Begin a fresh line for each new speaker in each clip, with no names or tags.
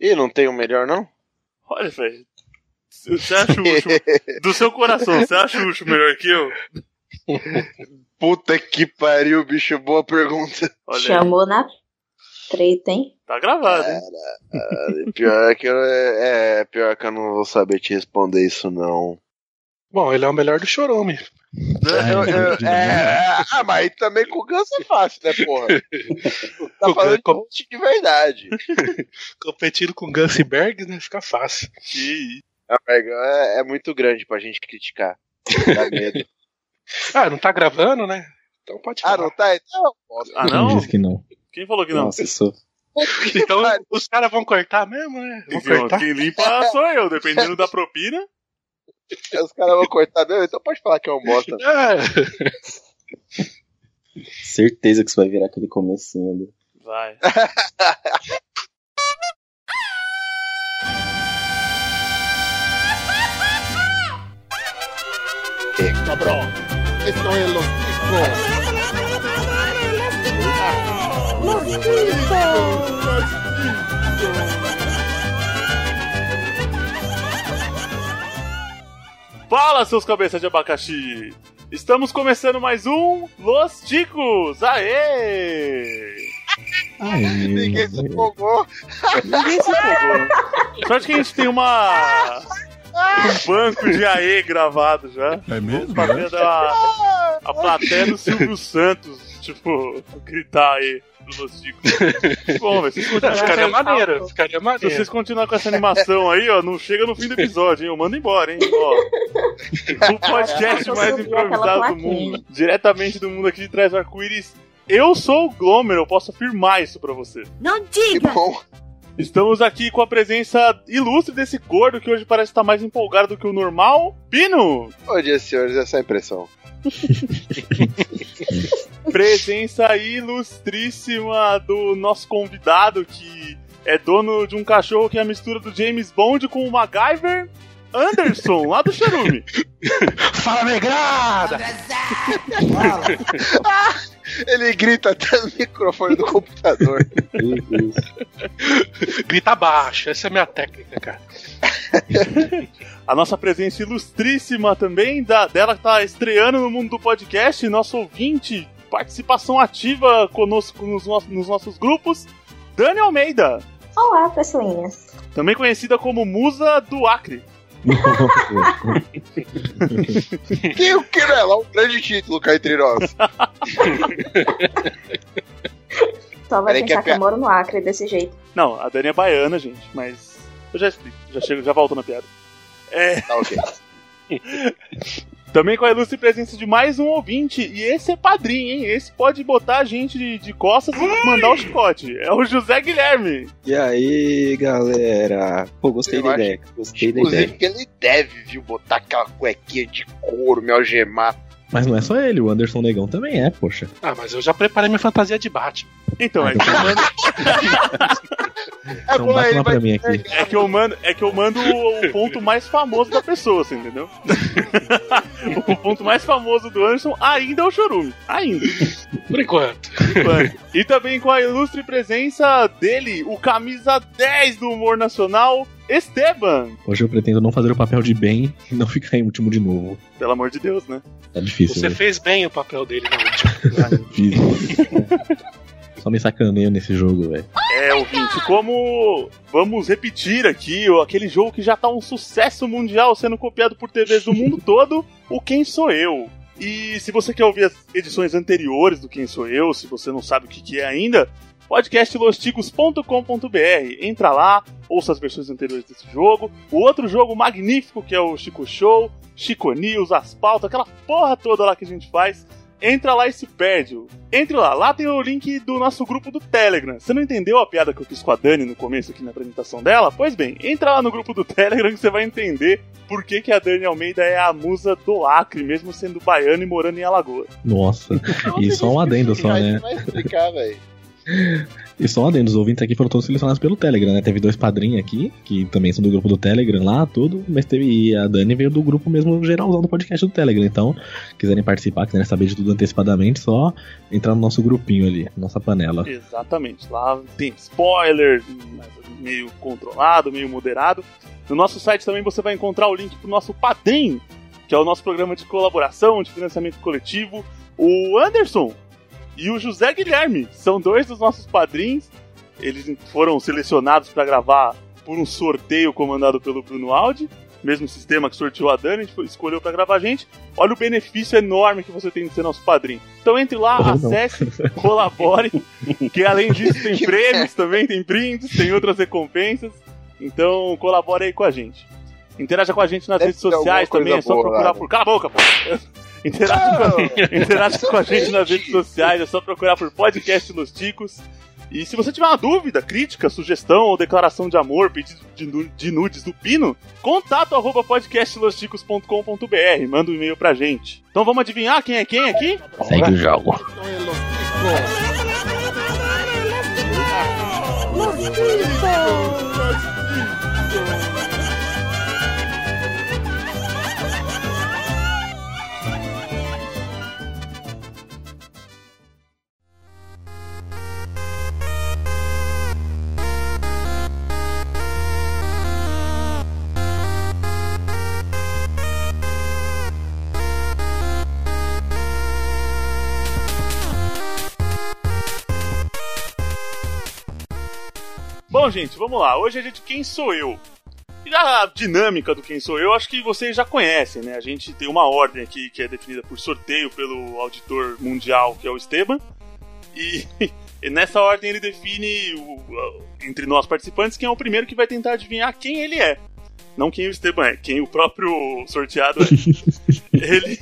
Ih, não tem o melhor, não?
Olha, Fred. Você acha o Ucho, do seu coração, você acha o Ucho melhor que eu?
Puta que pariu, bicho. Boa pergunta.
Olha, aí,
Chamou na treta, hein?
tá gravado. hein?
Cara, pior que eu, é, pior que eu não vou saber te responder isso, não.
Bom, ele é o melhor do Chorume.
Né? Eu- eu- é, ah, mas aí também com o Ganso é fácil, né, porra? Tá
Com o
falando
Ganso-
de, de verdade.
Competindo com Guns e Bergs, né? Fica fácil.
Ih,
A vergonha é, é muito grande pra gente criticar. Dá medo.
Ah, não tá gravando, né? Então pode
Ah,
falar.
não tá? Então, bosta.
Ah, não?
Diz que não.
Quem falou que não?
Nossa, eu sou.
Então
pariu.
os caras vão cortar mesmo, né? Vão
Então,
cortar.
quem limpa sou eu, dependendo da propina.
os caras vão cortar mesmo, então pode falar que é um bosta.
Ah,
Certeza que isso vai virar aquele comecinho ali.
Vai.
Esto é los discos.
Fala, seus cabeças de abacaxi! Estamos começando mais um Los Ticos! Aê!
Ai,
Ninguém se empolgou.
Ninguém se empolgou. Só que a gente tem uma. Um banco de aê gravado já.
É
Vamos
mesmo? né?
fazer a, a plateia do Silvio Santos, tipo, gritar aí do Los Ticos. Bom, velho, vocês continuam-
É, ficaria maneiro,
um
ficaria
Se
maneiro.
vocês continuarem com essa animação aí, ó, não chega no fim do episódio, hein? Eu mando embora, hein? Ó, o podcast
Eu
mais
subi
improvisado
aquela
do
plaquinha.
mundo. Diretamente do mundo aqui de trás do arco-íris. Eu sou o Glomer, eu posso afirmar isso pra você.
Não
Que
diga!
bom.
Estamos aqui com a presença ilustre desse gordo que hoje parece estar mais empolgado do que o normal, Pino!
Bom dia, senhores, essa é a impressão.
Presença ilustríssima do nosso convidado que é dono de um cachorro que é a mistura do James Bond com o MacGyver, Anderson, lá do Charume.
Fala, negrada!
Ele grita até no microfone do computador.
Meu Deus.
Grita baixo, essa é a minha técnica, cara.
A nossa presença ilustríssima também, da, dela que tá estreando no mundo do podcast, nosso ouvinte, participação ativa conosco nos, nos- nos nossos grupos, Dani Almeida,
Olá, pessoinhas.
também conhecida como Musa do Acre.
que o que é lá? Um grande título cá entre nós.
Só vai
Peraí que
pensar
é
que eu moro no Acre desse jeito.
Não, a Dani é baiana, gente, mas eu já explico, já chego, já volto na piada. É,
Tá ok.
também com a ilustre presença de mais um ouvinte, e esse é padrinho, hein? Esse pode botar a gente de, de costas e mandar o chicote. É o José Guilherme.
E aí, galera? Pô, gostei
Eu
da
acho
ideia. Gostei da ideia.
Inclusive que ele deve, viu, botar aquela cuequinha de couro, me algemar.
Mas não é só ele, o Anderson Negão também é, poxa.
Ah, mas eu já preparei minha fantasia de Batman.
Então, é que eu mando-
É
Então
bom,
bate
ele
uma
vai
pra mim aqui.
É que eu mando, é que eu mando o, o ponto mais famoso da pessoa, você entendeu? o ponto mais famoso do Anderson ainda é o chorume. Ainda.
Por enquanto.
E também com a ilustre presença dele, o camisa 10 do humor nacional, Esteban.
Hoje eu pretendo não fazer o papel de bem e não ficar em último de novo.
Pelo amor de Deus, né?
Tá difícil,
Você
velho.
fez bem o papel dele na última.
Difícil. Só me sacaneio nesse jogo, velho.
É, ouvinte, como vamos repetir aqui ó, aquele jogo que já tá um sucesso mundial sendo copiado por TVs do mundo todo, o Quem Sou Eu. E se você quer ouvir as edições anteriores do Quem Sou Eu, se você não sabe o que, que é ainda, podcastlosticos.com.br. Entra lá, ouça as versões anteriores desse jogo. O outro jogo magnífico que é o Chico Show, Chico News, As Pautas, aquela porra toda lá que a gente faz. Entra lá e se perde. Entre lá, lá tem o link do nosso grupo do Telegram. Você não entendeu a piada que eu fiz com a Dani no começo aqui na apresentação dela? Pois bem, entra lá no grupo do Telegram que você vai entender por que, que a Dani Almeida é a musa do Acre, mesmo sendo baiana e morando em Alagoas.
um
Nossa. E só um adendo só, né?
Vai explicar, velho.
E só um adendo, os ouvintes aqui foram todos selecionados pelo Telegram, né? Teve dois padrinhos aqui, que também são do grupo do Telegram lá, tudo, mas teve. E a Dani veio do grupo mesmo geralzão do podcast do Telegram. Então, quiserem participar, quiserem saber de tudo antecipadamente, só entrar no nosso grupinho ali, nossa panela.
Exatamente. Lá tem spoiler, mas meio controlado, meio moderado. No nosso site também você vai encontrar o link pro nosso Padrim, que é o nosso programa de colaboração, de financiamento coletivo. O Anderson e o José Guilherme são dois dos nossos padrinhos. Eles foram selecionados para gravar por um sorteio comandado pelo Bruno Aldi. Mesmo sistema que sorteou a Dani, a gente foi- escolheu para gravar a gente. Olha o benefício enorme que você tem de ser nosso padrinho. Então entre lá,
Ou não.
acesse, colabore, que além disso tem prêmios também, tem brindes, tem outras recompensas. Então colabore aí com a gente. Interaja com a gente nas
Deve
redes
ter alguma
sociais também, é
coisa
só
boa lá,
procurar
né?
por. Cala a boca, pô! Interaja com a Interaja com a gente nas redes sociais, é só procurar por podcast Los Ticos. E se você tiver uma dúvida, crítica, sugestão ou declaração de amor, pedido de, nu- de nudes do Pino, contato arroba podcastlosticos.com.br, manda um e-mail pra gente. Então vamos adivinhar quem é quem aqui?
Segue o jogo.
Bom, gente, vamos lá. Hoje é dia de Quem Sou Eu. E a dinâmica do Quem Sou Eu, acho que vocês já conhecem, né? A gente tem uma ordem aqui que é definida por sorteio pelo auditor mundial, que é o Esteban. E, e nessa ordem ele define, o- entre nós participantes, quem é o primeiro que vai tentar adivinhar quem ele é. Não quem o Esteban é, quem o próprio sorteado é. ele...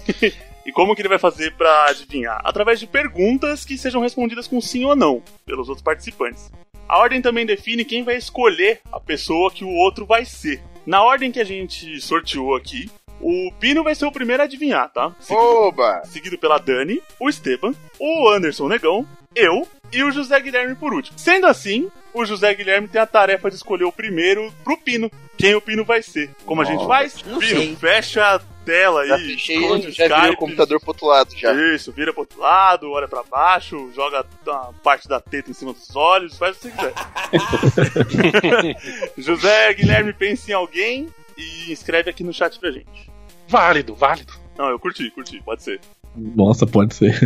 E como que ele vai fazer pra adivinhar? Através de perguntas que sejam respondidas com sim ou não pelos outros participantes. A ordem também define quem vai escolher a pessoa que o outro vai ser. Na ordem que a gente sorteou aqui, o Pino vai ser o primeiro a adivinhar, tá? Seguido,
Oba!
seguido pela Dani, o Esteban, o Anderson Negão, eu e o José Guilherme por último. Sendo assim, o José Guilherme tem a tarefa de escolher o primeiro pro Pino. Quem o Pino vai ser. Como a gente
Nossa,
faz?
não
Pino,
sei.
fecha a tela aí.
Já fechei,
esconde o
já virei o
Skype.
computador pro outro lado já.
Isso, vira pro outro lado, olha pra baixo, joga a parte da teta em cima dos olhos, faz o que você quiser. José Guilherme, pense em alguém e escreve aqui no chat pra gente.
Válido, válido.
Não, eu curti, curti, pode ser.
Nossa, pode ser.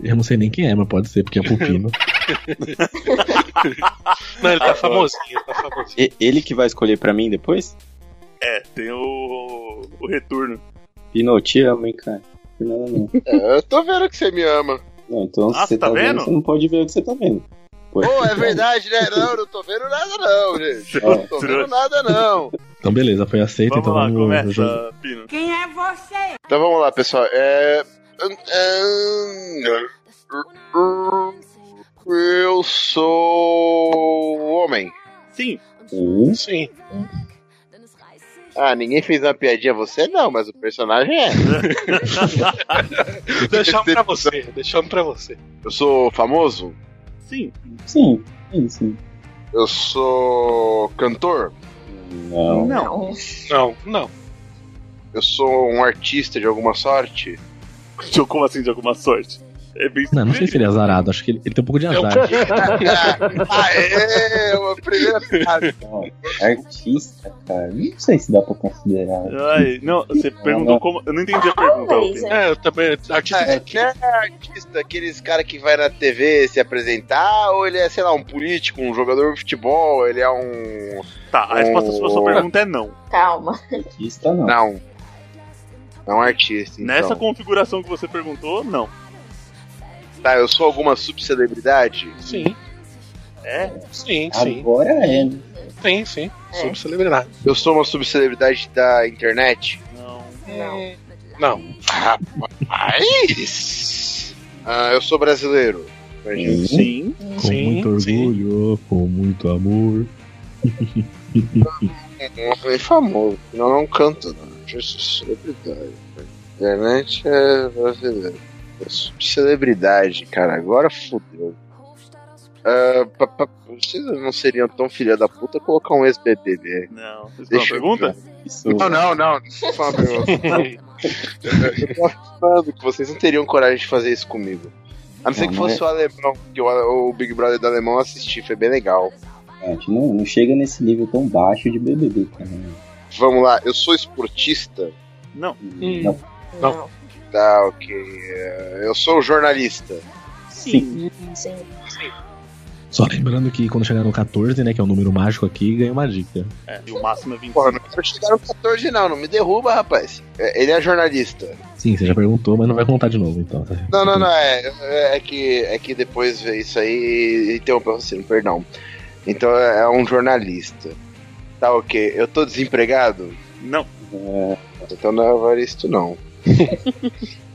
Eu não sei nem quem é, mas pode ser, porque é pupino.
Não, ele tá famosinho, tá famosinho.
E- Ele que vai escolher pra mim depois?
É, tem o, o retorno.
Pino, te amo, hein, cara. Por nada não.
É, eu tô vendo que você me ama.
Não, então
Ah,
se você tá, vendo? você não pode ver o que você tá vendo. Pô,
Pô, é verdade, né? Não, não tô vendo nada não, gente. Não tô vendo nada não.
Então, beleza, foi aceito.
Vamos
então
lá,
vamos no jogo.
começa, Pino.
Quem é você?
Então vamos lá, pessoal. É... ahn, ahn, Eu sou homem.
Sim,
Hum,
Sim.
Ah, ninguém fez uma piadinha a você não, mas o personagem é.
Deixamos pra você, deixamos pra você.
Eu sou famoso?
sim.
Sim, sim, sim.
Eu sou cantor?
Não.
Não.
Não, não.
Eu sou um artista de alguma sorte?
Tio, Como assim, de alguma sorte? É bem
Não, não sei se ele é azarado, acho que ele, ele tem um pouco de azar.
ah, é uma primeira piada.
Não, é Artista, cara. Não sei se dá pra considerar.
Ai, não, você perguntou como. Eu não entendi a pergunta. ô, Pino.
É, eu também. Artista
É, ele é artista, aqueles cara que vai na TV se apresentar, ou ele é, sei lá, um político, um jogador de futebol, ele é um.
Tá, a resposta pra sua pergunta é não.
Então. Calma.
tá
Artista não.
Não. É um artista. Então.
Nessa configuração que você perguntou, não.
Tá, eu sou alguma subcelebridade?
Sim,
É?
sim, sim.
Agora é, né?
Sim, sim.
É.
Sobre celebridade.
Eu sou uma subcelebridade da internet?
Não.
Não.
Não.
Rapaz! Ah, eu sou brasileiro. Imagina.
Sim.
Com
Sim,
muito orgulho, com muito amor.
Não foi um famoso, não, não canto, não. Jesus, celebridade. Internet é brasileiro. Celebridade, cara. Agora fodeu. Ah, pa- pa- Vocês não seriam tão filha da puta colocar um SBT dele.
Não. Vocês têm uma
Deixa eu
pergunta?
Isso.
Não, não, não. Não foi uma pergunta. Eu tô afirmando que vocês não teriam coragem de fazer isso comigo. A não ser que
Não, mas-
fosse o alemão, que o, o Big Brother do alemão eu assisti, foi bem legal.
A gente não, não chega nesse nível tão baixo de BBB, cara.
Vamos lá, eu sou esportista.
Hum.
Não,
Não.
Tá, ok. Eh, Eu sou jornalista.
sim.
Sim.
Só lembrando que quando chegar no 14, né, que é o número mágico aqui, ganha uma dica.
É, e o máximo é 25.
Porra, não quero chegar no 14, não. Não me derruba, rapaz. É, Ele é jornalista.
Sim, você já perguntou, mas não vai contar de novo, então.
Não, não, não. É, é, que, é que depois vê isso aí e interrompeu você, não, perdão. Então é é um jornalista. Tá ok. Eu tô desempregado?
Não.
Então não é Evaristo, não.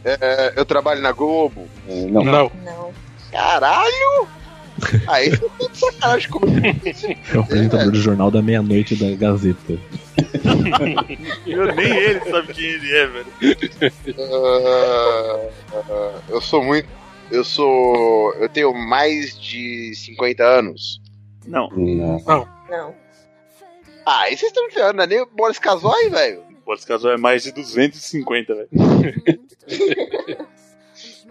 É, eu trabalho na Globo?
É, não,
Não.
Não.
Caralho! Aí você tá de sacanagem comigo.
É o apresentador do Jornal da Meia-Noite da Gazeta.
Eu, nem ele sabe quem ele é, velho.
Ah, ah, eu sou muito. Eu sou. Eu tenho mais de 50 anos.
Não.
não.
Não.
Ah, aí vocês estão me ferrando, não é nem o Boris Casoy, velho.
Boris Casal é mais de 250, velho.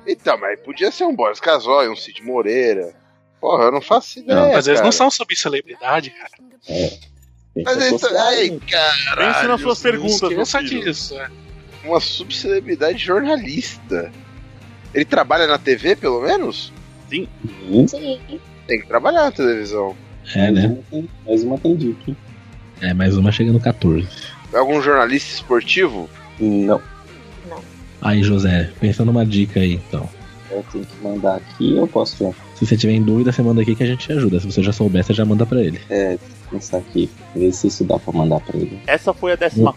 Então, mas podia ser um Boris Casoy, um Cid Moreira. Porra, eu não faço ideia.
Não,
Mas eles
É, cara.
não são sobre celebridade, cara.
Tem
Mas então,
que
eles são.
associar,
Ai,
né?
cara,
Pense nas suas perguntas,
Não esqueça
meu filho.
disso. é.
uma subcelebridade jornalista. Ele trabalha na TV, pelo menos?
Hum,
Sim.
Tem que trabalhar na televisão.
É, né?
mais uma tem- Mais uma tem dica. hein?
É, mais uma chega no 14.
É Algum jornalista esportivo?
Não.
Aí, José, pensa numa dica aí, então.
Eu tenho que mandar aqui eu posso já
Se você tiver em dúvida, você manda aqui que a gente te ajuda. Se você já souber, você já manda pra ele.
pensar aqui. Ver se isso dá pra mandar pra ele.
Essa foi a 14 ou a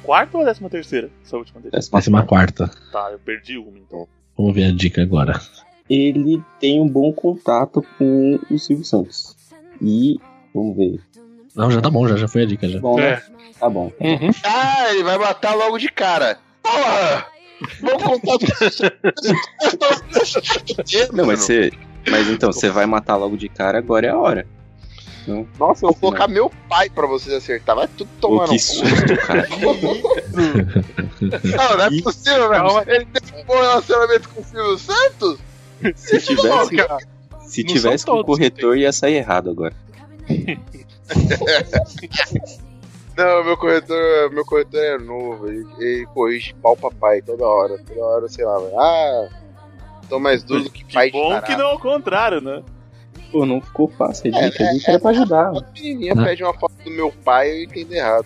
13? Essa última dele.
Parece uma-
Décima quarta.
Tá, eu perdi uma então.
Vamos ver a dica agora.
Ele tem um bom contato com o Silvio Santos. E. Vamos ver.
Não, já tá bom, já, já foi a dica já.
Bom, né?
É.
Tá bom.
Uhum.
Ah, ele vai matar logo de cara. Porra! Vou contar tudo.
Não, mas você. Mas então, você vai matar logo de cara, agora é a hora.
Nossa, eu vou colocar meu pai pra vocês acertar. Vai tudo
Pô,
tomar no
que
cu.
susto, cara.
Não, não é possível,
Calma.
velho. Ele teve um bom relacionamento com o é Silvio Santos?
Se tivesse,
Cara,
se
Não
tivesse
são
com o
todos que
corretor, ia sair errado agora.
Não, meu corretor, meu corretor é novo. Ele, ele corrige pau papai toda hora. Toda hora, sei lá, velho. Ah, tô mais duro do que, pai
Hum, Que bom
de
que
tarado.
não é o contrário, né?
Pô, não ficou fácil a dica. A dica era pra ajudar.
Uma menininha pede uma foto do meu pai e eu entendo errado.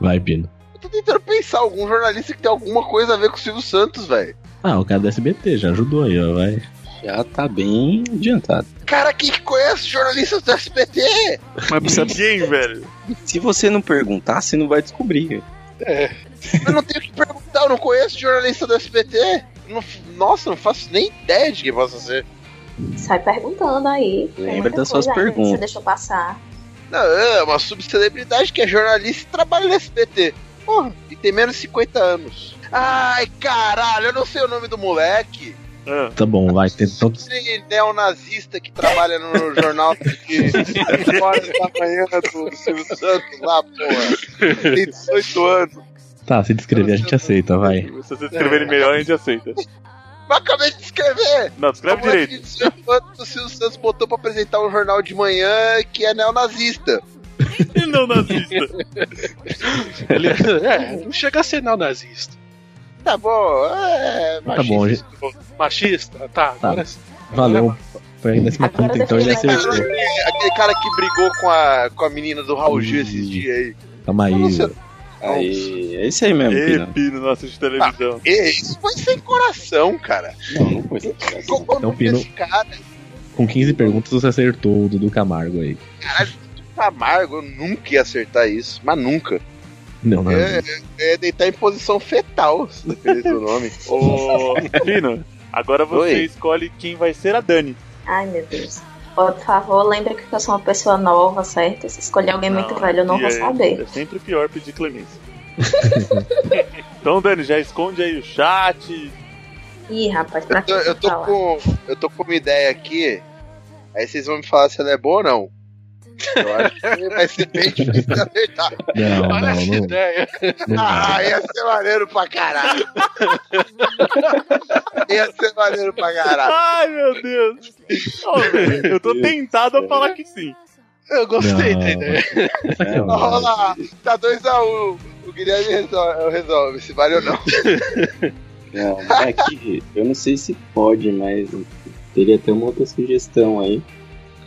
Vai, Pino.
Eu tô tentando pensar algum jornalista que tem alguma coisa a ver com o Silvio Santos, velho.
Ah, o cara do SBT já ajudou aí, ó, vai.
Já tá bem adiantado.
Cara, quem que conhece jornalistas do SBT?
Mas precisa-
Ninguém, velho.
se você não perguntar, você não vai descobrir.
Eu não tenho o que perguntar, eu não conheço jornalista do SBT. Não f- nossa, não faço nem ideia de quem possa ser.
Sai perguntando aí. Tem
Lembra
muita
das suas
coisa ainda que Você
perguntas.
deixou passar.
Não, é uma subcelebridade que é jornalista e trabalha no SBT. Porra, e tem menos de 50 anos. Ai, caralho, eu não sei o nome do moleque.
Ah,
Tá bom, vai. Então,
Esse neonazista que trabalha no jornal de 5 horas da manhã do Silvio Santos lá, porra. Tem 18 anos.
tá, se descrever a gente aceita, vai.
se vocês escreverem melhor, a gente aceita.
Mas acabei de escrever!
Não, escreve
Como é
direito.
que O Silvio Santos botou pra apresentar um jornal de manhã que é neonazista.
Ele não nazista.
Ele, é, não chega a ser neonazista.
Tá bom, é.
Tá bom, gente.
Machista? Tá, agora sim.
Valeu. Foi a décima
Agora
quinta, então
eu
ele
defini
Aquele
mais
acertou.
cara- é aquele cara que brigou com a, com a menina do Raul Gil esses
Ih.
dias aí.
Calma aí.
Nossa.
Aí, é isso aí mesmo,
Ê,
Pino.
Pino, não assiste televisão.
E É, isso foi sem coração, cara.
Não, não foi. sucesso.
Qual o nome
Pino-
desse cara?
Com 15 perguntas, você acertou o Dudu Camargo aí.
tá Amargo, eu nunca ia acertar isso, mas nunca.
Não, não.
É, é deitar em posição fetal, se depender do nome.
Ô, Pino, agora você
Oi.
escolhe quem vai ser a Dani.
Ai, meu Deus. Ó, Por favor, lembra que eu sou uma pessoa nova, certo? Se escolher alguém muito velho, eu não
e
vou
é-
saber.
É sempre pior pedir clemência. então, Dani, já esconde aí o chat.
Ih, rapaz, pra
Eu
que
tô, eu,
você
tô
falar?
com, eu tô com uma ideia aqui. Aí vocês vão me falar se ela é boa ou não. Eu acho que vai ser bem difícil de acertar.
Não, Tá, não,
Olha essa
não.
ideia.
não
Ah,
vai.
ia ser maneiro pra caralho. ia ser maneiro pra caralho.
Ai, meu Deus. Ô, velho, eu tô tentado
É.
a falar que sim.
Eu gostei
Não.
da ideia.
Essa aqui é uma-
Olha lá, tá 2x1. O Guilherme resolve, resolve se vale ou não.
Não, é que eu não sei se pode, mas teria até uma outra sugestão aí.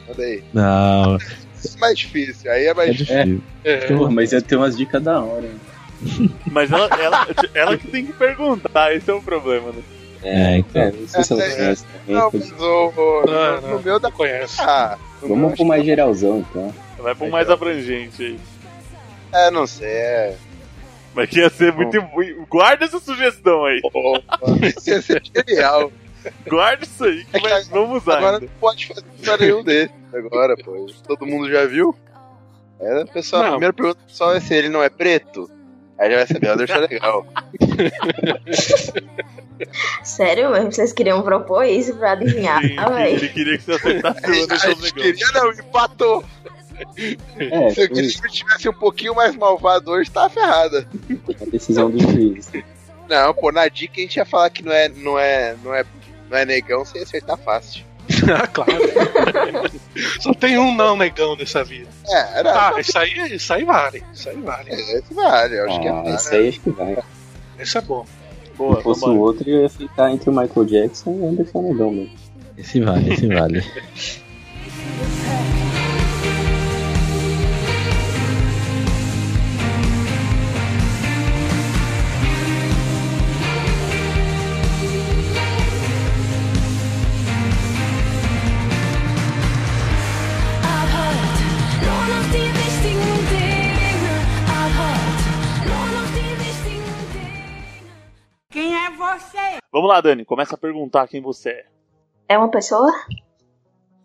Olha aí.
Não,
Isso é mais difícil. Aí é
é
mais difícil.
difícil.
É.
Pô,
mas ia ter umas dicas da hora. então.
Mas ela, ela, ela que tem que perguntar, esse é o problema, né?
É, então.
É, não sei se elas conhecem também,
Não,
pois-
mas o, o-
Não,
no
não.
meu dá
Não conheço.
pra. No meu
Vamos pro mais geralzão, então.
Vai pro mais abrangente aí.
É, não sei. É.
Mas que ia ser muito. muito- Guarda essa sugestão aí.
Pô, isso ia ser genial.
Guarda isso aí que
É que
vai- vamos usar.
Agora
ainda.
não pode fazer pra nenhum deles. Agora, pô. Todo mundo já viu? É, pessoal, a
Não.
primeira pergunta do pessoal é se ele não é preto. Aí já vai saber, ó, deixa legal.
Sério mesmo, vocês queriam propor isso pra adivinhar,
Sim,
tá, véi?
ele queria que você acertasse o
a
Anderson
gente
Negão.
queria não, empatou.
É,
Se a
foi
gente tivesse um pouquinho mais malvado hoje, tá ferrada.
a decisão do juiz.
Não, pô, na dica a gente ia falar que não é, não é, não é, não é negão sem acertar fácil.
Ah, claro. Só tem um não negão nessa vida.
É, era.
Ah, isso aí, isso aí vale. Isso aí vale.
É, Esse vale, eu acho que
Ah,
é.
isso aí acho que vai.
Isso é bom.
Boa,
Se fosse
vambora.
o outro, eu ia ficar entre o Michael Jackson e o Anderson Negão mesmo.
Esse vale, esse vale.
Quem é você?
Vamos lá, Dani, começa a perguntar quem você é.
É uma pessoa?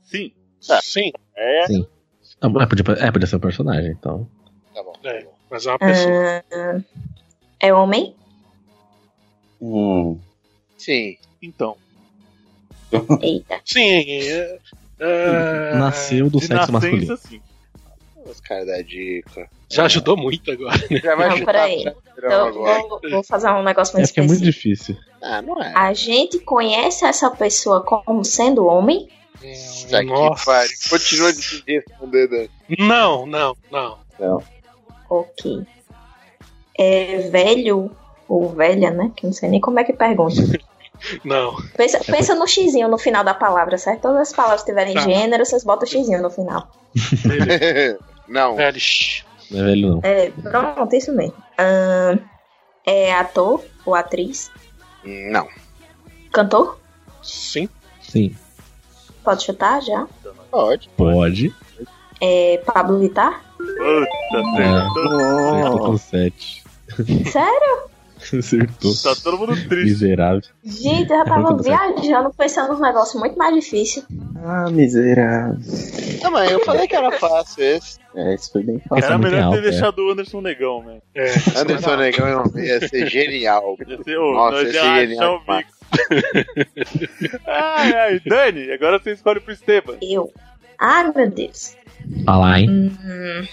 Sim.
Sim,
É.
Sim. Ah, mas podia, é, podia ser um personagem, então.
Tá bom.
é. Mas é uma pessoa.
Ah, é homem?
Hum,
Sim.
Então.
Eita.
Sim. É, é,
Nasceu do
de
sexo masculino.
nascença, sim.
Os caras da dica.
Já ajudou muito agora.
Já vai
Não,
chutar
peraí.
pra trás, não,
Então,
agora.
vou, vou fazer um negócio
É
mais
porque é muito
específico.
difícil.
Ah, não é.
A gente conhece essa pessoa como sendo homem?
Isso aqui, pariu. Continua de responder, Dan.
Não, não, não.
Ok. É velho ou velha, né? Que eu não sei nem como é que pergunta.
Não.
Pensa,
É
pensa no xizinho no final da palavra, certo? Todas as palavras que tiverem
Tá.
gênero, vocês botam o xizinho no final.
Ele
Não.
é lixo.
Não é velho, não.
É, pronto, isso mesmo. Ahn, é ator ou atriz?
Não.
Cantor?
Sim.
Sim,
Pode chutar já?
Pode.
pode.
É Pablo Vittar?
Puta
É.
merda.
Acertou com 7.
Sério?
Acertou.
Tá todo mundo triste.
Miserável.
Gente,
É
eu já tava viajando, pensando nos negócios muito mais difíceis.
Ah, miserável.
Não, mas eu falei que era fácil esse.
É, isso foi bem fácil.
Essa é
Era
muito
melhor
alta,
ter
é.
deixado o Anderson Negão, né?
É,
Anderson Negão e Homem ia ser genial.
Ia ser, ô,
Nossa,
nós
esse
já
é genial
achamos o bico. ai, ai, Dani, agora você escolhe pro Esteban.
Eu. Ai, meu Deus.
Tá lá, hein?
Hum,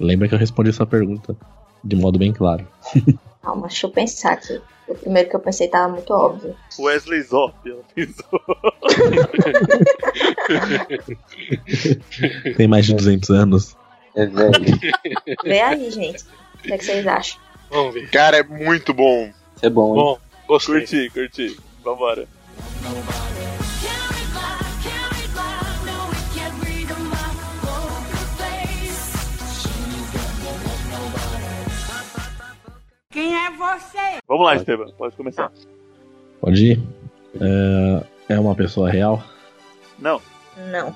Lembra que eu respondi essa pergunta de modo bem claro.
calma, deixa eu pensar aqui. O primeiro que eu pensei tava muito óbvio.
Wesley Zop, ela pensou.
Tem mais de 200 anos.
É velho.
Vê aí, gente. O que, é que vocês acham?
vamos ver.
Cara, é muito bom.
Isso é bom, hein?
Bom, gostei.
Curti, curti. Vambora.
Quem é você?
Vamos lá, Esteban, pode começar.
Pode ir? É, é uma pessoa real?
Não,
Não.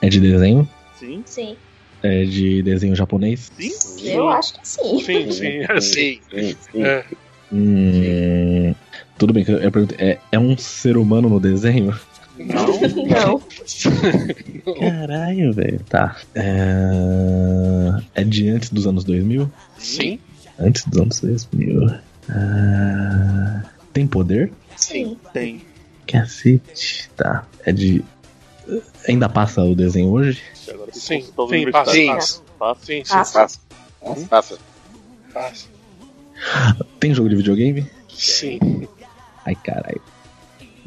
É de desenho?
sim,
Sim.
É de desenho japonês?
sim.
Eu acho que sim.
Sim, sim, é sim.
Sim.
Sim, sim.
É,
Hum, tudo bem, que eu eu perguntei, é, é um ser humano no desenho?
Não.
Caralho, velho. Tá. É, é de antes dos anos 2000?
sim.
Antes dos anos 2000. Ah, tem poder?
Sim.
Tem.
Cacete, tá. É de. Ainda passa o desenho hoje?
Agora tem
Sim,
consulta
sim, passa,
Sim.
passa.
Passa.
Sim, sim, tá.
Passa.
Passa. Passa.
passa.
Tem jogo de videogame?
Sim.
Ai, caralho.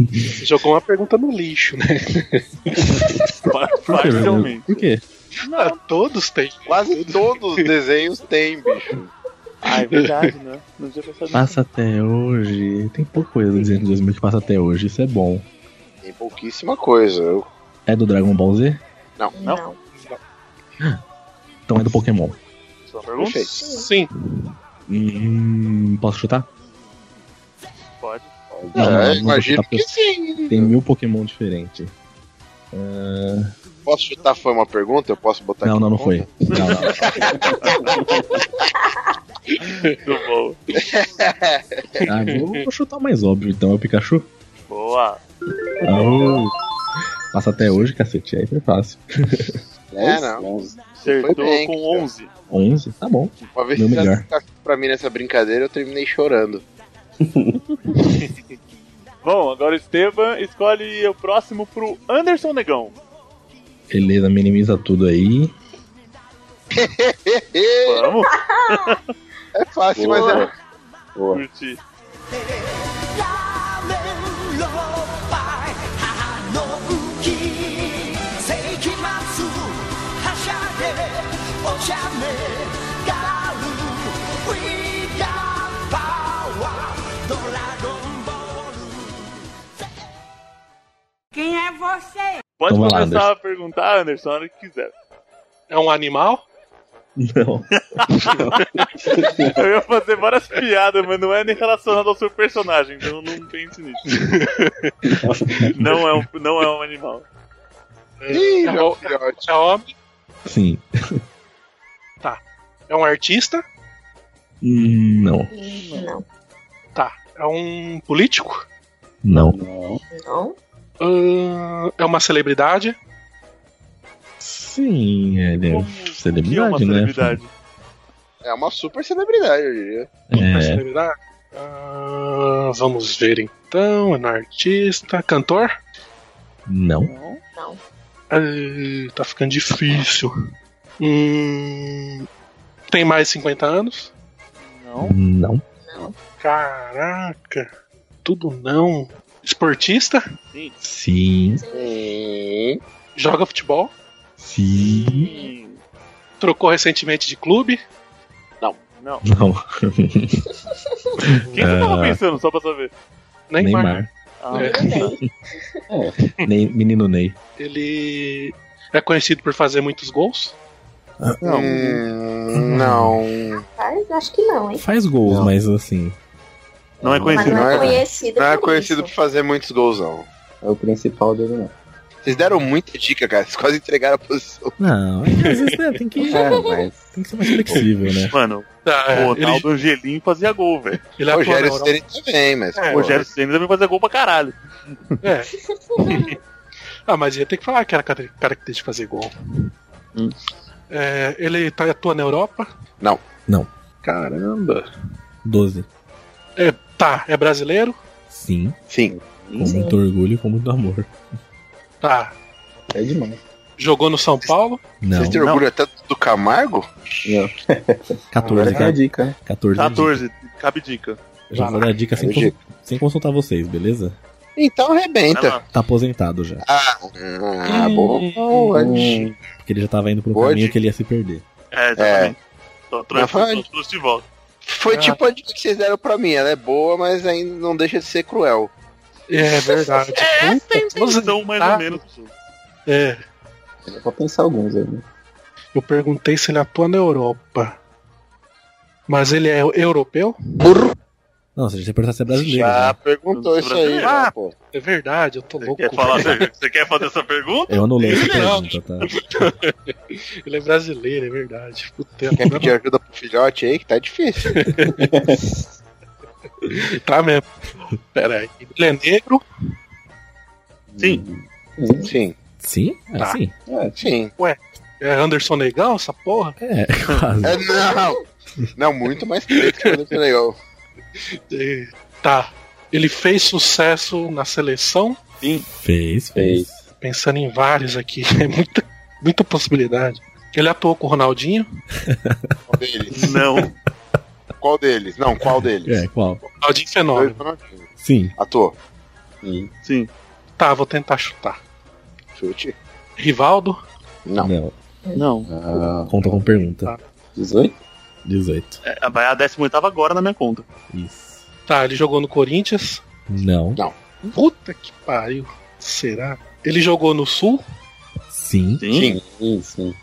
Jogou uma pergunta no lixo, né?
Por quê, meu Deus?
Parcialmente.
Por quê?
Ah, todos têm.
Quase todos os desenhos tem, bicho.
Ah, é verdade, né? Não tinha pensado nisso.
Passa até hoje. Tem pouca coisa dizendo de 2000 que passa até hoje. Isso é bom.
Tem pouquíssima coisa. Eu-
É do Dragon Ball Z?
Não?
Não.
Então é do Pokémon.
Sua pergunta?
Perfeito.
Sim.
Hum, posso chutar?
Pode.
Não, não, não
é,
vou
imagino
chutar,
que sim.
Tem mil Pokémon diferentes. Ah,
Posso chutar? Foi uma pergunta? Eu posso botar
não,
Tá aqui
não,
na
não
conta?
foi. Não, não.
Muito bom.
Ah, vou, vou chutar o mais óbvio, então é o Pikachu.
Boa.
Au. Passa até hoje, cacete. Aí foi fácil.
É, não.
Acertou
Foi bem,
com
cara.
11.
11? Tá bom.
Uma vez
Meu
que fizeram
melhor.
Pikachu pra mim nessa brincadeira, eu terminei chorando.
Bom, agora o Esteban escolhe o próximo pro Anderson Negão.
Beleza, minimiza tudo aí.
é
Vamos
fácil,
Boa.
mas é.
Boa.
curtir.
Quem é você?
Pode
Então vai lá,
começar
Anderson.
a perguntar, Anderson, a hora que quiser.
É um animal?
Não.
Eu ia fazer várias piadas, mas não é nem relacionado ao seu personagem, então não pense nisso. Não é um, não é um animal.
Ih, já
É um-
filhote.
é homem?
Sim.
É um artista?
Hum, Não.
Não.
É um político?
Não.
Não.
Não.
Ahn, é uma celebridade?
Sim, ele é
Como que é uma
celebridade, né?
celebridade?
É uma super celebridade, eu diria.
Uma
É,
celebridade? Ahn, vamos ver então. É um artista, cantor?
não.
Não.
Ai, tá ficando difícil. Hum, tem mais 50 anos?
Não.
Não.
Caraca, tudo não. Esportista?
Sim.
Sim.
Sim.
Joga futebol?
Sim.
Sim.
Trocou recentemente de clube?
Não.
Não.
Quem você tava
Ah.
pensando, só pra saber?
Neymar.
Neymar.
Ah,
É.
Também.
Ney, menino Ney.
Ele é conhecido por fazer muitos gols?
Não. Hum, não. é
Rapaz, acho que não, hein?
Faz gols,
Não.
mas assim.
Não é
Mas
conhecido.
Não
não
é-
é conhecido
Não é
por
conhecido por
isso.
fazer muitos gols, não.
É o principal dele, não.
Vocês deram muita dica, cara. Vocês quase entregaram a posição.
Não, às vezes né, tem, que,
É, mas.
tem que ser mais flexível, né?
Mano,
Ah,
o
ele,
Ronaldo Angelim fazia gol, velho.
O
ele atua
Rogério
na Europa.
Ceni também, mas.
É,
pô,
Rogério Ceni também fazia gol pra caralho.
Ah, mas ia ter que falar que era cara- característica de fazer gol.
Hum.
É, ele tá, atua na Europa?
Não.
Não.
Caramba.
12.
Tá, é brasileiro?
Sim.
Sim.
Com muito orgulho e com muito amor.
Tá.
É demais.
Jogou no São Paulo?
Não.
Vocês têm orgulho até do Camargo?
Não.
14,
Agora que é a
cara.
dica, né?
14.
14, cabe dica.
Eu Já vou dar a dica sem,
Entendi.
consul- sem consultar vocês, beleza?
Então
Vai
arrebenta.
lá.
Tá aposentado já.
Ah,
Hum.
boa.
Hum,
Porque ele já tava indo pro
Pode.
caminho que ele ia se perder.
É, exatamente. Só trouxe,
Mas foi-
só trouxe de volta.
Foi
Ah.
tipo a dica que vocês deram pra mim. Ela é boa, mas ainda não deixa de ser cruel.
É verdade.
É essa a intenção, mais ou
tá.
menos. assim.
É,
eu vou pensar alguns aí. né?
eu perguntei se ele atua na Europa. Mas ele é europeu?
Não, se a gente perguntar se é brasileiro.
Já
né?
perguntou isso aí,
Brasileiro.
já, pô.
É verdade, eu tô
Você
louco.
quer, falar, você quer fazer essa pergunta?
Eu anulei essa
Ele não.
pergunta, tá?
Ele é brasileiro, é verdade. Puta,
Quer pedir ajuda pro filhote aí, que tá difícil.
tá mesmo. Pera aí. Ele é negro?
Sim.
Hum,
Sim,
Sim? É
Tá.
sim.
é,
sim.
É Anderson Negão, essa porra?
É, quase.
É, não! Não, muito mais preto que o Anderson Negão.
É, tá. Ele fez sucesso na seleção,
Fez, fez.
Fez.
pensando em vários aqui, é muita, muita possibilidade. Ele atuou com o Ronaldinho,
Qual deles?
Não.
Qual deles? Não, qual deles?
É, qual?
Ronaldinho Fenômeno.
É.
Sim.
Ator.
Sim.
Sim.
Tá, vou tentar chutar.
Chute.
Rivaldo,
Não.
Não.
Ah,
Conta com pergunta.
18?
18.
É, vai a 18 agora na minha conta.
Isso.
tá, ele jogou no Corinthians.
Não.
Puta que pariu, será? Ele jogou no Sul,
Sim.
Sim.
Sim, sim.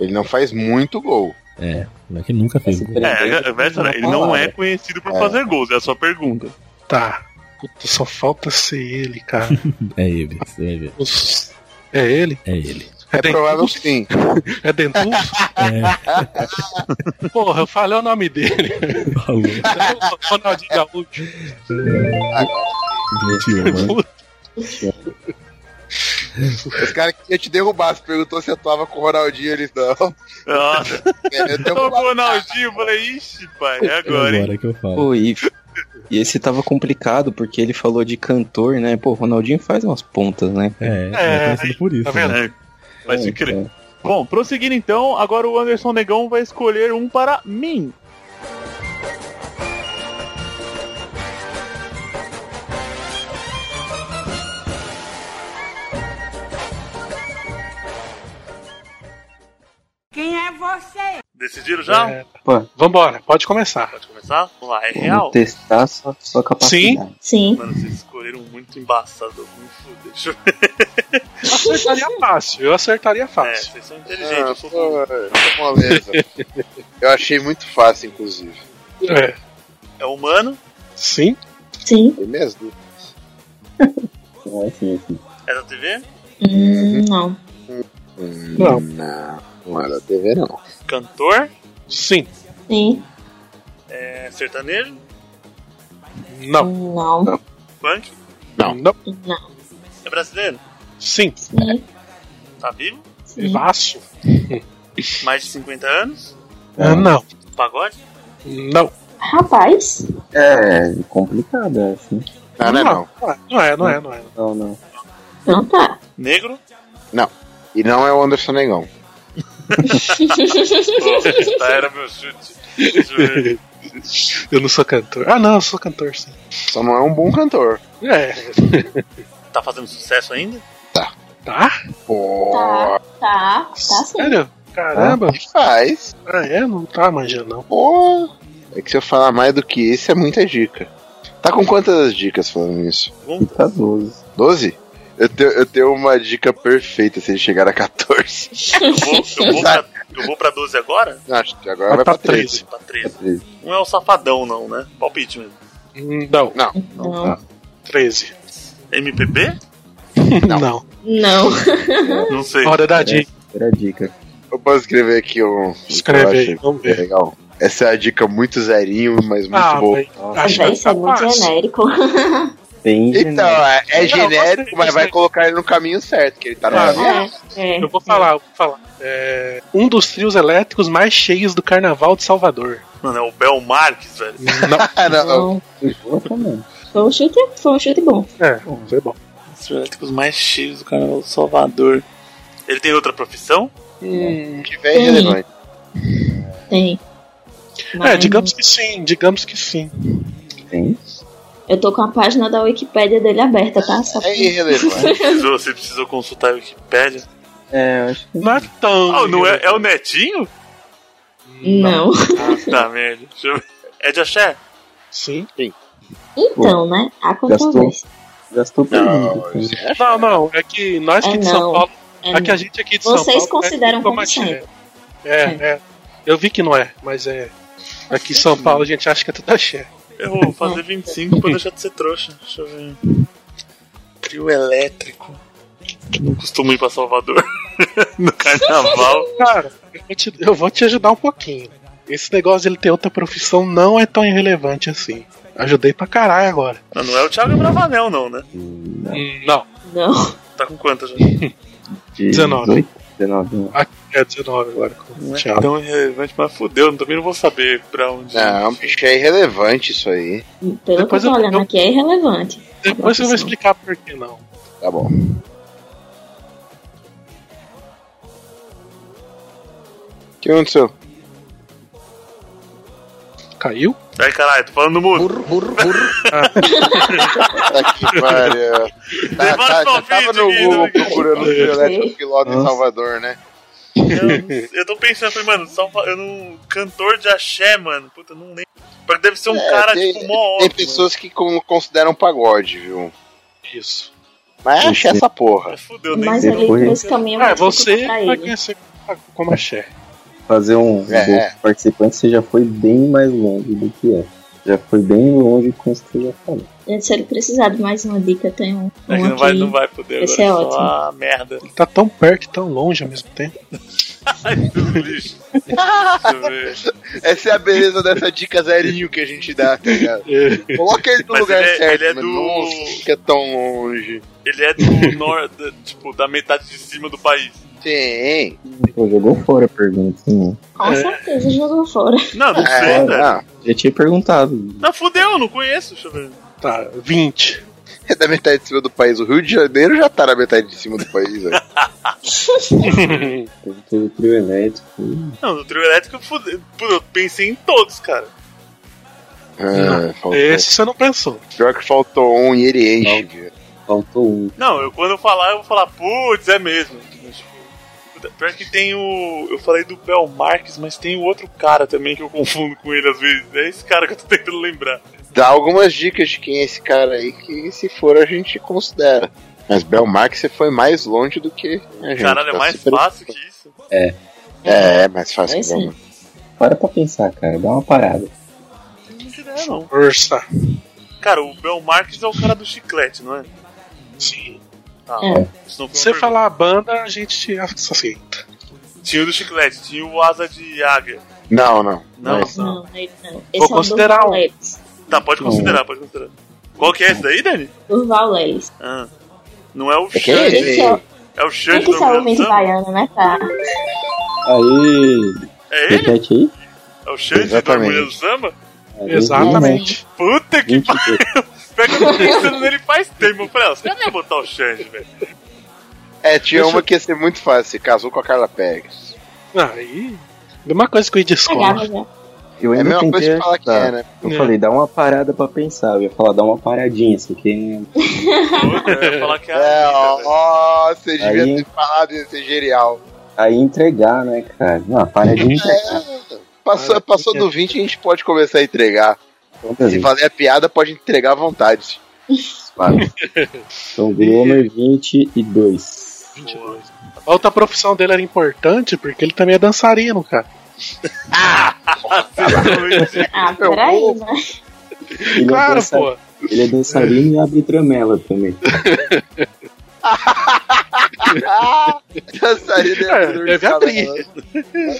Ele não faz muito gol.
É. Não é que nunca fez.
Essa
É,
pergunta
é,
eu
vai,
não vou
ele não
falar,
é
né?
conhecido por
É.
fazer gols, é a sua pergunta.
tá. Puta, só falta ser ele, cara.
É ele. Você vai ver.
Os- É ele?
É ele.
É provável
Dentuço?
que sim.
É Dentuço?
É.
Porra, eu falei o nome dele.
Falou.
Ronaldinho Gaúcho.
21 anos.
Os caras que ia te derrubar, se perguntou se atuava com o Ronaldinho, eles não.
Nossa,
É,
eu o
derrubava.
Ah, Ronaldinho, eu falei, ixi, pai, é agora, hein?
Agora que eu falo.
Pô, e, e esse tava complicado porque ele falou de cantor, né? Pô, o Ronaldinho faz umas pontas, né?
É, é conhecido por isso.
Tá vendo?
né?
É, Vai se
É,
crer.
é.
Bom, prosseguindo então, agora o Anderson Negão vai escolher um para mim.
Quem é você?
Decidiram já?
É. Vambora, pode começar.
Pode começar? Vamos lá, é
Vamos
real?
testar sua, sua capacidade.
Sim.
Mano, vocês escolheram muito embaçado. Muito foda. Deixa eu-
Eu acertaria fácil, eu acertaria
É,
fácil.
vocês são inteligentes,
Ah,
eu sou burro.
pô, que moleza. Eu achei muito fácil, inclusive.
É.
É humano?
Sim,
Sim.
Foi mesmo?
É, sim, sim.
É da TV?
Hum, não.
Hum,
Não.
Não, não é era TV, não.
Cantor?
sim,
Sim.
É sertanejo?
não,
Não.
Funk?
Não.
Não.
É brasileiro?
sim,
Sim.
Tá vivo?
Sim.
vasso.
Mais de 50 anos?
Ah, não,
Pagode?
não,
Rapaz.
É, complicado essa. hein?
Não, não é não.
não é, não é, não é.
Não, não.
Então tá.
Negro?
E não é o Anderson Negão.
Tá, era meu chute. Juro.
Eu não sou cantor. Ah, não, eu sou cantor, sim.
Só não é um bom cantor.
É,
Tá fazendo sucesso ainda?
tá?
Pô,
Tá. Tá. Tá sim.
Sério? Caramba,
que faz.
ah, é, não tá manjando, não.
Pô. É que se eu falar mais do que isso, é muita dica. Tá com quantas dicas falando isso?
E tá 12.
12? Eu tenho, eu tenho uma dica perfeita se ele chegar a 14.
Eu vou, eu vou, pra, eu vou pra 12 agora?
Não, Acho que agora
Vai
vai
pra
pra 13.
Pra 13.
13.
Então
Não é o safadão, não, né? Palpite mesmo.
Não, tá.
Não.
tá.
13.
MPB?
Não.
Não.
Não sei.
Hora da dica,
Era a dica.
Eu posso escrever aqui um. o que eu
escreve aí,
acho
vamos
que é
ver.
legal. Essa é a dica muito zerinho, mas muito
Ah,
boa.
mas acho que
Vai ser
tá
é muito
fácil.
genérico.
Bem
Então,
genérico.
é, é
Não,
genérico,
gostei,
mas
gostei.
vai colocar ele no caminho certo, que ele tá no
Ah,
caminho.
É.
Eu vou falar, eu vou falar. É, um dos trios elétricos mais cheios do Carnaval de Salvador.
Mano, é o Bel Marques, velho.
Ah, não.
Não.
Boa também.
Foi um chute, foi um chute bom.
É, bom, foi bom.
Os elétricos mais cheios do Carnaval do Salvador. Ele tem outra profissão?
Que vem é relevante.
Tem.
É,
Mas
digamos que sim, digamos que sim.
Tem?
Eu tô com a página da Wikipédia dele aberta, tá? Só
É irrelevante.
Precisou- você precisou consultar a Wikipédia.
É, eu acho que
Não é tão.
Ah, não é, é o Netinho?
Não.
Puta merda. Deixa eu ver. É de axé?
Sim.
Então, né? Há controvérsia.
gastou assim. por
Não,
mim.
isso
Não, não, é que nós que
É,
de São
não.
Paulo.
É,
É que a gente aqui de São Paulo.
Vocês
né,
consideram
fica
como
mais
certo.
cheio. É, é. Eu vi que não é, mas é. Aqui em São Paulo a gente acha que é tudo cheio.
Eu vou fazer 25 pra deixar de ser trouxa. Deixa eu ver. Trio elétrico. Não costumo ir pra Salvador. no carnaval.
Cara, eu vou, te, eu vou te ajudar um pouquinho. Esse negócio de ele ter outra profissão não é tão irrelevante assim. Ajudei pra caralho agora.
Não, não é o Thiago Bravanel, não, né?
Não.
Não.
Tá com quanto já?
De
19.
18? 19.
É 19 agora. Com...
Não é
Tchau.
tão irrelevante, mas fudeu, eu também não vou saber pra onde.
Não, bicho, é irrelevante isso aí.
Pelo que eu
Depois
tô
eu-
olhando
eu-
aqui, é irrelevante.
Depois você vai explicar por que não.
Tá bom. O que aconteceu?
Caiu?
Ai, caralho, tô falando no mudo.
Tá que pariu. Tá,
Levanta
tá,
o
já tava
vídeo,
no
Guido,
né?
Google
Guido.
procurando o Electro
Sim.
Piloto em
Nossa.
Salvador, né?
Eu, eu tô pensando, falei, mano, só, eu não. Cantor de axé, mano. Puta, eu não lembro. Porque deve ser um
É,
cara,
tem-
tipo, mó
Tem
ótimo.
pessoas que con- consideram pagode, viu?
Isso.
Mas achei
Sim.
essa porra.
Mas Fudeu, nem
Mas
sei.
ali
Depois-
nesse caminho eu
Ah,
vou
você
pra
vai
ele.
conhecer como axé.
Fazer um
É,
gol
é.
pro participante, você já foi bem mais longe do que é. Já foi bem longe com isso que você já falou.
Se ele precisar de mais uma dica, eu tenho um
É que não
aqui.
vai, não vai poder
Esse
agora.
é
só
ótimo.
a merda.
Ele tá tão perto e tão longe ao mesmo tempo.
Ai, tudo lixo. Deixa eu ver.
Essa é a beleza dessa dica zerinho que a gente dá, tá ligado? Coloca ele no
Mas
lugar
ele é-
certo,
ele é
mas
do-
não fica tão longe.
Ele é do norte, tipo, da metade de cima do país.
Sim.
Pô, jogou fora a pergunta, sim.
é.
Com certeza jogou fora.
Não, não sei,
É,
velho.
não,
Já tinha perguntado.
Não, fudeu, não conheço, deixa eu ver.
Tá, 20.
é da metade de cima do país. O Rio de Janeiro já tá na metade de cima do país, velho.
Teve, teve trio elétrico.
Não, do trio elétrico eu fudeu. Pô, Eu pensei em todos, cara.
Ah, faltou.
É.
Esse você não pensou.
Pior que faltou um e ele enche, viu?
Faltou um.
Não, eu quando eu falar, eu vou falar, putz, é mesmo. Puta, Pior que tem o. Eu falei do Bel Marques, mas tem o outro cara também que eu confundo com ele às vezes. É esse cara que eu tô tentando lembrar.
Dá algumas dicas de quem é esse cara aí, que se for a gente considera. Mas Belmar, que você foi mais longe do que a gente.
Caralho, é
tá
mais
se pre-
fácil que isso.
É, é mais fácil
É
que Belmar.
Para pra pensar, cara. Dá uma parada.
Não tem ideia, não.
Força.
Cara, o Bel Marques é o cara do chiclete, não é?
Sim.
Ah,
É.
isso não foi
Se você
uma pergunta.
falar a banda, a gente assim. te aceita.
Tinha o do chiclete, tinha o asa de águia.
Não, não.
Não, não.
Não, ele não. Esse é
considerar um.
o Durvaleles.
Tá, pode considerar, pode considerar. Qual que é esse daí, Dani?
Durvaleles.
Ah, não é o
que
Xande.
Ele- um,
Esse é o-
É o
Quem
Xande
que
do
sabe
Orgulho
ouvinte
do Samba?
baiano, né? Tá.
Aí,
É ele?
repete aí.
É o Xande do
Exatamente.
Orgulho do Samba?
Aí,
Exatamente.
Puta que
vinte e
pariu.
dois.
Pior que eu tô pensando nele faz tempo. Eu falei, "Ah, ó, os caras não iam botar o Xande, velho.
É, tinha
Deixa
uma que ia ser muito fácil. Casou com a Carla Pérez.
Aí. Mesma coisa que o
Pegava
Idiscola.
já.
Eu
É a
ainda
mesma coisa
tentei
que falar que
ajudar.
é, né?
Eu
É.
falei, dá uma parada pra pensar. Eu ia falar, dá uma paradinha, isso aqui. é
Puta, eu ia falar que era
É,
a
ó,
Anitta,
ó, você devia
Aí-
ter falado ia ser genial.
Aí entregar, né, cara? Não, a paradinha é entregar.
Passou,
Ah,
passou
que
do 20, a gente pode começar a entregar.
É.
Toda
Se
vez.
valer a piada, pode entregar à vontade.
Claro. Então, Glomer 22.
velho. Boa.
A outra profissão dele era importante porque ele também é dançarino, cara.
Vocês estão mentindo.
É
Ah, peraí, né?
Ele é
claro,
dança-
pô.
Ele é dançarino e abre tramela também.
Dançarina tudo
É, deve
isso,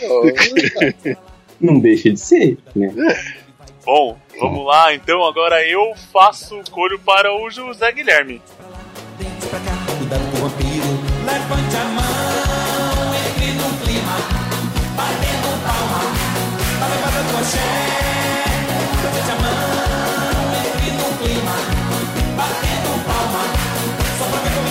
abrir.
né?
Não deixa de ser, né?
Bom, vamos lá, então agora eu faço o colho para o José Guilherme.
Dente pra cá, cuidado com o vampiro. Levante a mão, entre no clima, batendo palma. Tá levada tua chefe. Levante a mão, entre no clima, batendo palma. Só pra ver como é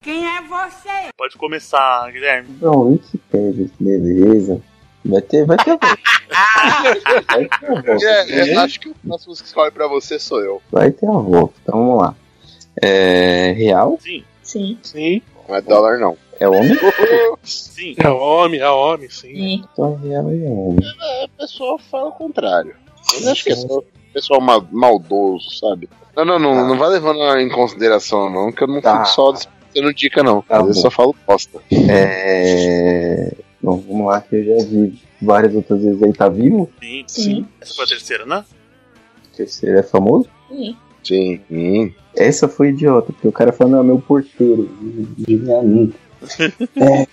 que é.
Quem é você?
Pode começar, Guilherme.
Não, Wikipedia, beleza. Vai ter, vai ter. a volta. vai ter a volta.
É, eu acho que o próximo que escolhe pra você sou eu.
Vai ter a volta. Então vamos lá. É real?
Sim,
Sim.
Sim.
Não é dólar, não.
É homem?
sim.
É homem, é homem, sim.
sim.
Então real e é homem.
É, o pessoal fala o contrário. Eu acho que é só o pessoal ma- maldoso, sabe? Não, não, não,
Tá.
não vai levando em consideração, não, que eu não
Tá.
fico só dispensando dica, não.
Tá
Às vezes
bom.
eu só falo bosta.
É. Bom, vamos lá, que eu já vi várias outras vezes aí. Tá vivo?
Sim.
Sim.
Essa foi a terceira, né?
Terceiro é famoso?
Sim.
Sim. Hum.
Essa foi idiota, porque o cara falou, não, é meu porteiro. Adivinhar nunca. é.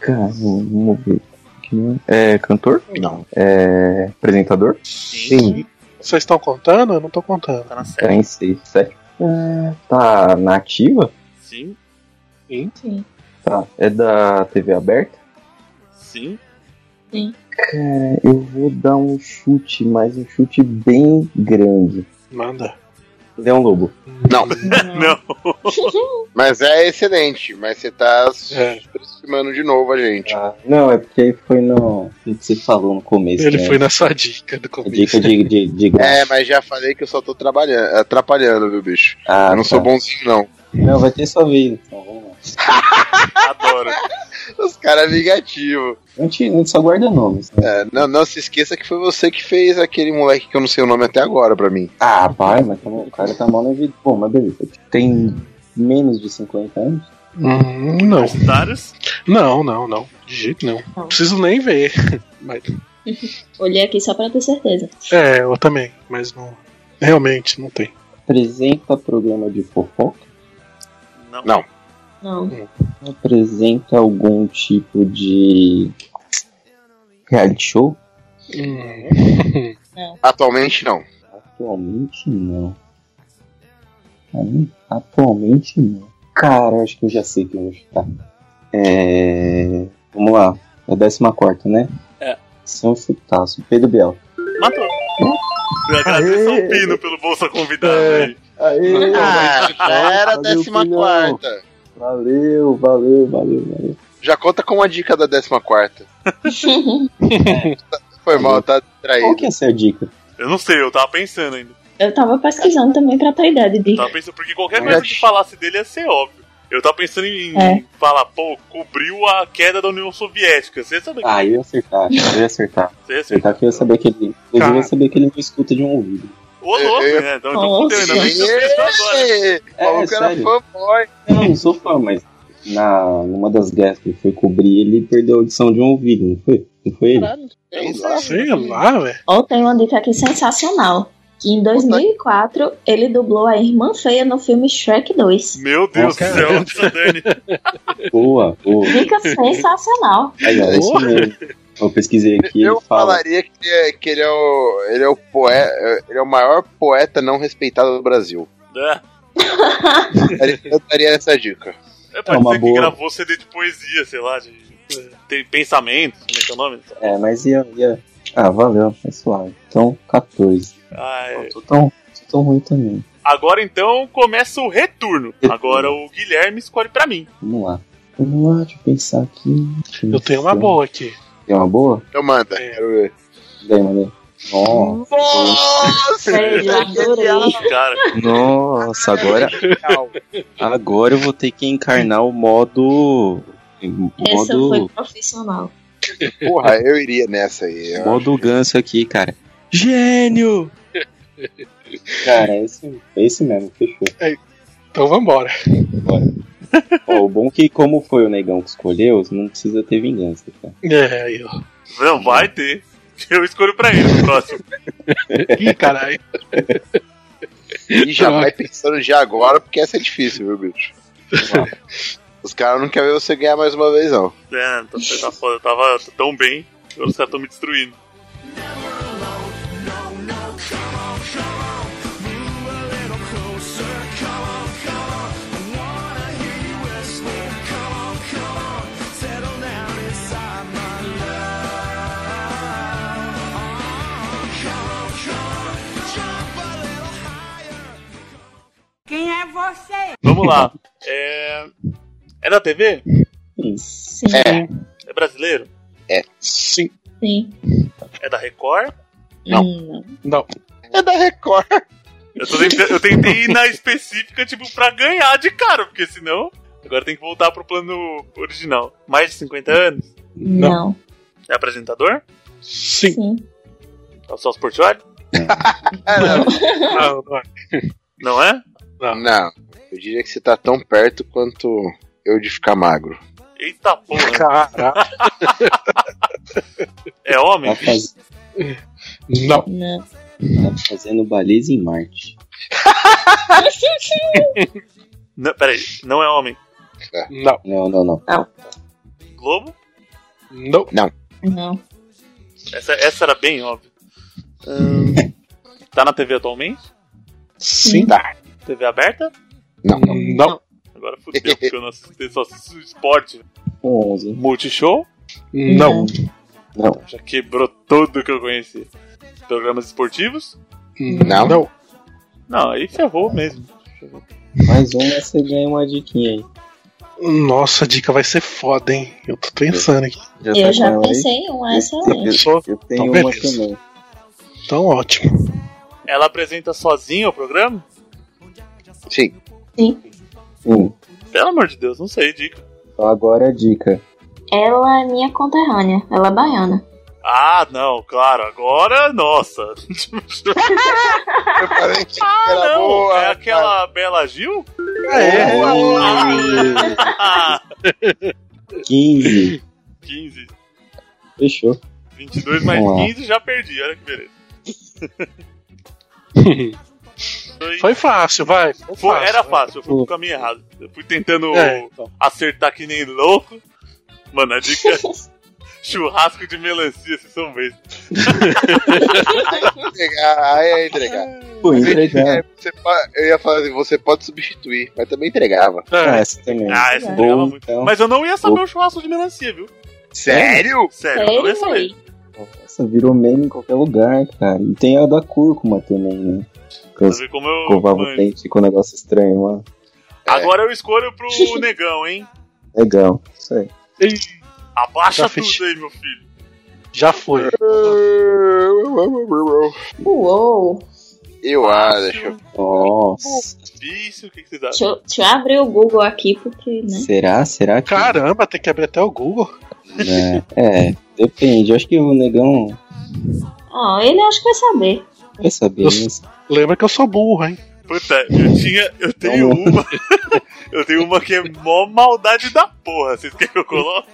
Cara, vamos ver. Que não É É cantor?
Não.
É apresentador?
Sim.
Vocês estão contando? Eu não tô contando.
Tá na
Tá
série.
em 6, 7. É, tá na ativa?
Sim.
Sim.
Tá, é da TV aberta?
Sim.
Cara, eu vou dar um chute, mas um chute bem grande.
Manda.
Leão Lobo.
Não,
Não.
mas é excelente, mas você tá
É.
subestimando de novo a gente.
Ah, não, é porque aí foi no. no que você falou no começo.
Tipo, Ele
né?
foi na sua dica do começo.
Dica de, de, de graça.
É, mas já falei que eu só tô trabalhando, atrapalhando, viu, bicho?
Ah,
eu não
tá.
sou bonzinho, não.
Não, vai ter sua vez, então vamos lá.
Adoro.
Os caras negativos.
A gente, a gente só guarda nomes. Né?
É, não, não se esqueça que foi você que fez aquele moleque que eu não sei o nome até agora pra mim.
Ah, vai, mas tá mal- o cara tá mal na vida. Bom, mas beleza. Tem menos de 50 anos?
Hum, não.
Universitários.
Não, não, não. De jeito não.
Não.
Preciso nem ver. Mas-
Olhei aqui só pra ter certeza.
é, eu também, mas não. Realmente, não tem.
Apresenta programa de fofoca?
Não.
Não.
Não.
Apresenta algum tipo de reality show?
Hum.
Atualmente, não.
Atualmente não. Pra mim, Atualmente não. Cara, eu acho que eu já sei que eu vou chutar. É. Vamos lá. É a décima quarta, né?
É.
Se eu chutaço. Pedro Biel.
Matou. Eu agradeço ao Pino pelo Bolsa Convidado
É.
aí.
Aê!
Ah, já era a
Valeu,
décima
filhão.
quarta.
Valeu, valeu, valeu, valeu.
Já conta com uma dica da décima quarta. Foi mal, tá
Qual
distraído.
que é essa dica?
Eu não sei, eu tava pensando ainda.
Eu tava pesquisando também pra ter ideia de
Eu
dica.
tava pensando, porque qualquer coisa que falasse dele ia ser óbvio. Eu tava pensando em
É.
falar, pô, cobriu a queda da União Soviética. Você sabe
Ah, tá eu ia acertar, eu
Você
ia acertar.
acertou.
Acertar que eu ia saber que ele. Inclusive, eu
Cara.
ia saber que ele não escuta de um ouvido.
Ô, louco,
Eu- eu-
né? Então, então fudeu, ainda bem que eu fiz agora.
Ê, O
É,
maluco era
sério.
fanboy.
Não, não sou fã, mas na, numa das guerras que ele foi cobrir, ele perdeu a audição de um ouvido, não foi? Não foi ele?
Caralho.
Tá
Eu não sei.
Sei
né?
lá, velho.
Ou tem uma dica aqui sensacional. Que em 2004 ele dublou a irmã feia no filme Shrek 2.
Meu Deus do
Nossa,
céu, essa Dani.
Boa, boa.
Dica sensacional.
Aí, ó, é isso mesmo. Eu pesquisei aqui,
Eu
ele fala.
falaria que, ele é, que ele, é o, ele, é o poe- ele é o maior poeta não respeitado do Brasil.
É,
Eu daria essa dica.
é pode
uma
ser que
boa.
gravou CD de poesia, sei lá, de, tem pensamento, como é que é o nome?
É, mas ia, ia. Ah, valeu, é suave. Então, 14.
É.
Ai,
Tô tão, tô tão ruim também.
Agora então começa o retorno. Agora o Guilherme escolhe pra mim.
Vamos lá. Vamos lá, deixa eu pensar aqui. Deixa
Eu tenho uma
pensar.
boa aqui.
Tem uma boa?
Então manda.
É.
Quero ver.
Daí, mané. Nossa,
Nossa!
Sério, eu adorei.
Cara,
Nossa, agora. Agora eu vou ter que encarnar o modo.
Essa foi
Modo,
profissional.
Porra, eu iria nessa aí. ó.
modo ganso aqui, cara. Gênio! Cara, é esse, é esse mesmo, fechou.
Então vambora.
Ó, o bom é que, como foi o negão que escolheu, não precisa ter vingança, cara.
É, aí, ó.
não vai ter. Eu escolho pra ele o próximo.
Ih, caralho.
E já vai pensando já agora, porque essa é difícil, viu, bicho? Vamos lá. Os caras não querem ver você ganhar mais uma vez, não.
É, tá- tá foda, eu tava tão bem, agora os caras estão me destruindo.
Quem é você?
Vamos lá. É. É da TV?
Sim,
É brasileiro?
Sim.
sim.
É da Record?
Não.
Hum,
Não.
É da Record.
Eu, tô tentando- eu tentei ir na específica, tipo, pra ganhar de cara, porque senão. Agora tem que voltar pro plano original. Mais de 50 anos?
não.
É apresentador?
Sim.
Sim.
É o Celso Portiolli?
Não, não é.
Não é?
Não, eu diria que você tá tão perto quanto eu de ficar magro.
Eita porra.
Caralho.
É homem?
Tá, faz-
Não.
Não.
tá fazendo baliza em Marte.
Não, peraí, não é homem.
Não.
Não, não, não.
Globo?
Não.
Não.
Essa, essa era bem óbvia. Ahn, tá na TV atualmente?
Sim.
TV aberta?
Não,
Não.
Agora fudeu, porque eu não assisti só assisto esporte.
11.
Multishow
Não.
Não.
já quebrou tudo que eu conheci. Programas esportivos?
Não.
Não.
Não, aí ferrou mesmo.
Mais um, você ganha uma diquinha aí.
Nossa, a dica vai ser foda, hein? Eu tô pensando aqui.
Já tá
Eu
com
já
ela aí?
pensei em um, essa é
Eu-
Só-
Eu tenho
Então,
uma
beleza.
também.
Então, ótimo.
Ela apresenta sozinha o programa?
Sim.
Sim.
Pelo amor de Deus, não sei, dica.
Um. Então agora a dica.
Ela é minha conterrânea, ela é baiana.
Ah, não, claro, agora, nossa.
Eu falei que
Ah,
era
não,
boa.
é aquela Bela Gil?
Aê!
Ah,
15.
15,
Fechou.
22 mais
Vamos lá.
15 já perdi, olha que beleza.
Foi fácil, vai. Foi
Foi-
fácil. né?
era fácil, eu fui pro caminho errado. Eu fui tentando
É, então.
acertar que nem louco. Mano, a dica é churrasco de melancia, vocês são bestas.
entregar, aí é entregar.
Pô, entregar.
É, você po- eu ia falar assim, você pode substituir, mas também entregava.
Ah,
É.
essa também.
Ah, essa
Bom,
entregava muito.
então.
Mas eu não ia saber o churrasco de melancia, viu?
Sério?
Sério, eu não ia
Sério,
saber.
véi?
Nossa, virou meme em qualquer lugar, cara. E tem a da cúrcuma também, né? Que eu
Pra ver como eu
escovava o
manjo.
dente, ficou um negócio estranho, mano.
Agora eu escolho pro negão, hein?
Legal, isso aí.
Abaixa
Já
tudo
fiz.
aí, meu filho.
Já foi.
Uou!
Eu acho.
Nossa.
Difícil, o que, que você dá?
Deixa eu, deixa eu abrir o Google aqui, porque, né?
Será? Será que.
Caramba, tem que abrir até o Google.
né? É, depende. Eu acho que o negão
Ó, ele acho que vai saber.
vai saber.
Nossa.
Mas...
Lembra que eu sou burro, hein?
Puta, eu tinha. Eu tenho
Não.
uma. eu tenho uma que é mó maldade da porra. Vocês querem que eu coloque?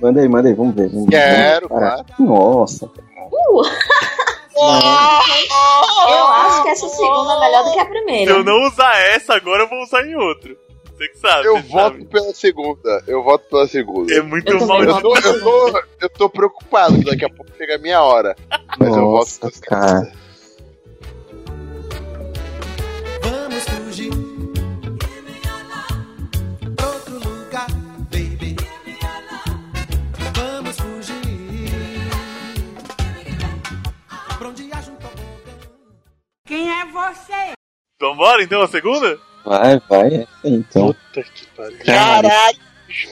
Manda aí, manda aí, vamos ver. Vamos
Quero,
vamos parar.
claro.
Nossa.
Uh, eu acho que essa segunda é melhor do que a
Se
primeira.
eu não usar essa agora, eu vou usar em outro. Você que sabe.
Eu
vocês
voto
sabem.
pela segunda. Eu voto pela segunda.
É
Eu,
muito
Eu também
mal.
voto.
tô, eu, tô, eu tô preocupado, que daqui a pouco chega a minha hora. Mas eu voto
Nossa,
pela segunda.
cara.
Vamos fugir. Pra outro lugar, baby. Vamos fugir. Pra onde haja um tobogã.
Quem é você?
Então bora então a segunda?
Vai, vai. é, Então.
Puta que pariu.
Caralho,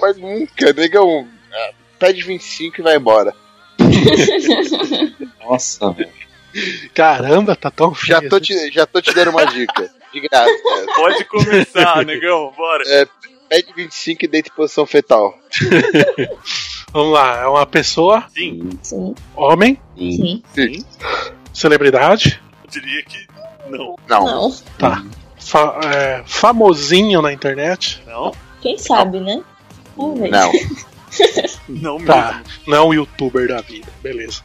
mas nunca, negão. Ah, Pede 25 e vai embora.
Nossa, velho.
Caramba, tá tão
Já
feio.
tô, te, já tô te dando uma dica. De graça.
Pode começar, negão, bora.
É, pede 25 e deita em posição fetal.
Vamos lá, é uma pessoa,
Sim,
Sim,
homem,
sim.
celebridade,
eu diria que não.
Não.
Não.
fa- é, famosinho na internet.
Não,
Quem sabe, né? Talvez.
Não.
não mesmo.
Tá, não é um youtuber da vida, beleza.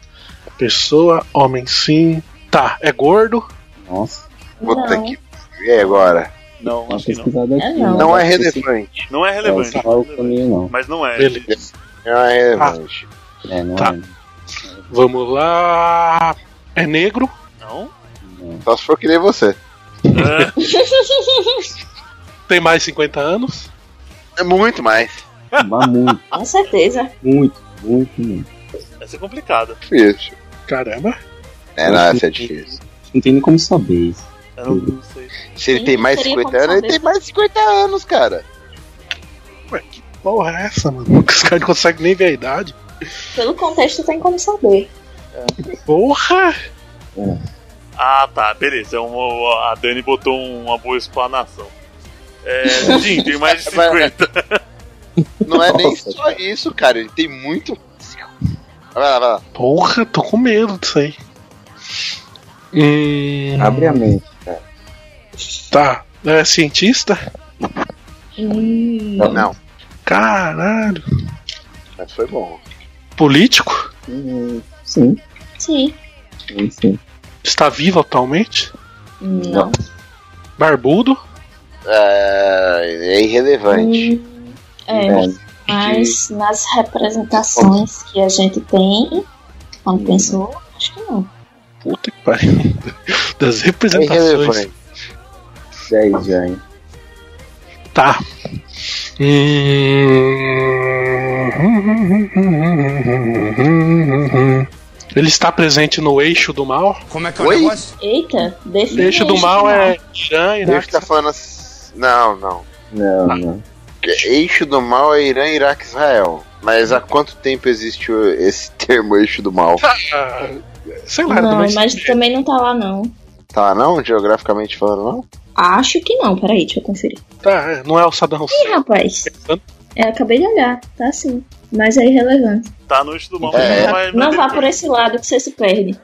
Pessoa, homem sim. Tá, é gordo?
Nossa.
Puta
Não.
que. E aí agora?
Não,
Uma
acho que não.
pesquisada
É,
aqui.
não.
né?
Não é
Acho que esse-
relevante.
Não é relevante.
Não é o caminho, não.
Mas não é.
Beleza.
Não é relevante.
É, não
Tá.
é.
Vamos lá. É negro?
Não?
Só se for que nem você.
É,
Tem mais 50 anos?
É muito mais.
é. Mas muito,
Com certeza.
muito, muito, muito.
essa é complicada.
Difícil.
Caramba.
É, não, essa é difícil.
Não tem nem como saber isso.
Eu não, não sei.
Se ele tem mais
Seria
50
como
anos, ele
saber.
tem mais 50 anos, cara.
Ué, que porra é essa, mano? Os caras não conseguem nem ver a idade.
Pelo contexto tem como saber.
Porra!
Ah, tá, beleza. é um- a Dani botou uma boa explanação. É, Jim, tem mais de 50.
Não é nem
Nossa,
só isso, cara. Ele tem muito. Vai lá, vai lá.
Porra, tô com medo disso aí.
É.
Hum,
Abre a mente.
Tá. É cientista?
Não. não.
Caralho.
Mas foi bom.
Político?
Hum, Sim,
Sim.
sim, sim.
Está vivo atualmente?
Não.
Barbudo?
É, é irrelevante.
É, mas nas representações que a gente tem, quando pensou, acho que não.
Puta que pariu. Das
É
Tá representações.
irrelevante.
10 já, hein?
Tá. Hum. Ele está presente no eixo do mal?
Como é que é o
Oi?
negócio?
Eita,
O
define
eixo do mal é Irã,
Deus
Iraque.
tá falando assim. Não, não.
Não, não.
Eixo do mal é Irã, Iraque e Israel. Mas há quanto tempo existe o- esse termo eixo do mal?
Ah, Sei lá,
Não,
também-
mas também não tá lá, não.
Tá, não? Geograficamente falando, não?
Acho que não, peraí, deixa eu conferir.
Tá, é, não é o Saddam
Ih,
Hussein.
rapaz, eu acabei de olhar, tá sim. Mas é irrelevante.
Tá no eixo do mal,
É.
mas não vai,
Não vá por esse lado que você se perde.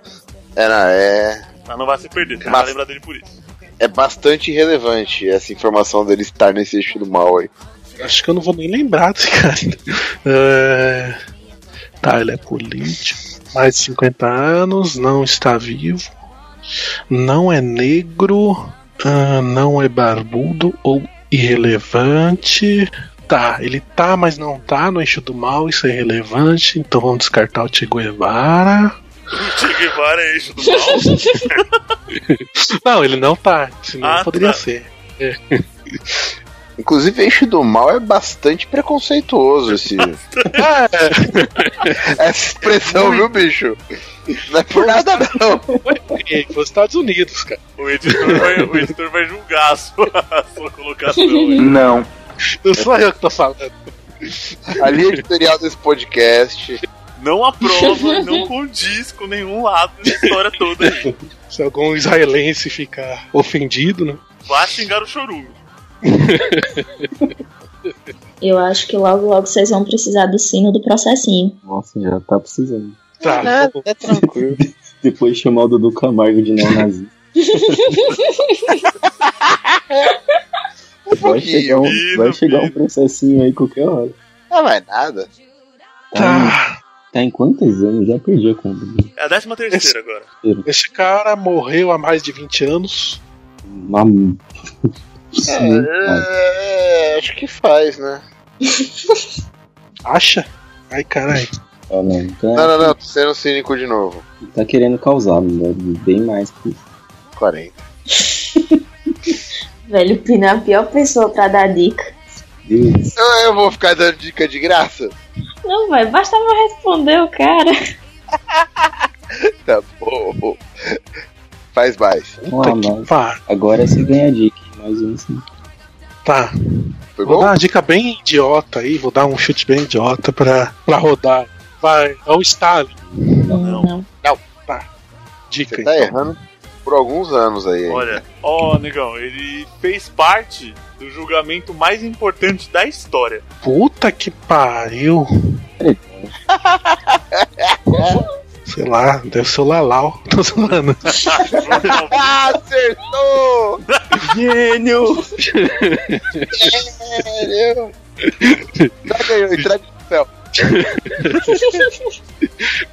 É, não, é,
mas não vai se perder, você não vai
Mas-
lembrar dele por isso.
é bastante irrelevante essa informação dele estar nesse eixo do mal aí.
Acho que eu não vou nem lembrar desse cara. É, Tá, ele é político. Mais de 50 anos, não está vivo. Não é negro. ah, não é barbudo ou irrelevante. Tá, ele tá, mas não tá no eixo do mal, isso é irrelevante. Então vamos descartar o Che Guevara.
Che Guevara é eixo do mal.
Não, ele não tá. Senão
Ah,
poderia
tá.
ser.
Inclusive, eixo do mal é bastante preconceituoso esse,
Ah, é.
essa expressão, viu, bicho? Não é por nada, não.
Ei, foi os Estados Unidos, cara.
O editor vai, o editor vai julgar a sua, a sua colocação. né?
Não.
Não sou eu que tô falando.
A linha editorial desse podcast.
Não aprova, não condiz com nenhum lado da história toda aí.
Se algum israelense ficar ofendido, né?
Vá xingar o chorume.
Eu acho que logo, logo vocês vão precisar do sino do processinho.
Nossa, já tá precisando.
Tá, vamos-
É tranquilo. Depois chamar o Dudu Camargo de neonazi. Vai chegar, um, vai chegar um processinho aí qualquer hora.
Não vai nada.
Tá,
tá.
em- tá em quantos anos? Já perdi a conta.
É a décima terceira agora.
Esse cara morreu há mais de 20 anos.
Mamu.
É, acho que faz, né?
Acha? Ai, caralho.
Ah, não. Tá,
Não, não, não, tô sendo cínico de novo.
tá querendo causar, né? bem mais que isso.
40.
Velho, o Pina é a pior pessoa pra dar dica.
Deus.
Eu, eu vou ficar dando dica de graça?
Não, vai, bastava responder o cara.
Tá bom. Faz mais.
Puta
Ah,
que
mas-
pá.
Agora se ganha dica, mais um sim.
Tá.
Foi
Vou
bom?
dar uma dica bem idiota aí. Vou dar um chute bem idiota pra, pra rodar. Vai, ao Stalin.
Não.
Dica então.
Você tá
aí.
errando por alguns anos aí.
Olha, ó, negão, ele fez parte do julgamento mais importante da história.
Puta que pariu. Sei lá, deve ser o Lalau. Tô zoando.
Ah, Acertou!
Gênio!
Sério? Já ganhou, entrega o troféu.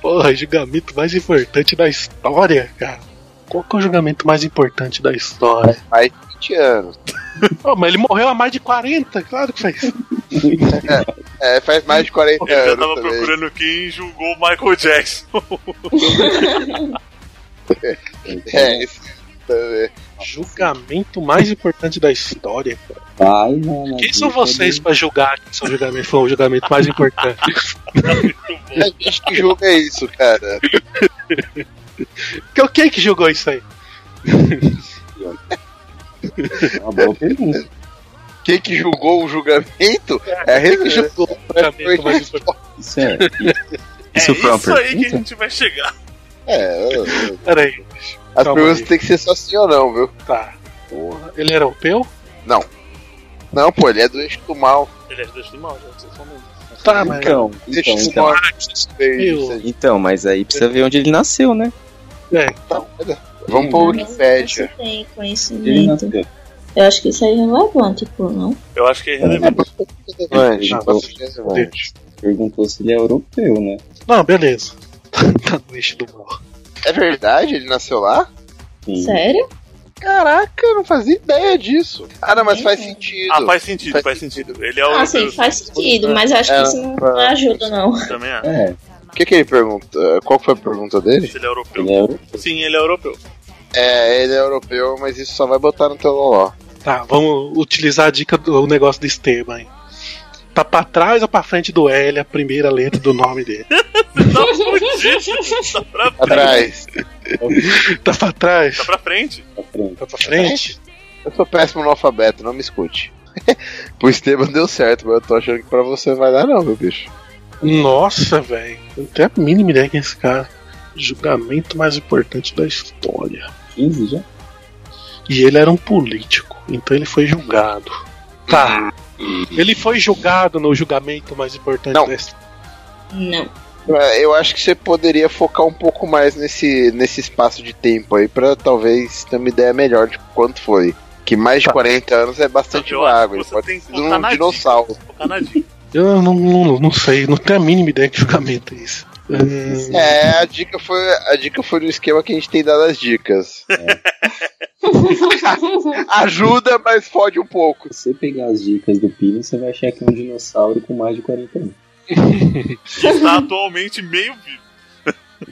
Porra, julgamento mais importante da história, cara. Qual que é o julgamento mais importante da história?
Faz 20 anos.
Oh, mas ele morreu há mais de 40, claro que faz.
É, faz mais de 40
Ele já
anos.
tava
também.
procurando quem julgou o Michael Jackson.
É, isso. também.
Julgamento mais importante da história.
Vai, né, mano.
Quem são vocês pra julgar que seu julgamento foi o julgamento mais importante?
A gente É, que julga isso, cara.
Que- Quem que julgou isso aí?
Uma Ah, boa pergunta.
Quem que julgou o julgamento é a gente que julgou.
O julgamento mais importante.
Isso é.
É
foi uma
isso aí que a
pergunta?
gente vai chegar.
É, eu- eu-
Peraí,
as
Calma
perguntas
aí.
têm que ser só sim ou não, viu?
tá. Porra, ele era europeu?
Não, pô, ele é do eixo do mal.
Ele é do mal, já vocês são mesmo.
Tá, mas.
Então,
Deixa
então,
eu
então,
falar.
Eu-
então, mas aí precisa ver onde ele nasceu, né?
Vamos pro
Você
Wikipédia.
tem
Ele
conhecimento.
nasceu.
Eu acho que isso é irrelevante, pô, não?
Eu acho que é irrelevante.
Relevante,
Não,
vamos pro relevante.
Perguntou se ele é europeu, né?
Não, beleza. tá no eixo do mal.
É verdade? Ele nasceu lá?
Sim.
Sério?
Caraca, eu não fazia ideia disso. Ah, não, mas
É.
faz sentido.
Ah, faz sentido, faz,
Faz
sentido. Ele é o.
Ah, sim, faz sentido, mas acho
É,
que isso não, não
é.
ajuda, não.
Também é.
É,
O que, que ele pergunta? Qual foi a pergunta dele?
Se ele é europeu.
ele é europeu.
Sim, ele é europeu.
É, ele é europeu, mas isso só vai botar no teu loló.
Tá, vamos utilizar a dica do o negócio do Esteban aí. Tá pra trás ou pra frente do L, a primeira letra do nome dele?
Tá fudido, tá pra frente.
Atrás.
Tá pra trás?
Tá pra frente.
Tá pra frente?
Eu sou péssimo no alfabeto, não me escute. Pro Esteban deu certo, mas eu tô achando que pra você vai dar não, meu bicho.
Nossa, velho. Eu não tenho a mínima ideia quem é esse cara. Julgamento mais importante da história.
15 já?
E ele era um político, então ele foi julgado. Tá. Ele foi julgado no julgamento mais importante
Não.
da história.
Não.
É, Eu acho que você poderia focar um pouco mais nesse, nesse espaço de tempo aí, pra talvez ter uma ideia melhor de quanto foi. Que mais de
Tá.
40 anos é bastante
Eu acho
vago,
que
ele
Então, você
pode
tem
ter
que
sido
focar
um
na
dinossauro.
Focar na dica.
Eu não, não, não sei, não tenho a mínima ideia que julgamento é isso. Hum,
É, a dica foi a dica foi no esquema que a gente tem dado as dicas. Ajuda, mas fode um pouco.
Se você pegar as dicas do Pino, você vai achar que é um dinossauro com mais de 40 anos.
Está atualmente meio vivo.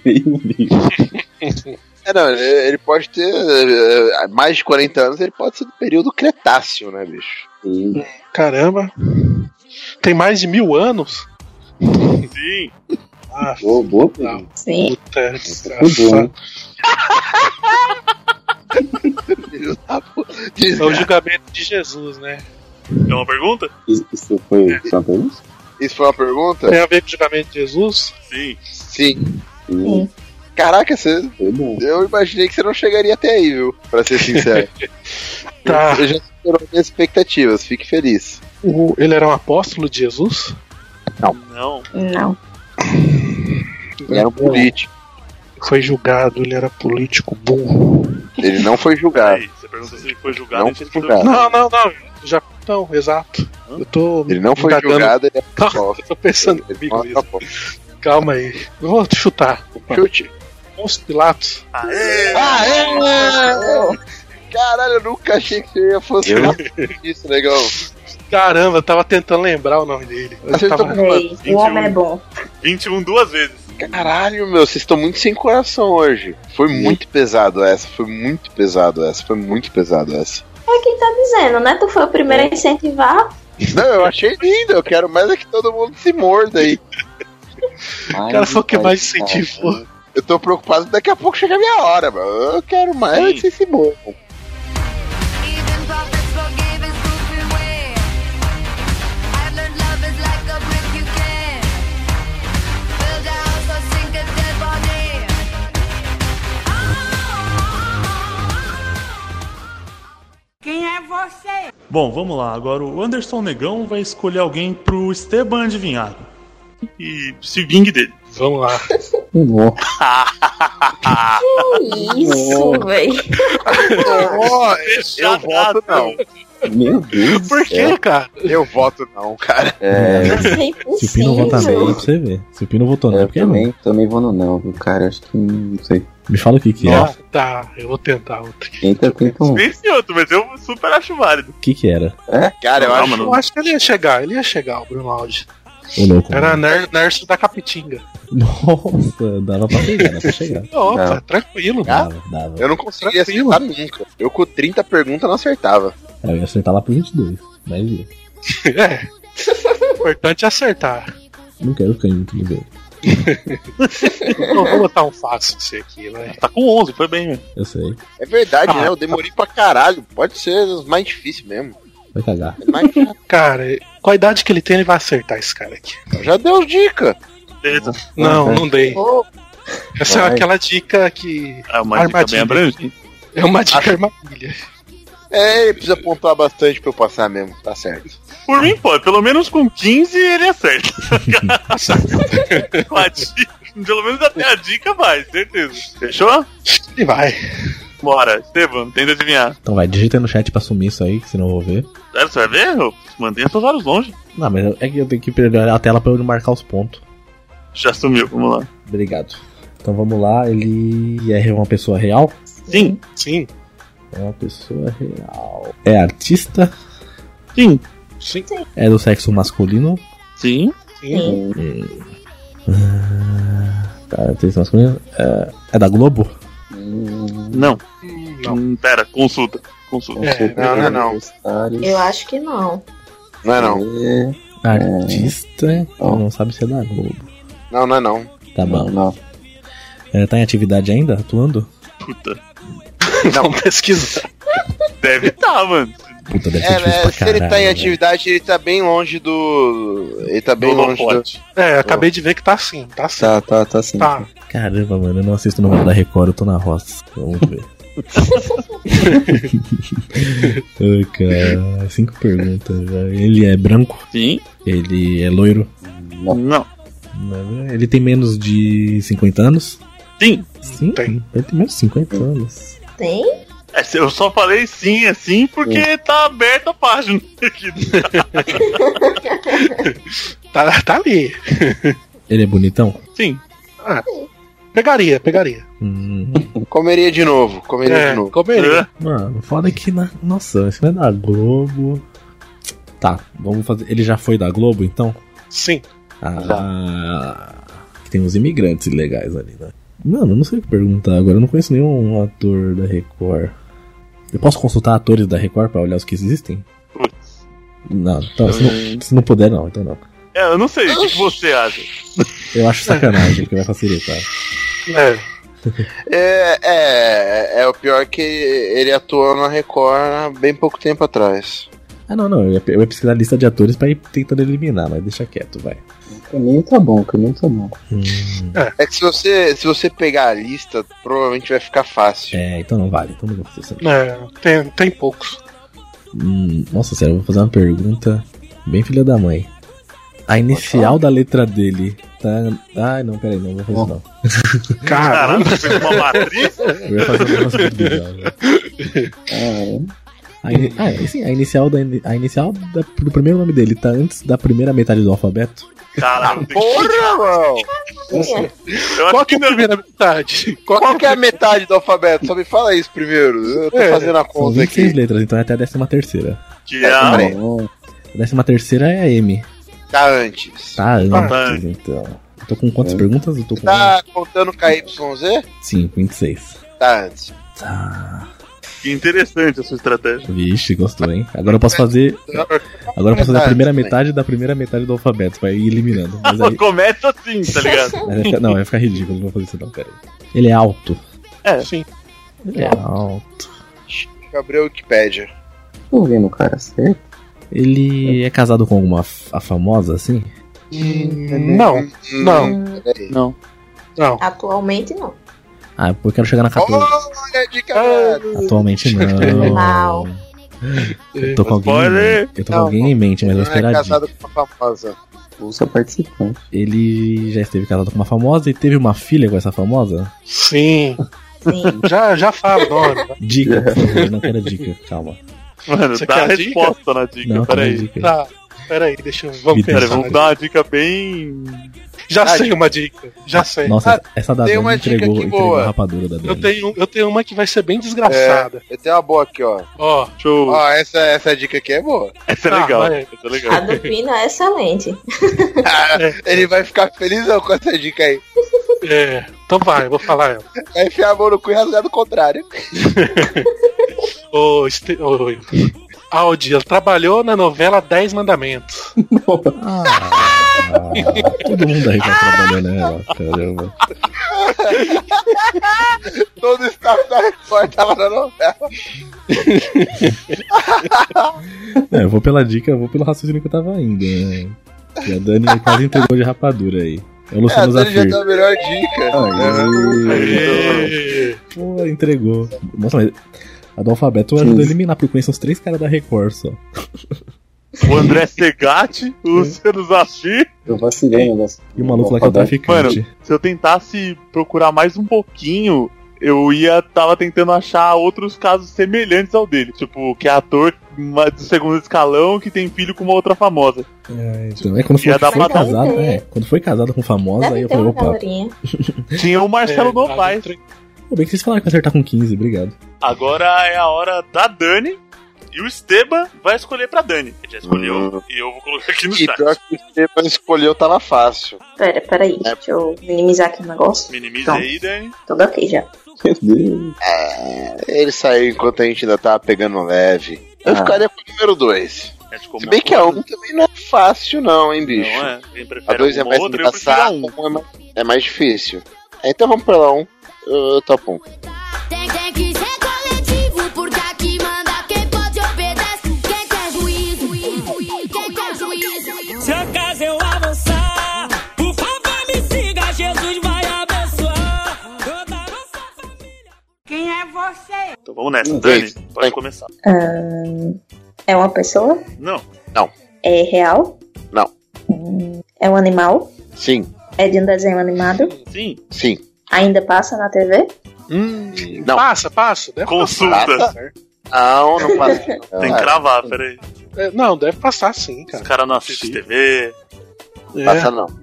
Meu Deus.
É, não, ele ele pode ter eh, mais de 40 anos, ele pode ser do período Cretáceo, né, bicho?
Sim.
Caramba. Tem mais de mil anos?
Sim.
Ah,
Boa, boa, Pedro.
Sim.
puta,
Muito bom.
desgraçado.
Filho da puta.
É o julgamento de Jesus, né?
É uma pergunta?
Isso, isso foi só pra isso?
Isso foi uma pergunta?
Tem a ver com o julgamento de Jesus?
Sim.
Sim. Hum.
Sim,
Caraca, você,
foi bom.
eu imaginei que você não chegaria até aí, viu? Pra ser sincero.
Tá.
Você já superou minhas expectativas, fique feliz.
O- ele era um apóstolo de Jesus?
Não.
Não.
Ele era um político.
Foi julgado, ele era político burro.
Ele não foi julgado.
Aí, você perguntou se ele foi julgado,
Não
a gente respondeu
julgado.
Não, não, não. Já, não, exato. Eu tô.
Ele não foi
indagando-
julgado, ele é
Calma, eu tô pensando
ele
Tá comigo
não
nisso.
aposta.
Calma aí. Eu Vou te chutar.
Chute.
Os Pilatos.
que- Aê!
Ah, é! Caralho, eu nunca achei que você ia fosse isso, legal.
Caramba, eu tava tentando lembrar o nome dele. Eu
Acertou.
tava...
Véi, o
21.
homem é bom.
21 duas vezes.
Caralho, meu, vocês estão muito sem coração hoje. Foi muito pesado essa, foi muito pesado essa, foi muito pesado essa.
É quem tá dizendo, né? Tu foi o primeiro a incentivar.
Não, eu achei lindo, eu quero mais é que todo mundo se morda aí.
O cara foi o que é
um
mais incentivou.
Eu tô preocupado que daqui a pouco chega a minha hora, mano. Eu quero mais é que vocês se mordam.
Even prophets forgave and screwed away. I've learned love is like a brick you can build a house or sink a dead body.
Quem é você?
Bom, vamos lá. Agora o Anderson Negão vai escolher alguém pro Esteban adivinhar. E se vingue dele.
Vamos lá.
É.
Que isso, véi.
eu voto
tá
não.
Meu Deus.
Por quê,
É.
cara?
Eu voto não, cara.
É,
Isso é
Se o Pino votar bem, pra
impossível.
você ver. Se o Pino votou não,
eu
porque é não.
também, também vou no não, viu, cara? Acho que não sei.
Me fala o que que era.
Nossa, tá, eu vou tentar outra.
Tenta, tenta um.
Nem esse outro, mas eu super acho válido.
O que que era?
Cara, eu
Não,
acho.
mano.
Eu acho que ele ia chegar, ele ia chegar, o Bruno Aldi.
Ô, louco.
Hum.
Era ner- nurse da Capitinga.
Nossa, dava pra pegar, dava pra chegar.
Opa,
Não.
tá tranquilo.
Ah.
Dava, dava.
Eu não conseguia acertar nunca. Eu com 30 perguntas não acertava.
Eu ia acertar lá pro 22. Mas ia.
É. O importante é acertar.
Não quero ficar em último lugar.
Então, vou botar um fácil pra você aqui, vai.
Tá com 11, foi bem. velho.
Eu sei.
É verdade,
Ah,
né? Eu demorei pra caralho. Pode ser os mais difíceis mesmo.
Vai cagar.
É mais chato.
Cara, com a idade que ele tem, ele vai acertar esse cara aqui.
Já deu dica.
Beleza.
Não,
Uhum.
não dei.
Pô,
Essa é
Vai.
aquela dica que
É uma dica bem
Armadilha.
abrangente.
é uma dica armadilha.
É, ele precisa pontuar bastante pra eu passar mesmo, tá certo.
Por mim, pô, pelo menos com 15 ele acerta. com a dica, pelo menos até a dica vai, certeza. Fechou?
Ele vai.
Bora, Esteban, tenta adivinhar.
Então vai, digita aí no chat pra sumir isso aí, que senão eu vou ver.
Sério, você vai ver? Eu- Mantenha seus olhos longe.
Não, mas eu- é que eu tenho que olhar a tela pra eu marcar os pontos.
Já sumiu, vamos lá.
Obrigado. Então vamos lá, ele é uma pessoa real?
Sim,
Sim,
É uma pessoa real. É artista?
sim,
sim.
É do sexo masculino?
sim.
um
sim.
Tá, sexo masculino? É, é da é Globo?
Não.
Não.
Hum, Pera, consulta. Consul-
É, não, não, não.
Eu acho que não.
Não é não.
não.
Artista que
Ó.
não sabe se é da Globo.
Não, não é não.
Tá bom.
não.
É, tá em atividade ainda? Atuando?
Puta.
Vamos pesquisar.
Deve tá, mano.
Puta, deve ser
É,
difícil
né,
pra
se ele tá
caralho,
em
velho.
atividade, ele tá bem longe do. Ele tá bem
Do
longe do.
holofote.
É, acabei de ver que tá sim, tá sim.
Tá, tá, tá sim.
Tá.
Caramba, mano, eu não assisto novela da Record, eu tô na roça. Vamos ver. Ai, cara, cinco perguntas. velho. Ele é branco?
Sim.
Ele é loiro?
Não.
Ele tem menos de 50 anos?
Sim.
Sim,
Tem.
ele tem menos de 50 anos.
Tem?
É, se Eu só falei sim, assim, porque tá aberta a página. aqui.
Tá, tá ali.
Ele é bonitão?
Sim.
Pegaria, pegaria.
Hum.
Comeria de novo, comeria
É,
de novo.
comeria.
Mano, foda que na. Nossa, isso não é da Globo. Tá, vamos fazer. Ele já foi da Globo então?
Sim.
Ah, que tem uns imigrantes ilegais ali, né? Mano, eu não sei o que perguntar agora. Eu não conheço nenhum ator da Record. Eu posso consultar atores da Record pra olhar os que existem?
Putz.
Não, então, se, não, se não puder, não, então não.
É, eu não sei, o que que você acha?
Eu acho sacanagem que vai facilitar.
É.
É, é, é o pior que ele atuou na Record há bem pouco tempo atrás.
Ah, não, não. Eu ia, eu ia pesquisar a lista de atores pra ir tentando eliminar, mas deixa quieto, vai.
O caminho tá bom, o caminho tá bom.
Hum,
É que se você, se você pegar a lista, provavelmente vai ficar fácil.
é, então não vale. Então não vou fazer isso.
É, tem, tem poucos.
Hum, nossa, sério, eu vou fazer uma pergunta bem filha da mãe. A inicial da letra dele tá. Ai, não, peraí, não vou fazer isso não.
Caramba.
Caramba, você fez uma matriz?
Eu ia fazer um negócio muito bizarro, né?
Ah,
A ini- Ah, é, sim, a inicial, da, ini- a inicial da- do primeiro nome dele tá antes da primeira metade do alfabeto?
Caralho, tem que-
Porra, mano!
Tinha.
eu acho
Qual que
que
é a
não.
primeira metade?
Qual que é a metade do alfabeto? Só me fala isso primeiro. Eu tô
É,
fazendo a
São
conta
26
aqui.
letras, então é até a décima terceira.
Que
Ah,
a...
é.
Peraí.
Tá bom.
A décima terceira é a M.
Tá antes.
Tá antes,
Ah.
então. Eu tô com quantas
É.
perguntas? Eu tô com
Tá contando KYZ?
Sim, 26.
Tá antes.
Tá.
Que interessante a sua estratégia.
Vixe, gostou, hein? Agora eu posso fazer. Agora eu posso
Tá,
fazer a primeira metade da primeira metade do alfabeto, vai ir eliminando. Mas aí,
Começa assim, tá ligado?
mas vai ficar- não, vai ficar ridículo, não vou fazer isso não, peraí. Ele é alto.
É.
Sim.
Ele é alto.
né? Gabriel Wikipedia.
Tô vendo o cara certo?
Ele é casado com alguma f- a famosa, assim?
Não, não,
Hum,
Não.
não.
Atualmente não.
Ah, eu quero chegar na capela.
Olha de cara.
Atualmente não.
Não.
Eu tô com alguém,
Spoiler!
eu tô com
Não,
alguém em mente, mas
Não
vou
é
esperar a dica.
casado com uma famosa.
Bolsa participante.
Ele já esteve casado com uma famosa e teve uma filha com essa famosa?
Sim.
Sim.
Já, já fala o nome.
Dica, por favor, eu não quero dica, calma.
Mano,
Você
dá a
quer a dica?
resposta na dica,
Não, calma,
peraí.
dica.
Tá. Peraí, deixa eu. Vamos
Vida.
Peraí,
pensar.
vamos dar uma dica bem.
Já sei uma dica. Já sei.
Nossa, tá
Ah,
essa da
tem
Dani
uma dica
entregou,
aqui
entregou
boa.
a rapadura da
Eu
Dani.
tenho, eu tenho uma que vai ser bem desgraçada.
Eu tenho uma boa aqui, ó.
Ó.
Show.
Ó, essa, essa dica aqui é boa.
essa é
Ah,
legal.
vai.
Essa é
A
legal.
do Pino é excelente.
Ele vai ficar felizão com essa dica aí.
É. Então vai, eu vou falar ela.
Vai enfiar a mão no cu e rasgar do contrário.
Ô, este... ô, Audi, ela trabalhou na novela Dez Mandamentos.
Ah, todo mundo aí tá trabalhando nela, caramba.
Todo o staff da Record tava na novela.
É, eu vou pela dica, eu vou pelo raciocínio que eu tava indo, né? E a Dani quase entregou de rapadura aí. É o
É, a
Luciano
Dani já
Zafir.
deu a melhor dica. tá
Ê,
Pô, entregou. Nossa, mas a do alfabeto ajuda a eliminar, porque eu conheço os três caras da Record só.
O André Segatti, o Luciano Zafir.
Eu vacilei o negócio.
E o maluco lá que é o traficante.
Se eu tentasse procurar mais um pouquinho, eu ia. Tava tentando achar outros casos semelhantes ao dele. Tipo, que é ator uma- do segundo escalão que tem filho com uma outra famosa.
É, então, é quando foi,
Ia dar um
foi
pra dar.
casado, é, quando foi casado com famosa, aí
Deve
eu
ter
falei,
uma
opa,
galerinha.
Tinha o Marcelo
tá
É,
Novaes.
pô, bem que vocês falaram que eu acertar com 15, obrigado.
Agora é a hora da Dani. E o Esteban vai escolher pra Dani. Ele já escolheu
Hum.
e eu vou colocar aqui no
E
chat.
pior que o Esteban escolheu tava fácil.
Pera, peraí. Deixa eu minimizar aqui o negócio.
Minimiza
Então.
aí, Dani.
Tudo ok já.
Meu Deus.
Ele saiu enquanto a gente ainda tava pegando leve. Eu
Ah.
ficaria com o número 2.
É de comum.
Se bem que a 1 um também não é fácil, não, hein, bicho.
Não é? Quem
A
prefere
2 é
uma
mais
outra, eu prefiro a
engraçada,
um.
a 1 é, mais- é mais difícil. É, Então vamos pela 1. Um. Eu, eu topo 1. Um.
Tem, tem que ser coletivo, porque aqui manda quem pode obedece. Quem quer juízo, quem quer juízo. Se acaso eu avançar, por favor me siga, Jesus vai abençoar toda a nossa família.
Quem é você?
Então vamos nessa,
Um,
Dani.
dois,
Pode
vai.
começar.
É uma pessoa?
Não,
É real?
Não.
Hum, É um animal?
Sim,
É de um desenho animado?
sim.
sim.
Ainda passa na TV?
Hum,
Não. um
Passa, passa. Deve
Consulta.
Passar, certo?
Não, não passa. não.
Tem que gravar, peraí.
É, não, deve passar sim,
Os
cara.
caras não assistem
Sim.
TV.
É.
Passa não.
né?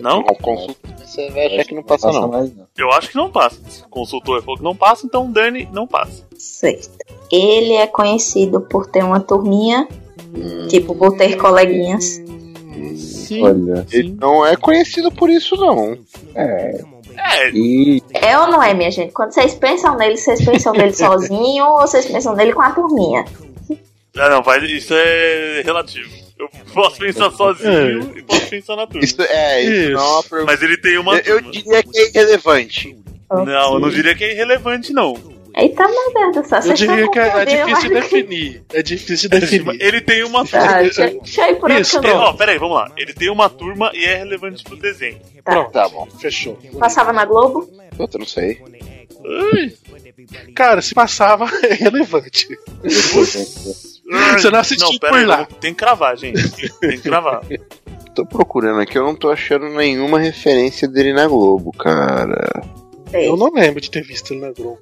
Não?
Com consulta você vai achar que não passa não.
mais, não.
Eu acho que não passa. Se o Consultor falou que não passa, então Dani não passa.
Certo. Ele é conhecido por ter uma turminha,
Hum.
tipo, por ter coleguinhas.
Sim.
Olha.
Ele não é conhecido por isso não.
É.
É,
E.
É ou não é, minha gente? Quando vocês pensam nele, vocês pensam nele sozinho ou vocês pensam nele com a turminha?
ah, não, vai, isso é relativo. Eu posso pensar sozinho e posso pensar na turma.
Isso é, isso,
Isso.
não é uma pergunta.
Mas ele tem uma
Eu, eu
turma.
diria que é irrelevante.
Não, eu não diria que é irrelevante, não.
Eita, meu Deus do céu,
Eu
vocês
diria
estão
que é, é
confundindo mais
difícil
do que-
definir. É difícil definir.
Ele tem uma turma.
Tá, deixa,
é
deixa eu ir por
Isso,
outro
Ele,
caminho.
ó, peraí, vamos lá. Ele tem uma turma e é relevante pro desenho.
Pronto,
Tá bom.
fechou.
Passava na Globo?
Puta, não sei.
Cara, se passava, é relevante. Você não assistiu
Não, peraí,
por lá.
vamos- tem que cravar, gente. Tem que cravar.
Tô procurando aqui, eu não tô achando nenhuma referência dele na Globo, cara.
Eu não lembro de ter visto ele na Globo.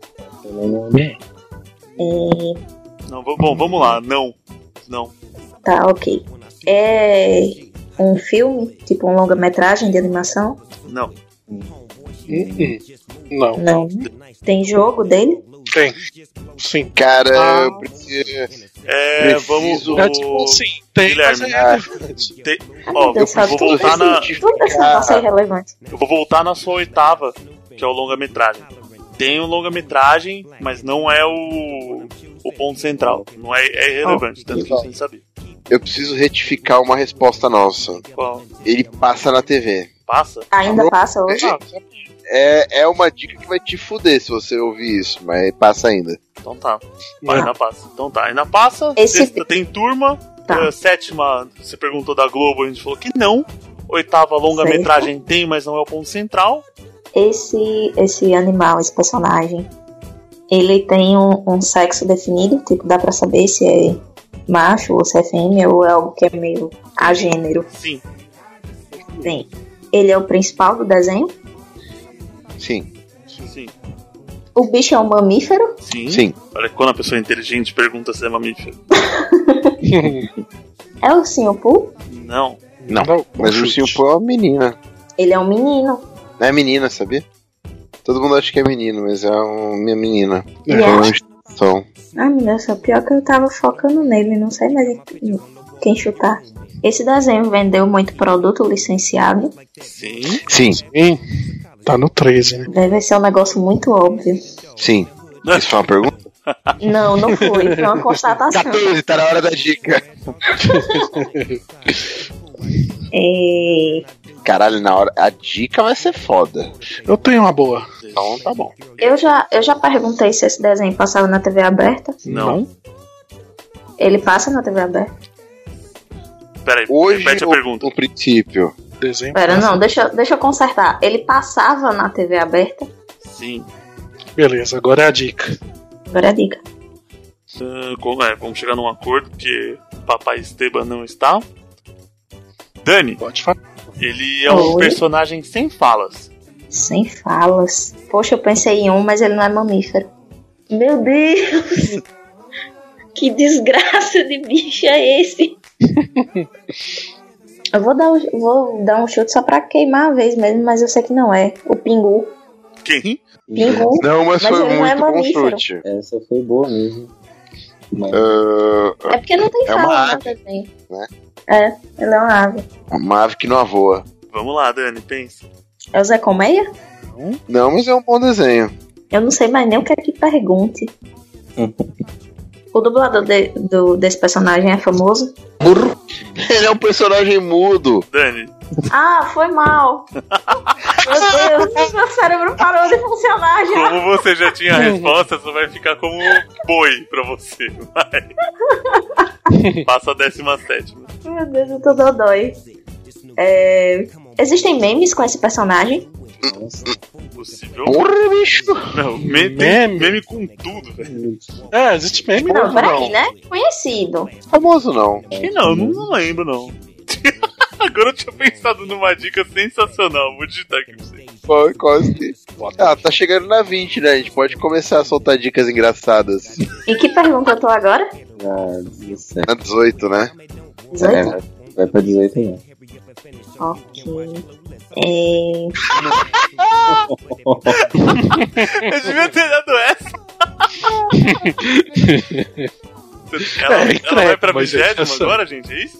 Não, v- bom, vamos lá. Não. Não.
Tá, ok. É um filme, tipo um longa-metragem de animação?
Não.
Hum, hum. Não.
Não. Tem jogo dele?
Tem. Sim.
Cara,
Ah.
eu preciso.
É,
Preciso.
vamos. o-
É tipo assim, tem, mas é
Guilherme,
relevante.
tem-
Ah,
ó,
meu Deus,
eu
sabe?
vou
Tudo
voltar
desse,
na. Ah,
tudo desse negócio é irrelevante.
Eu vou voltar na sua oitava, que é o longa-metragem.
Ah,
Tem um longa-metragem, mas não é o, o ponto central. Não é, é irrelevante, tanto que você sabia.
Eu preciso retificar uma resposta nossa.
Qual?
Ele passa na TV.
Passa?
Ainda passa hoje?
Ah, É, é uma dica que vai te fuder se você ouvir isso, mas passa ainda.
Então tá. Vai, ainda passa. Então tá, ainda passa.
Esse-
Sexta tem turma.
Tá.
Eh, sétima, você perguntou da Globo, a gente falou que não. Oitava longa-metragem tem, mas não é o ponto central.
Esse, esse animal, esse personagem, ele tem um, um sexo definido? Tipo, dá pra saber se é macho ou se é fêmea ou é algo que é meio agênero?
Sim.
Tem. Ele é o principal do desenho?
Sim,
Sim.
O bicho é um mamífero?
Sim.
sim.
Olha, quando a pessoa é inteligente pergunta se é mamífero.
É o Ursinho Pooh?
Não.
Não,
Um
mas o ursinho Poo é uma menina.
Ele é um menino.
Não é menina, sabia? Todo mundo acha que é menino, mas é uma menina.
É.
É uma instituição.
Ai, meu Deus, é pior que eu tava focando nele, não sei mais em- quem chutar. Esse desenho vendeu muito produto licenciado.
Sim.
Sim,
Sim. Tá no 13, né?
Deve ser um negócio muito óbvio.
sim. Isso foi uma pergunta?
Não, não foi. Foi uma constatação.
14, tá na hora da dica.
É,
Caralho, na hora. A dica vai ser foda.
Eu tenho uma boa.
Então tá bom.
eu, já, eu já perguntei se esse desenho passava na TV aberta.
Não.
Ele passa na TV aberta?
Peraí,
Hoje,
repete a
o-
pergunta.
o princípio.
Desenho.
Pera, não, deixa, eu- deixa eu consertar. Ele passava na TV aberta?
Sim.
Beleza, agora é a dica.
Agora é a dica.
Ah, como, é, vamos chegar num acordo que papai Esteban não está. Dani,
Pode falar.
ele é um
Oi.
personagem sem falas.
Sem falas. Poxa, eu pensei em um, mas ele não é mamífero. Meu Deus! que desgraça de bicho é esse? eu vou dar, o- vou dar um chute só pra queimar a vez mesmo, mas eu sei que não é. O pingu.
Quem?
Pingu.
Não, mas,
Mas
foi
ele não é
muito bom
mamífero.
chute.
Essa foi boa mesmo. Mas
Ah,
É porque não tem
É uma
fala no
ave,
desenho.
né?
É, ele é uma ave.
uma ave que não voa.
Vamos lá, Dani, pensa.
É o Zé Colmeia?
Não, mas é um bom desenho.
Eu não sei mais nem o que é que pergunte. o dublador de- do, desse personagem é famoso?
Burro. Ele é um personagem mudo.
Dani.
Ah, foi mal. Meu Deus, meu cérebro parou de funcionar já.
Como você já tinha a resposta, só vai ficar como boi pra você. Vai. Passa a décima sétima.
Meu Deus, eu tô dodói. É, Existem memes com esse personagem?
Possível.
Porra, bicho.
Não, me- tem
Meme?
meme com tudo, velho.
É, existe meme,
Não,
não.
peraí,
não.
né? Conhecido.
Famoso não.
Que não, eu não, não lembro, não. Agora eu tinha pensado numa dica sensacional. Vou digitar aqui pra você.
Foi quase que. Ah, tá chegando na 20, né? A gente pode começar a soltar dicas engraçadas.
E que pergunta eu tô agora?
Ah, 17.
Na 18, né?
18?
É, vai pra 18 aí.
Ok. É,
Eu devia ter dado essa. Ela,
É,
ela vai pra
mas é
vigésima
essa-
agora, gente? É isso?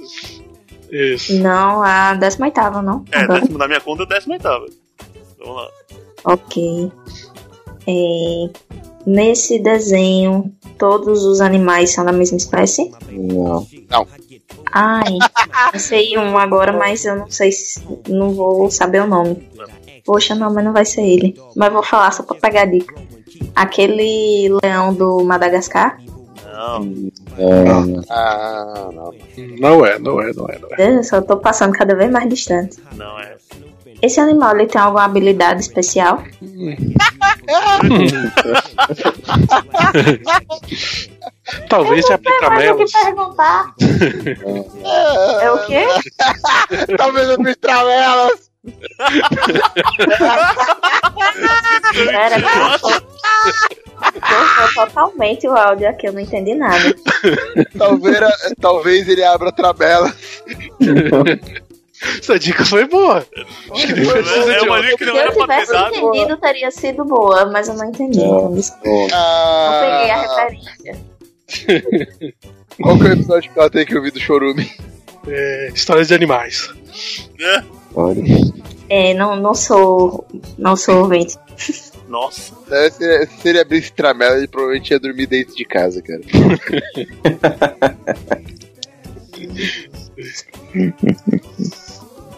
Isso.
Não, a 18 não.
É,
Agora.
décimo, na minha conta é décima oitava. Vamos lá.
Ok. É, nesse desenho, todos os animais são da mesma espécie?
Não.
Ai, pensei em um agora, mas eu não sei se. Não vou saber o nome. Poxa, não, mas não vai ser ele. Mas vou falar só pra pegar a dica. Aquele leão do Madagascar?
Hum.
Não,
é, Não.
Ah, não.
Não é, não é, não é, não é.
Eu só tô passando cada vez mais distante.
não é.
Esse animal ele tem alguma habilidade especial?
Talvez se aplica
Mas o que
melas.
perguntar? É o quê?
Talvez eu me elas.
Era assim, Cortou totalmente o áudio aqui, eu não entendi nada.
Talvez, talvez ele abra trabela.
Essa dica foi boa. Acho que nem precisa
É
de
uma
outra.
linha que
Se
não era
eu
pra ter
tivesse
dado.
entendido, teria sido boa, mas eu não entendi. Então, desculpa. Não peguei a
Ah,
referência.
qual que é o episódio que ela tem que ouvir do Chorume?
É, histórias de animais.
Olha.
É, não, não sou. Não sou ouvinte. assim.
Nossa,
É, Se, se ele abrisse tramela, ele provavelmente ia dormir dentro de casa, cara.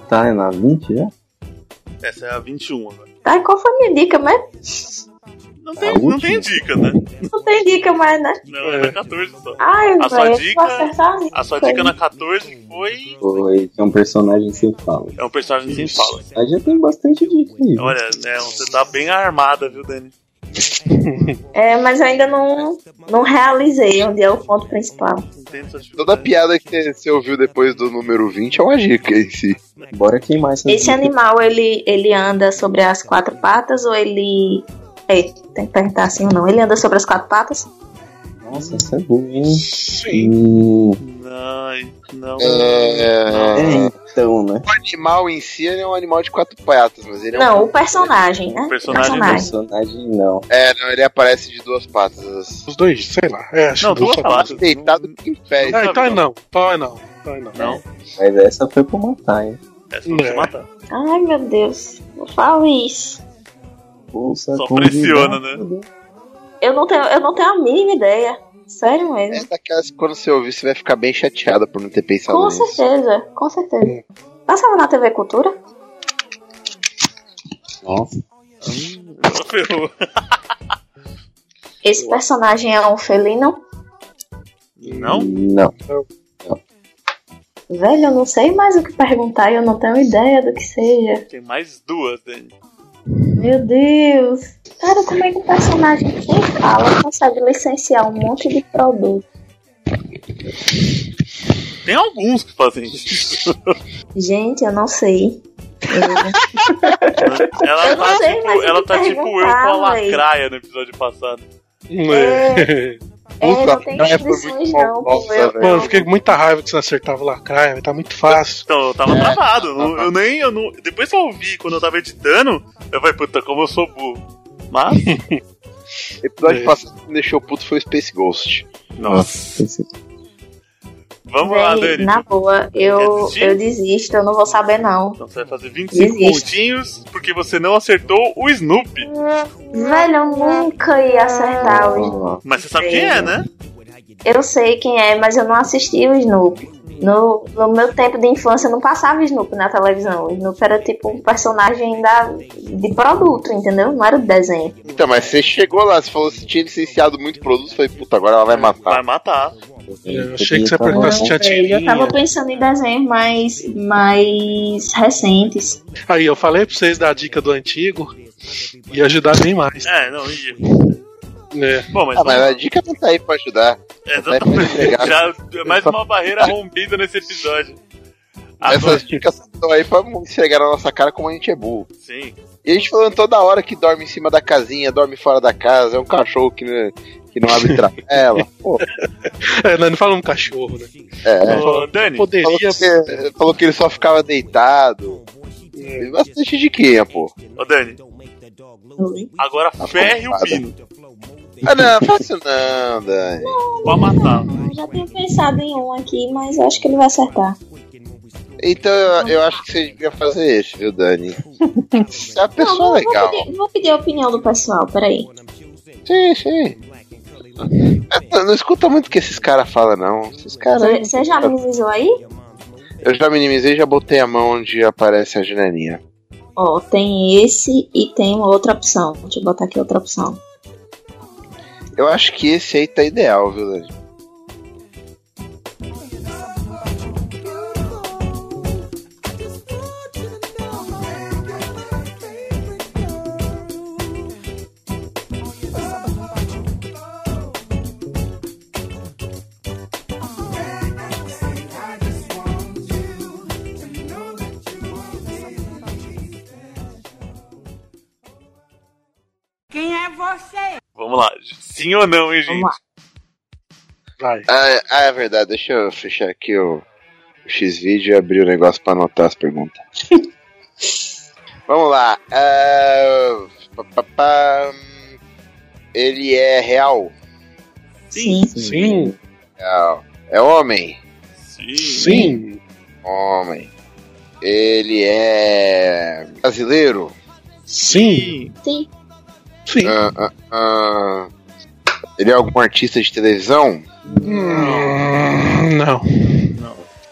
Tá, é na 20 já?
essa é a 21 agora.
Tá, e qual foi a minha dica mesmo?
Não
A
tem, não
última?
tem dica, né?
Não tem dica mais, né?
Não, é 14 só.
Ai,
A sua
velho, eu
dica-
vou acertar a
A sua dica na 14 foi.
Foi, que é um personagem sem fala.
É um personagem sem fala.
Aí já tem bastante dica aí.
Olha, né, você tá bem armada, viu, Dani?
É, mas eu ainda não, não realizei onde é o ponto principal.
Entendo sua
Toda
dificuldade.
piada que você ouviu depois do número 20 é uma dica em si.
Bora queimar essas
Esse
dicas.
animal, ele, ele anda sobre as quatro patas ou ele. É, tem que perguntar assim ou não. Ele anda sobre as quatro patas?
Nossa, essa é boa, hein?
Sim.
Hum,
Ai, não.
É,
é, então, né?
O animal em si ele é um animal de quatro patas, mas ele é
Não,
um.
o personagem, né?
O personagem
Personagem não.
É, não, ele aparece de duas patas. assim,
Os dois, sei lá. É, acho
Não,
que duas
duas
só-
patas.
Deitado em pé.
Ah, então é não. Então é não. Então é não.
Não,
Mas essa foi pra matar, hein?
essa não te
É.
matar.
Ai, meu Deus. Não fale isso.
Bolsa
Só
convidada.
pressiona, né?
Eu não tenho, eu não tenho a mínima ideia. Sério mesmo.
É daquelas que quando você ouvir, você vai ficar bem chateada por não ter pensado
Com
nisso.
certeza, com certeza. Passava na TV Cultura?
Nossa,
Só ferrou.
Esse personagem é um felino?
Não?
não.
Velho, eu não sei mais o que perguntar, eu não tenho ideia do que seja.
Tem mais duas, Dani.
Meu Deus. Cara, como é que o personagem que fala consegue licenciar um monte de produto?
Tem alguns que fazem isso.
Gente, eu não sei. Eu-
Ela
Eu não
tá
sei
tipo,
mais o que
ela tá tipo eu com a
perguntar, véi.
lacraia no episódio passado.
É.
É,
Puta,
não tem
praia foi
instruções
muito
não.
famosa,
eu-
velho.
Mano, eu fiquei com muita raiva que você não acertava lá, cara. Tá muito fácil.
Então, eu
É.
tava travado. eu não- Eu nem. Eu não, depois que eu ouvi quando eu tava editando, eu falei, puta, como eu sou burro. Mas.
O episódio
É.
passado que me deixou puto foi o Space Ghost.
Nossa.
Esse-
Vamos lá,
Véi,
Dani.
Na boa,
Quer
eu,
desistir?
eu desisto, eu não vou saber não.
Então você vai fazer 25
Desiste.
pontinhos porque você não acertou o Snoopy.
Velho, eu nunca ia acertar o Snoopy.
Mas você sabe quem é, né?
Eu sei quem é, mas eu não assisti o Snoopy. No, no meu tempo de infância eu não passava Snoopy na televisão. O Snoopy era tipo um personagem da, de produto, entendeu? Não era de desenho.
Então, mas você chegou lá, você falou que você tinha licenciado muito produto, eu falei, puta, agora ela vai
É,
Vai
Ah.
matar.
matar.
Eu achei
tá
que você ia perguntar se
Não,
tinha
velho, eu tava
tirinha.
pensando em desenhos mais, mais recentes.
Aí, eu falei pra vocês da dica do antigo e ajudar bem mais.
É, não, ia.
É.
Bom, mas,
Ah, mas a dica não tá aí pra ajudar.
é, exatamente.
vai pegar.
Já, é mais uma barreira rompida nesse episódio. Ah, Agora,
Essas dicas estão aí pra chegar na nossa cara como a gente é burro.
sim.
E a gente falando toda hora que dorme em cima da casinha, dorme fora da casa, é um cachorro que não, que não abre travela. Pô,
É, não, não fala um cachorro, né?
é.
Ô, Dani,
Falou que,
Poderia.
você- falou que ele só ficava deitado. Tem bastante diquinha, pô.
ô, Dani, agora ferre o
porrada.
pino.
Ah, não, fácil não, Dani.
Vai matar.
Eu já tinha pensado em um aqui, mas eu acho que ele vai acertar.
Então eu- eu acho que você devia fazer esse, viu, Dani? Você é uma pessoa legal.
Vou pedir, vou pedir a opinião do pessoal, peraí.
Sim, sim. Eu Não escuta muito o que esses caras falam, não. Esses caras.
Você, você já minimizou aí?
Eu já minimizei e já botei a mão onde aparece a janelinha.
Ó, tem esse e tem uma outra opção. Deixa eu botar aqui outra opção.
Eu acho que esse aí tá ideal, viu, Dani?
Quem é você?
Vamos lá. Sim ou não, hein, gente?
Vamos lá.
Vai.
Ah, é- ah, é verdade. Deixa eu fechar aqui o, o X-Video e abrir o negócio pra anotar as perguntas. Vamos lá. Ah, pá, pá, pá. Ele é real.
Sim.
Sim.
Real. É homem.
Sim.
Sim.
Homem. Ele é brasileiro.
Sim.
Sim.
Sim.
Ah, ah, ah. Ele é algum artista de televisão?
Hum, Não.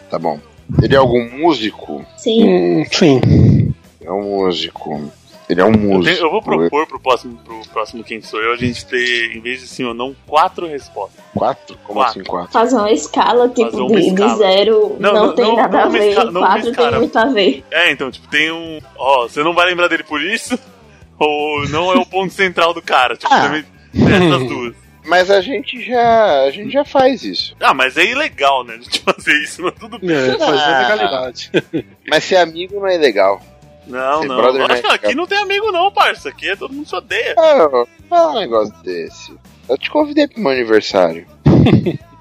Tá bom. Ele é algum músico?
Sim.
Hum, Sim.
É um músico. Ele é um
Eu, tenho-
músico.
eu vou propor pro próximo, pro próximo Quem Sou Eu a gente ter, em vez de sim ou não, quatro respostas.
Quatro? Como
Quatro.
assim quatro?
Fazer uma escala, tipo,
Fazer uma
de,
escala.
de zero
Não,
não,
não,
tem
não,
nada
não
a
uma
ver.
escala, não uma
quatro
escala.
tem muito a ver.
É, então, tipo, tem um. Ó, você não vai lembrar dele por isso, ou não é o ponto central do cara. Tipo,
Ah.
também dessas duas.
Mas a gente já. A gente já faz isso.
Ah, mas é ilegal, né? De fazer isso, mas tudo bem.
É, fazer
Ah.
legalidade.
Mas ser amigo não é legal.
Não,
Sim,
não.
brother,
Lógico,
né?
aqui não tem amigo, não, parça. Aqui é- todo mundo se odeia.
Ah, fala um negócio desse. Eu te convidei pro meu aniversário.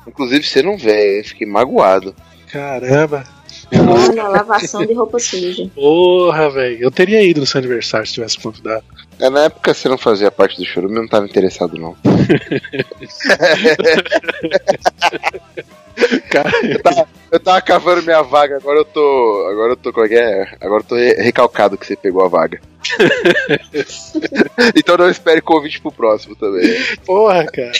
Inclusive você não veio, eu fiquei magoado.
Caramba.
Olha, lavação de roupa suja.
Porra, velho. Eu teria ido no seu aniversário se tivesse convidado.
É, Na época você não fazia parte do chorume, eu não tava interessado, não.
Cara,
Eu tava cavando minha vaga, agora eu tô. Agora eu tô. Como é que é? Agora eu tô re- recalcado que você pegou a vaga. então não espere convite pro próximo também.
porra, cara.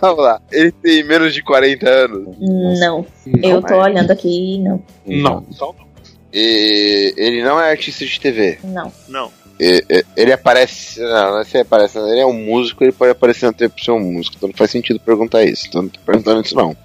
Vamos lá. Ele tem menos de 40 anos.
Não.
Não,
eu tô
mas-
olhando aqui e não.
Não. Então, não.
E ele não é artista de TV.
Não.
Não.
E- e- Ele aparece. Não, não é se ele aparece. não. Ele é um músico, ele pode aparecer na TV por ser um músico. Então não faz sentido perguntar isso. Então não tô perguntando isso, não.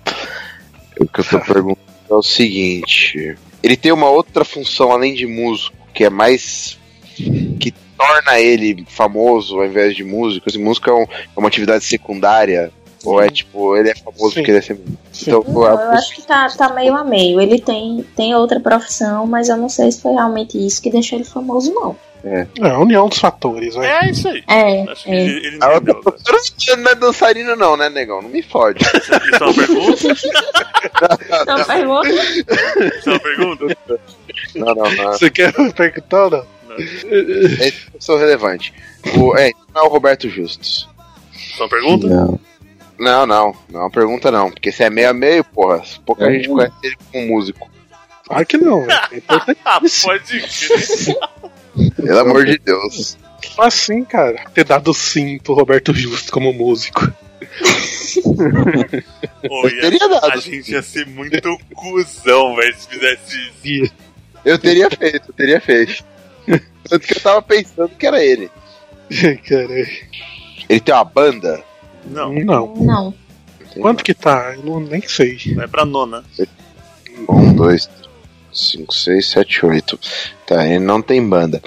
O que eu tô perguntando é o seguinte: ele tem uma outra função além de músico, que é mais. que torna ele famoso ao invés de músico. Esse músico é, um- é uma atividade secundária. Ou é tipo, ele é famoso
Sim.
porque ele é ser. Então,
Não, eu acho que tá, tá meio a meio. Ele tem, tem outra profissão, mas eu não sei se foi realmente isso que deixou ele famoso, não.
É a união dos fatores, vai.
É isso aí.
É,
Acho que
é.
ele, ele
Ah,
entendeu agora.
não é dançarino, não, né, negão? Não me fode.
Isso é uma pergunta?
Não,
tá.
pergunta.
Isso é uma pergunta?
Não, não, não.
Você quer tá perguntar ou não?
Sou relevante. O, é, não é o Roberto Justus.
Isso é uma pergunta?
Não.
Não, não, não pergunta não, porque se é meio a meio, porra, pouca
É.
gente conhece ele como músico.
Claro que não. velho. É importante
Ah, pode crer.
Pelo amor de Deus.
assim, cara. Ter dado sim pro Roberto Justo como músico.
Pô,
Eu teria
ia- A
dado.
gente ia ser muito cuzão, velho, se fizesse isso.
Eu teria feito, eu teria feito. Tanto que eu tava pensando que era ele.
Cara, é,
Ele tem uma banda?
Não,
não.
Não.
Quanto que tá? Eu não, nem sei.
vai é pra nona.
Um, dois, cinco, seis, sete, oito. Tá, ele não tem banda.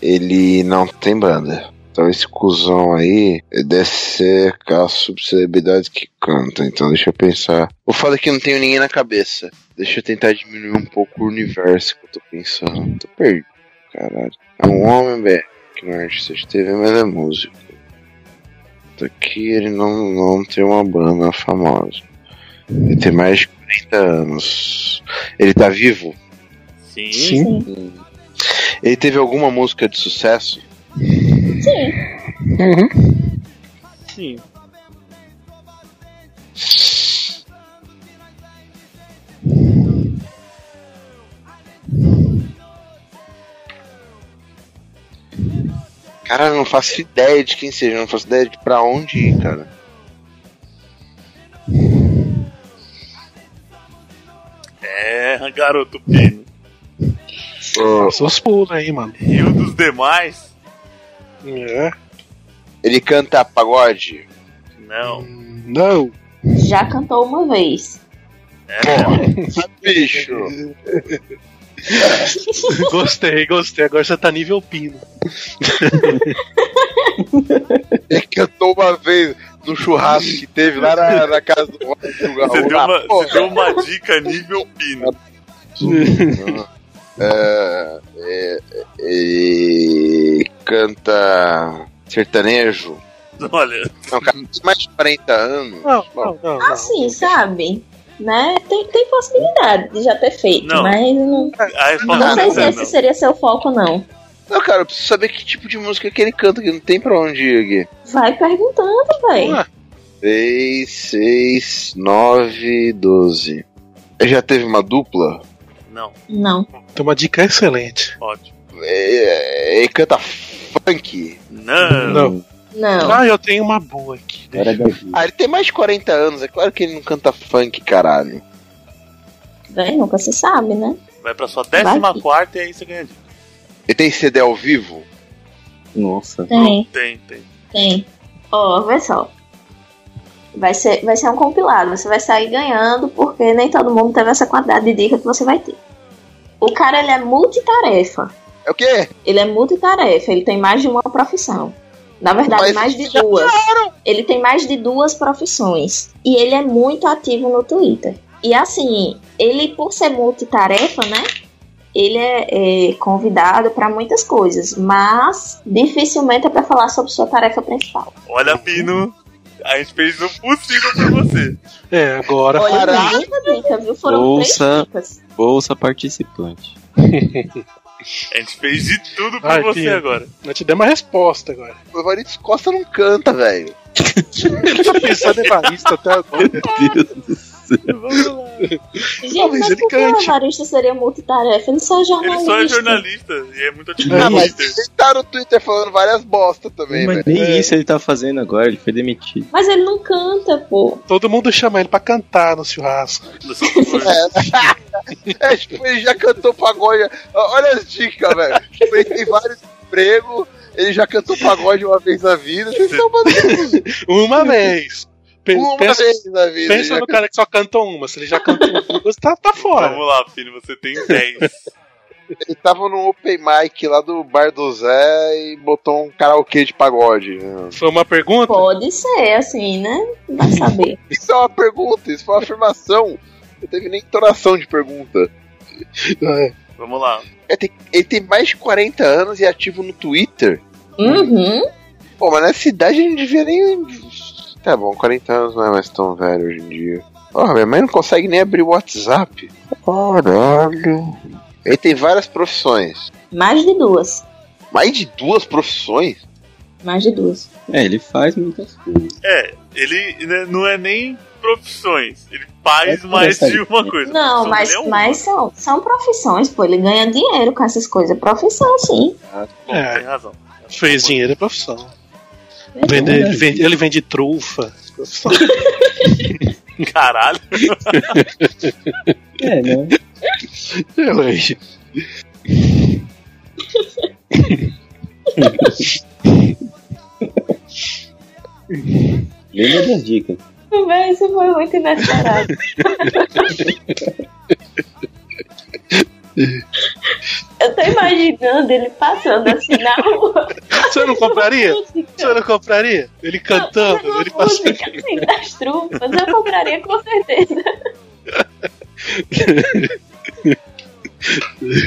Ele não tem banda. Então esse cuzão aí deve ser a subcelebridade que canta. Então deixa eu pensar. O foda é que eu não tenho ninguém na cabeça. Deixa eu tentar diminuir um pouco o universo que eu tô pensando. Tô perdido, caralho. É um homem, velho, que não é artista de TV, mas é músico. Tá Aqui ele não, não tem uma banda famosa. Ele tem mais de 40 anos. Ele tá vivo?
Sim.
Sim.
Ele teve alguma música de sucesso?
Uhum.
Sim.
Cara, eu não faço ideia de quem seja, eu não faço ideia de pra onde ir, cara.
É, garoto Pino.
Ô,
Seus pulos aí, mano.
E o dos demais?
É.
Ele canta pagode?
Não.
Hum.
Não.
Já cantou uma vez.
É,
Bicho!
Gostei, gostei. Agora você tá nível pino.
Ele cantou uma vez no churrasco que teve lá na, na casa do Roger Gaúcho.
você, deu
Ah,
uma,
porra.
você deu uma dica nível Pino.
É, é, é, canta sertanejo?
Olha,
Não, cara, tem mais de 40 anos.
Não, não, não. não.
Assim, sabe? Né? Tem, tem possibilidade de já ter feito,
Não.
mas não,
a resposta
não sei se
é
esse seria seu foco, não.
Não, cara, eu preciso saber que tipo de música que ele canta, que não tem pra onde ir aqui.
Vai perguntando, velho.
Ah.
6, 6, 9, 12. Já teve uma dupla?
não. Não,
Não.
Tem uma dica excelente.
ótimo.
É, é, é, canta funk.
Não.
Não.
Não.
Ah, eu tenho uma boa aqui.
Era da vida.
Ah, ele tem mais de 40 anos, é claro que ele não canta funk, caralho.
Véi, nunca se sabe, né?
Vai pra sua décima
Vai.
quarta e aí você ganha dica.
Ele tem CD ao vivo?
Nossa.
Tem,
Tem, tem.
tem. Ó, vê só. Vai ser, vai ser um compilado, você vai sair ganhando, porque nem todo mundo teve essa quantidade de dica que você vai ter. O cara, ele é multitarefa.
É o quê?
Ele é multitarefa, ele tem mais de uma profissão. Na verdade,
Mas
mais de duas. Ele tem mais de duas profissões. E ele é muito ativo no Twitter. E assim, ele, por ser multitarefa, né? Ele é, é, convidado para muitas coisas, mas dificilmente é para falar sobre sua tarefa principal.
Olha, Pino. A gente fez o possível pra você.
É, agora.
Olha,
Caraca.
muita dica, viu? Foram três
Ouça.
dicas.
Bolsa participante.
A gente fez de tudo pra
Ai,
você
Pino.
agora.
Tá
Eu te dei uma resposta agora.
O Evaristo Costa não canta, velho.
Ele tá pensando em barista até agora.
Vamos lá.
Gente,
Talvez
mas
ele
por que o
cante.
Avarista seria multitarefa? Ele só é
Ele
jornalista.
só é jornalista e é muito ativo
Não,
no
mas-
Twitter.
Ele tá no Twitter falando várias bosta também,
Mas
velho.
nem
É.
isso ele tá fazendo agora, ele foi demitido.
Mas ele não canta, pô.
Todo mundo chama ele pra cantar no churrasco.
No seu-
É, tipo, ele já cantou pagode. Ó, Olha as dicas, velho. Tipo, ele tem vários empregos. Ele já cantou pagode uma vez na vida. Vocês estão mandando
Uma vez. Pe-
uma
pensa
vez na vida. Ele
pensa
já
no cara que só canta uma. Se ele já cantou duas, tá, tá fora.
Vamos lá, Pino, você tem 10.
Ele tava no open mic lá do bar do Zé e botou um karaokê de pagode. né?
Foi uma pergunta?
Pode ser, assim, né? Vai saber.
Isso é uma pergunta, isso foi uma afirmação. Não teve nem entonação de pergunta.
É.
Vamos lá.
Ele tem mais de 40 anos e é ativo no Twitter.
Uhum.
Pô, mas nessa idade ele não devia nem. Tá bom, 40 anos não é mais tão velho hoje em dia. Ó, minha mãe não consegue nem abrir o WhatsApp. Caralho. Ele tem várias profissões.
Mais de duas.
Mais de duas profissões?
Mais de duas.
É, ele faz muitas coisas.
É, Ele né, não é nem profissões. Ele faz
É
mais de
interessante.
uma coisa.
Não,
Profissão
mas,
dele é uma.
mas são, são profissões, pô. Ele ganha dinheiro com essas coisas. É Profissão, sim.
Bom,
É.
tem razão.
Fez dinheiro é profissão.
Verdade.
Vende- ele, vende, ele vende trufa. Profissão.
Caralho.
É, né?
É, ué.
Lembra das dicas.
Véi, Isso foi muito inesperado. Eu tô imaginando ele passando assim na rua.
Você não compraria? Você não compraria? Ele cantando,
é Uma
ele passando.
música assim, das trufas, eu compraria com certeza.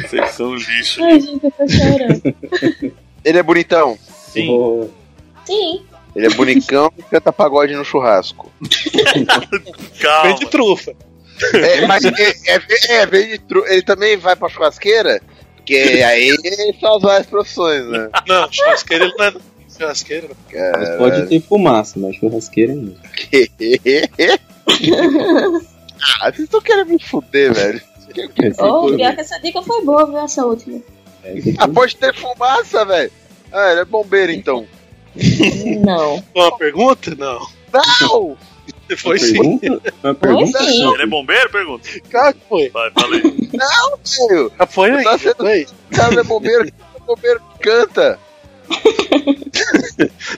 Vocês são um lixo.
Ai, gente, eu tô chorando.
Ele é bonitão.
Sim.
Pô,
Sim,
Ele é bonitão e canta pagode no churrasco.
Calma.
Vende trufa.
É, mas é, é, é, vem de tru- ele também vai pra churrasqueira, porque aí são as várias profissões, né?
Não, churrasqueiro ele não é. não. Churrasqueiro.
mas pode ter fumaça, mas churrasqueira não.
ah, vocês estão querendo me fuder, velho.
oh, pior que essa dica foi boa, viu? Essa última.
É, tem
Ah, pode ter fumaça, velho. Ah, ele é bombeiro então.
Não.
Uma pergunta? Não.
Não!
Foi sim.
pergunta? Uma pergunta?
Foi sim.
Ele é bombeiro? Pergunta.
Claro que foi.
Vai, falei.
Sério?
Ah, Foi
Eu
aí.
tô achando-
Foi.
O cara é bombeiro, o bombeiro que canta.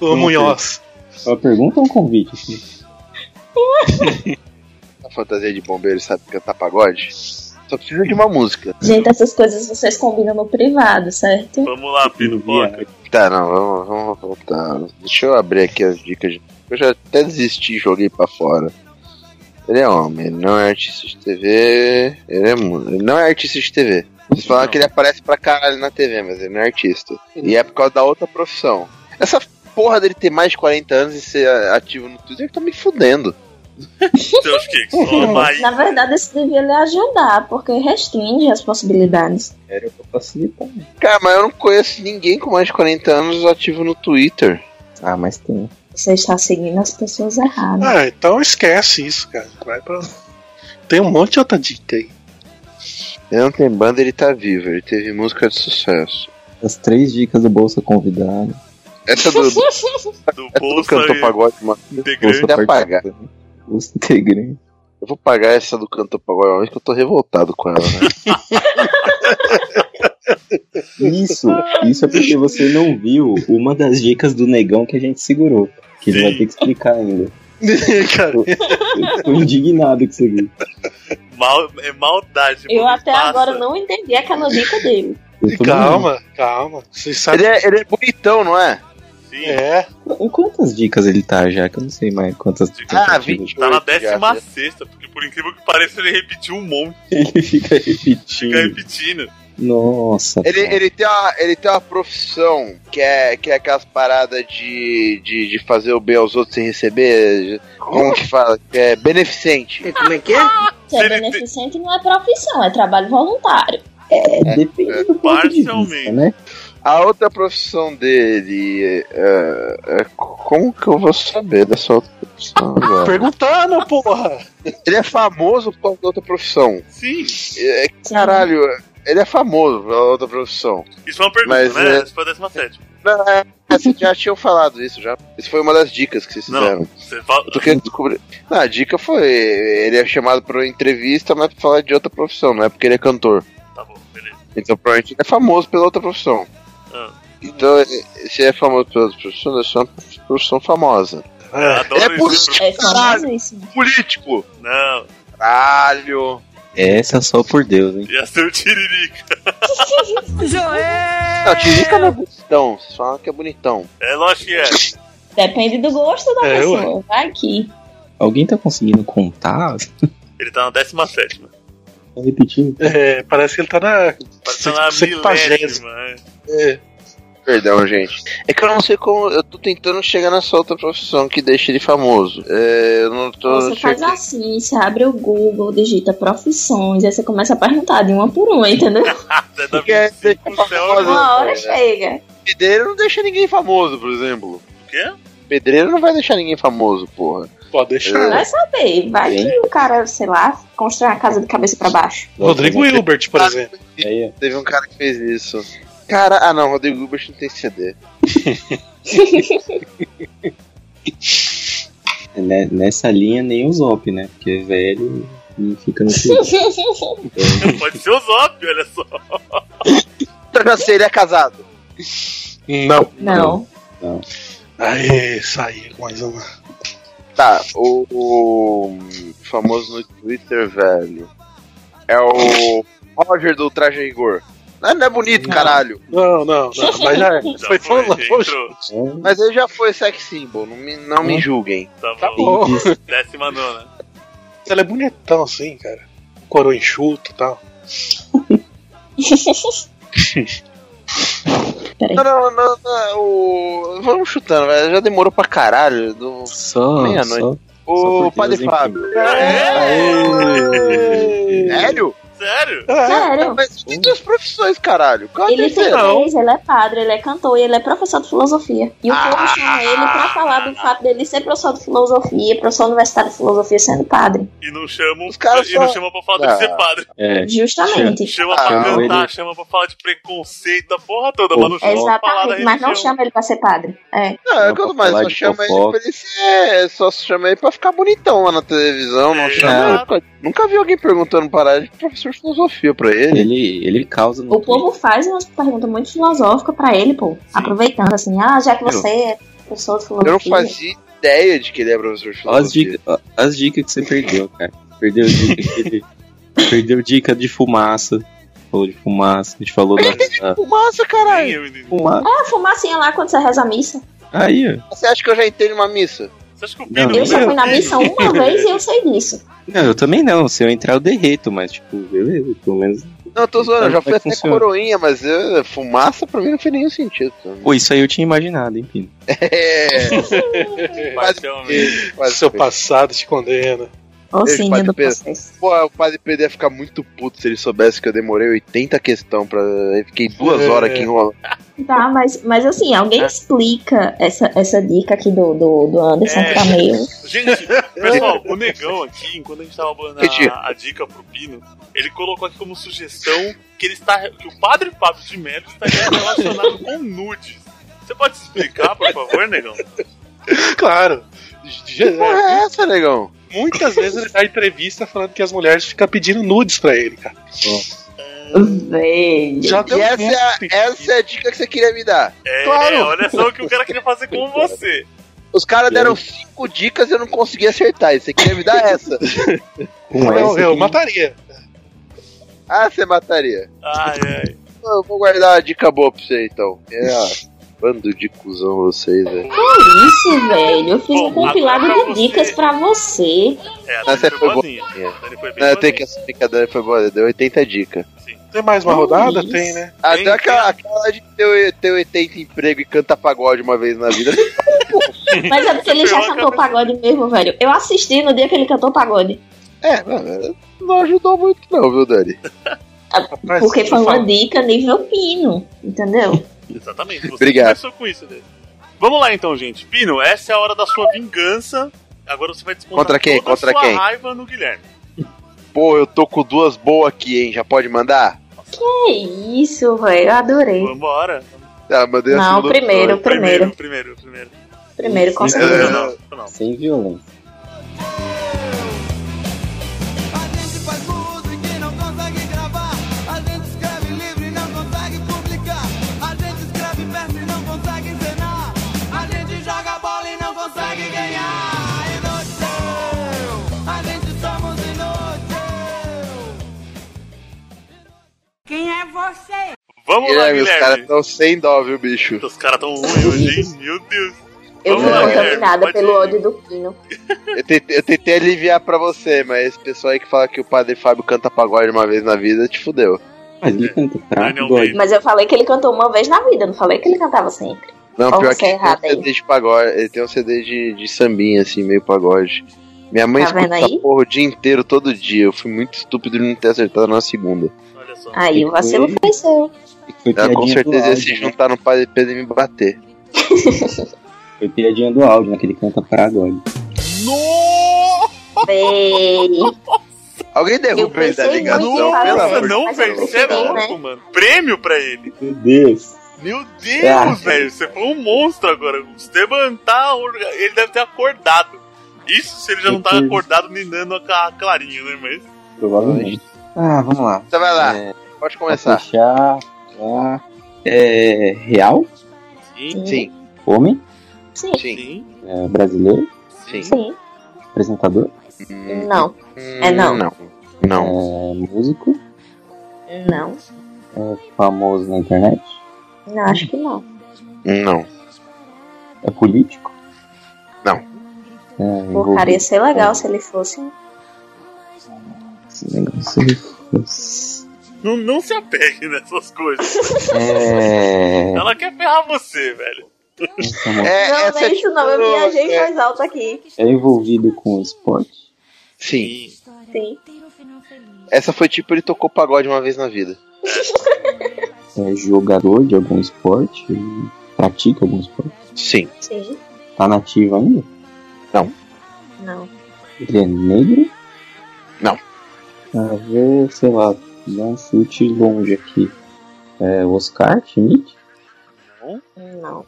O Munhoz.
Uma pergunta ou um convite?
A fantasia de bombeiro sabe cantar pagode? Só precisa de uma música.
Gente, essas coisas vocês combinam no privado, certo?
Vamos lá, Pinopoca.
Tá, não, vamos, vamos voltar. Deixa eu abrir aqui as dicas. de- Eu já até desisti, joguei pra fora. Ele é homem, ele não é artista de TV. Ele, é, mu- ele não é artista de TV. Vocês falaram que ele aparece pra caralho na TV, mas ele não é artista. E é por causa da outra profissão. Essa porra dele ter mais de 40 anos e ser a- ativo no Twitter tá me fudendo.
Seus kicks. Ó, Maí.
Na verdade, isso devia lhe ajudar, porque restringe as possibilidades.
Era pra facilitar.
Cara, mas eu não conheço ninguém com mais de 40 anos ativo no Twitter.
Ah, mas tem.
Você está seguindo as pessoas erradas.
Ah, então esquece isso, cara. Vai pra. Tem um monte de outra dica aí.
Ele não tem banda, ele tá vivo. Ele teve música de sucesso.
As três dicas do Bolsa Convidado.
Essa do, do,
do
essa do
Bolsa
cantor
e
pagode, mano.
Integrante.
Ainda pagar.
Partido. Bolsa Integrante.
Eu vou pagar essa do cantor pagode, uma vez que eu tô revoltado com ela, né?
Isso, isso é porque você não viu uma das dicas do negão que a gente segurou. Que ele vai ter que explicar ainda.
cara,
Eu tô indignado com isso aqui.
Mal, é maldade.
Eu
mano.
até
Passa.
agora não entendi aquela dica dele.
Eu tô
calma, calma. Vocês
Ele
sabem.
é, ele é bonitão, não é?
Sim.
É,
maluco. Em quantas dicas ele tá já? Que eu não sei mais quantas.
Ah,
tentativas.
20.
Tá na
já,
décima
né?
sexta, porque por incrível que pareça, ele repetiu um monte,
Ele fica
fica
repetindo.
repetindo.
Nossa.
Ele,
cara.
ele, tem uma, ele tem uma profissão que é, que é aquelas paradas de, de, de fazer o bem aos outros sem receber. Como que fala? Que é beneficente.
Se é
Ele te-
beneficente, não é profissão, é trabalho voluntário.
É, depende do ponto de vista,
Parcialmente.
né?
A outra profissão dele. é, é, como que eu vou saber dessa outra profissão
é
agora?
perguntando, porra.
Ele é famoso por causa da outra profissão.
Sim.
É, é, caralho, ele é famoso pela outra profissão.
Isso foi uma pergunta,
Mas,
né?
é-
Isso foi a décima sétima.
Não, é, vocês já tinham falado isso já. Isso foi uma das dicas que vocês
Não.
fizeram.
Você fala.
Eu tô querendo descobrir. Não, a dica foi. Ele é chamado pra uma entrevista, mas pra falar de outra profissão, não é porque ele é cantor.
Tá bom, beleza.
Então provavelmente ele é famoso pela outra profissão.
Ah.
Então, e- se é famoso pela outra profissão, é só uma profissão famosa.
Ah,
Adoro
Ele é
isso. né?
político.
É famosíssimo.
Político!
Não,
Caralho!
Essa é só por Deus, hein?
ia ser o Tiririca.
Não, o Tiririca não é bonitão. Vocês falam que é bonitão.
É lógico que é.
Depende do gosto da
É,
pessoa. Vai que.
Alguém tá conseguindo contar?
Ele tá na décima sétima.
Tá repetindo?
é, parece que ele tá na.
Tá na
Septagésima.
milésima. é.
É.
Perdão, gente. É que eu não sei como. Eu tô tentando chegar nessa outra profissão que deixa ele famoso. É, eu não tô.
Você faz
certeza.
assim, você abre o Google, digita profissões, aí você começa a perguntar de uma por uma, entendeu?
Até da
Porque é-
25 céu.
famosa.
Uma hora chega.
O dele não deixa ninguém famoso, por exemplo.
O quê?
Pedreiro não vai deixar ninguém famoso, porra.
Pode deixar.
Vai saber, vai que o cara, sei lá, constrói uma casa de cabeça pra baixo.
É. Rodrigo Hilbert, por exemplo.
Aí,
Teve um cara que fez isso. Cara, ah não, Rodrigo Gilbert não tem CD.
né, nessa linha nem o Zop, né? Porque é velho e fica no clube.
Pode ser o Zop, olha só.
Então, se ele é casado.
Não.
Não.
Aí, saí mais uma.
Tá, o, o famoso no Twitter, velho, é o Roger do Traje a Rigor. Ah, Não é bonito,
Não.
caralho.
Não, não, não. Mas já
Já
é.
foi,
Foi falando,
entrou.
poxa.
É,
Mas ele já foi sex symbol, não me, não me julguem.
Tá
Tá
bom.
bom.
Décima nona.
Ela é bonitão assim, cara. Coroa enxuta e tal.
É.
Peraí.
Não, não, não, não, o... Vamos chutando, velho. Já demorou pra caralho. Do...
Só,
Meia-noite.
só.
O
porque
Padre
eles
Fábio. É, Sério?
Sério?
Sério.
Mas tem duas profissões, caralho. Qual a
Ele tem
terceira?
três, ele é padre, ele é cantor e ele é professor de filosofia. E o
Ah!
povo chama ele pra falar do fato dele ser professor de filosofia, professor universitário de filosofia sendo padre.
E não chamam.
Os caras
E não
só-
chamam pra falar de
Ah.
ser padre.
É,
Justamente.
Chama pra
Ah,
cantar,
ele-
chama pra falar de preconceito da porra toda, mas não chama pra falar da
É Exatamente, mas não
religião.
chama ele pra ser padre. É.
Não, é
Não,
quanto
pra
mais,
falar
só
de
chama ele
fofoca.
pra ele ser. Só chama ele pra ficar bonitão lá na televisão. Não
É,
chama.
exato.
Nunca, nunca vi alguém perguntando parar de professor de filosofia pra ele.
ele, ele causa no
O povo faz umas perguntas muito filosóficas pra ele, pô. Aproveitando assim, ah, já que você é professor de
Eu não
filosofia.
fazia ideia de que ele é professor de
Olha as
filosofia.
dicas, ó, as dicas que você perdeu, cara. Perdeu dica de, perdeu dica de fumaça. Falou de fumaça, a gente falou da. da
Fumaça,
Quem
caralho.
é, menino?
fumaça.
É a fumacinha lá quando você reza a missa.
Aí, ó.
Você acha que eu já entrei numa missa?
Você acha que o é
Não,
Pino
Eu só
Meu
fui na
Deus.
missa uma vez e eu sei disso.
Não, eu também não. Se eu entrar, eu derreto, mas, tipo, beleza, pelo menos.
Não, eu tô zoando, eu já
Então,
fui
vai
até
funcionar.
coroinha, mas eh, fumaça pra mim não fez nenhum sentido.
Pô, isso aí eu tinha imaginado, hein, Pino?
É,
Paixão, menino.
quase
Seu
foi.
passado te condena.
Ou
Beijo,
sim,
Padre
do
Pedro.
processo.
Pô, o padre Pedro ia ficar muito puto se ele soubesse que eu demorei 80 questão pra. Eu fiquei duas
É.
horas aqui enrolando.
Tá, mas, mas assim, alguém
É.
explica essa, essa dica aqui do, do, do Anderson
É.
que tá meio.
Gente, pessoal, o negão aqui, enquanto a gente tava dando
Que dica?
a, a dica pro Pino, ele colocou aqui como sugestão que ele está. que o padre Fábio de Melo estaria relacionado com nudes. Você pode se explicar, por favor, negão?
Claro.
Que porra é essa, negão?
Muitas vezes ele dá entrevista falando que as mulheres ficam pedindo nudes pra ele, cara.
Velho.
Já
E essa é, a, essa é a dica que você queria me dar.
É,
Claro.
olha só o que o cara queria fazer com você.
Os caras
É.
deram cinco dicas e eu não consegui acertar. E você queria me dar essa.
Com
eu,
essa
Então, eu
aqui,
mataria.
Ah, você mataria.
Ai, ai.
Pô, Eu vou guardar uma dica boa pra você, então. É, ó, bando de cuzão vocês, velho.
Que isso, velho? Eu fiz
Bom,
um compilado
agora
de
você-
dicas pra você.
É, a
Mas
Dani
você
foi
foi
boazinha.
boa.
A Dani foi bem
Não, eu tenho que
boazinha.
essa brincadeira foi boa, deu 80 dicas.
Tem mais uma
Não,
rodada?
isso.
Tem, né?
Até
Tem-
aquela, aquela de ter, ter 80 emprego e canta pagode uma vez na vida.
Mas é porque ele já
Pior que eu
cantou
pensei.
pagode mesmo, velho. Eu assisti no dia que ele cantou pagode.
É, não, não ajudou muito, não, viu, Dani?
Rapaz,
Porque
deixa
foi
eu
uma
falar.
dica nível pino, entendeu?
Exatamente. Você
Obrigado.
começou com isso, Dani. Vamos lá então, gente. Pino, essa é a hora da sua vingança. Agora você vai descontar
Contra quem?
toda
Contra
a sua
quem?
raiva no Guilherme.
Pô, eu tô com duas boas aqui, hein? Já pode mandar?
que isso, velho. Eu adorei.
Vambora.
Tá, mandei a
Não,
segunda
primeiro,
opção.
primeiro.
Primeiro, primeiro.
Primeiro, com
Sim.
É.
certeza.
Não, não, não.
Sem violência.
A gente faz música e não consegue gravar. A gente escreve livro e não consegue publicar. A gente escreve verso e não consegue encenar. A gente joga bola e não consegue ganhar. Inútil, a gente somos inútil.
Quem é você?
Vamos lá,
Guilherme, os caras
Guilherme.
tão sem dó, viu, bicho?
Os caras tão ruins hoje, hein? Meu Deus.
Eu
Vamos
fui
lá, Guilherme,
contaminada
pode
pelo
ir.
ódio do pino.
Eu tentei, eu tentei aliviar pra você, mas esse pessoal aí que fala que o padre Fábio canta pagode uma vez na vida te fudeu.
Mas ele canta
Daniel
fraco, dói.
Almeida.
Mas eu falei que ele cantou uma vez na vida, não falei que ele cantava sempre.
Não,
Qual
pior
que
que
é
ele tem um
errado aí?
CD de pagode. Ele tem um CD de, de sambinha, assim, meio pagode. Minha mãe
Tá
escuta
vendo
essa
aí?
porra o dia inteiro, todo dia. Eu fui muito estúpido de não ter acertado na segunda.
Olha só.
Aí o vacilo foi seu.
Foi
Ela é, Ah, com
piadinha do
certeza ia
áudio,
se
né?
juntar no padre Pedro e me bater.
Foi piadinha do áudio, né? Que ele canta para agora.
Nossa!
Bem,
Alguém
Eu
derruba ele da
pensei
ligação,
muito em
pelo
falar
amor
Nossa,
de
não,
Mas
velho,
eu não
você é
sei,
louco, mano. Prêmio pra ele.
Meu Deus.
Meu Deus,
É.
Ah.
velho, você foi um monstro agora. O Esteban tá. orga- Ele deve ter acordado. Isso se ele já não tá
Depois.
acordado ninando com a Clarinha, né? Mas.
Provavelmente. Ah, vamos lá.
Você Então vai lá,
É,
pode
pra
começar.
fechar. Lá. É, real?
Sim,
Sim,
Homem?
sim,
sim,
sim.
É, brasileiro?
sim.
sim.
Apresentador?
Não, É não.
Não. Não.
É, músico?
Hum.
não.
Famoso na internet?
Não, acho que não.
Não.
É político?
Não.
É,
Hum.
Porcaria,
envolvido-
ser legal se ele fosse.
Esse negócio ele fosse-
Não, não se apegue nessas coisas.
É.
Ela quer ferrar você, velho.
É,
não, não
essa
é isso não, eu
tipo,
viajei
é,
mais alto aqui.
É envolvido com esporte?
Sim.
Sim.
Essa foi tipo ele tocou pagode uma vez na vida.
É jogador de algum esporte? Ele pratica algum esporte?
Sim.
Sim,
Tá nativo ainda?
não.
Ele é negro?
Não.
Ah, vou, sei lá, dar um chute longe aqui. É Oscar Schmidt?
Não.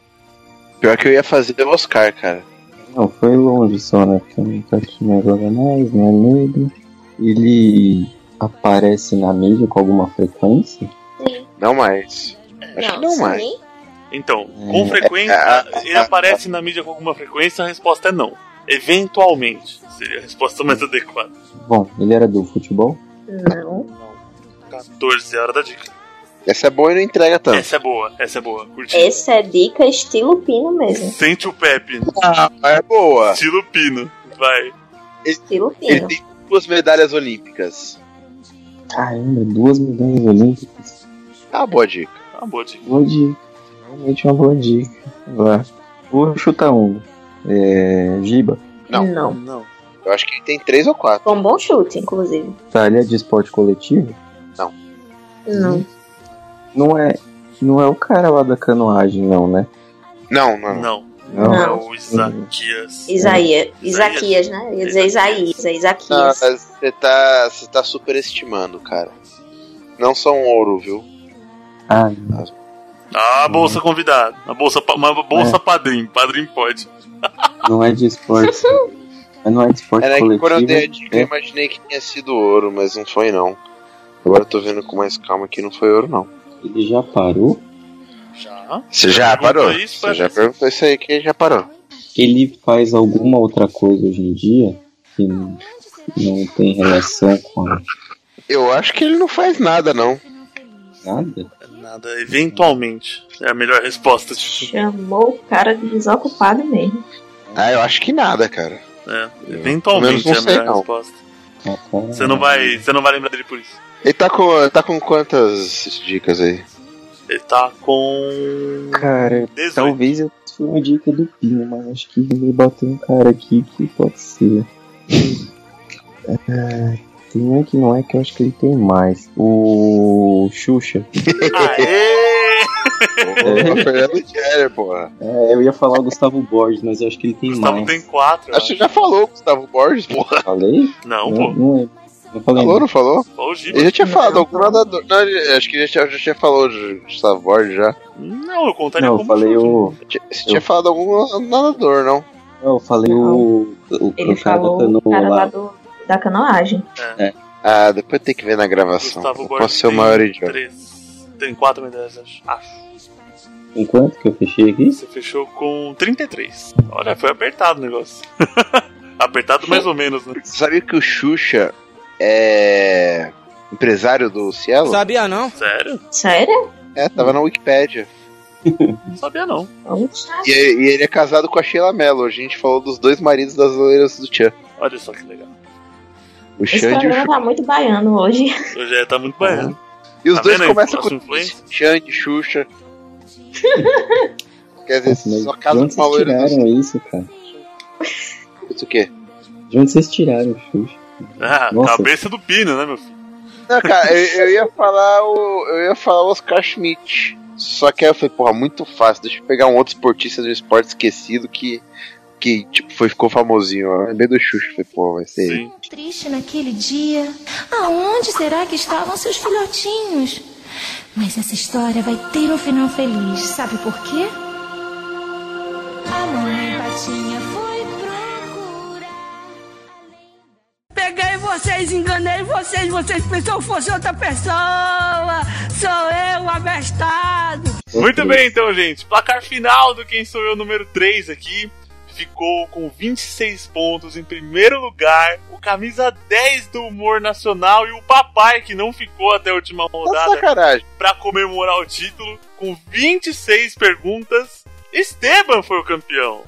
Pior que eu ia fazer o Oscar, cara.
Não, foi longe só, né? Porque não tá aqui mais organizado, não é negro. Ele aparece na mídia com alguma frequência?
Não mais. Acho que não
sim.
mais.
Então,
Hum,
com frequência.
é, é,
Ele
é,
aparece na mídia com alguma frequência, a resposta é não. Eventualmente. Seria a resposta mais adequada.
Bom, ele era do futebol?
Não.
14 é a hora da dica.
Essa é boa e não entrega tanto.
Essa é boa, essa é boa. Curti.
Essa é dica estilo pino mesmo.
Sente o Pepe.
Ah, é boa.
Estilo Pino. Vai.
Estilo
Ele
pino.
tem duas medalhas olímpicas.
Caramba, duas medalhas olímpicas.
Ah, boa dica.
Tá boa dica.
Boa dica. Realmente uma boa dica. Vá. Vou chutar um. É. Giba.
Não.
não.
Eu acho que ele tem três ou quatro.
Com bom chute, inclusive.
Tá, ele é de esporte coletivo?
Não.
Hum.
Não é. Não é o cara lá da canoagem, não, né?
Não, não. não.
Não.
Não.
É
Não.
o Isaquias.
Isaías.
Isaías.
Isaquias, né? Eu ia dizer Isaías, é
Ah,
Isaquias.
Você tá, você tá superestimando, cara. Não são ouro, viu?
Ah,
Ah, a bolsa convidada. A bolsa, pa- uma
É.
bolsa padrinho. Padrinho pode.
não é de esporte. Mas não é de esporte
Era né, que
coletivo.
quando eu dei a dica, eu
é.
imaginei que tinha sido ouro, mas não foi não. Agora eu tô vendo com mais calma que não foi ouro, não.
Ele já parou.
Já?
Você
já
já
Perguntou
parou?
parou? isso, Você
Você
já
já
parece.
perguntou isso aí que já parou.
Ele faz alguma outra coisa hoje em dia que não, não tem relação com
Eu acho que ele não faz nada, não.
nada?
Nada. Eventualmente. É a melhor resposta. Tipo.
Chamou o cara de desocupado mesmo.
Ah, eu acho que nada, cara.
É.
Pelo menos
Eventualmente
não
é a
sei,
melhor
não.
resposta.
Ah, cara.
Você não vai. Você não vai lembrar dele por isso.
Ele tá com, tá com quantas dicas aí?
Ele tá com.
Cara,
18.
Talvez eu um fosse uma dica do Pino, mas acho que ele bateu um cara aqui que pode ser. É, tem um que não é que eu acho que ele tem mais. O Xuxa.
Ah, Aê!
Ô, Fernando Scherer, porra.
É, eu ia falar o Gustavo Borges, mas eu acho que ele tem
Gustavo
mais.
tem 4.
Acho que já falou, Gustavo Borges, porra.
Falei?
Não,
não,
pô.
não é. Não falei.
Falou, não falou?
Só o Giba.
Ele já tinha falado algum nadador. Não, ele- acho que ele já, já tinha falado de Gustavo Borges já.
Não, eu contaria
Não, eu
como.
falei
chute.
o.
Tinha- Você tinha falado algum nadador, não?
Não, eu falei o. O,
Ele
o cara
falou
botando
o cara lá
lá.
do, da canoagem.
Ah, depois tem que ver na gravação.
Gustavo
Eu
Borges.
posso ser o
tem
maior idiota.
três- Tem 4 medalhas, acho. Acho.
Enquanto que eu fechei aqui?
Você fechou com 33. Olha, foi apertado o negócio. apertado mais ou menos, né?
Você sabia que o Xuxa é empresário do Cielo?
Sabia não?
Sério?
Sério?
É, tava na Wikipédia.
Não sabia não.
Vamos lá.
E, e ele é casado com a Sheila Mello. A gente falou dos dois maridos das loiras do Tchan.
Olha só que legal.
O
Esse
Xande e o
programa
Xuxa.
tá muito baiano hoje.
Hoje é, tá muito baiano.
E os
Tá
dois
vendo aí,
começam
nossa
com
influência?
Xande, Xuxa. Quer dizer,
Nossa, mas
só
de
casa
onde
com assim. uma
vocês
loira do
tiraram isso, cara?
Isso o quê?
De onde vocês tiraram o Xuxa?
Ah,
Nossa.
cabeça do pino, né, meu filho?
Não, cara, eu, eu ia falar o. Eu ia falar o Oscar Schmidt. Só que aí eu falei, porra, muito fácil, deixa eu pegar um outro esportista do esporte esquecido que, que tipo, foi, ficou famosinho. Eu lembrei do Xuxa, falei, pô, vai ser ele.
Sim.
Triste naquele dia. Aonde será que estavam seus filhotinhos? Mas essa história vai ter um final feliz. Sabe por quê? A mamãe patinha foi procurar.
Peguei vocês, enganei vocês, vocês pensou que fosse outra pessoa. Sou eu, abestado.
Muito bem, então, gente. Placar final do Quem Sou Eu número 3 aqui. Ficou com 26 pontos em primeiro lugar. O camisa 10 do humor nacional e o papai, que não ficou até a última
Tá
rodada
sacanagem.
pra comemorar o título, com 26 perguntas. Esteban foi o campeão.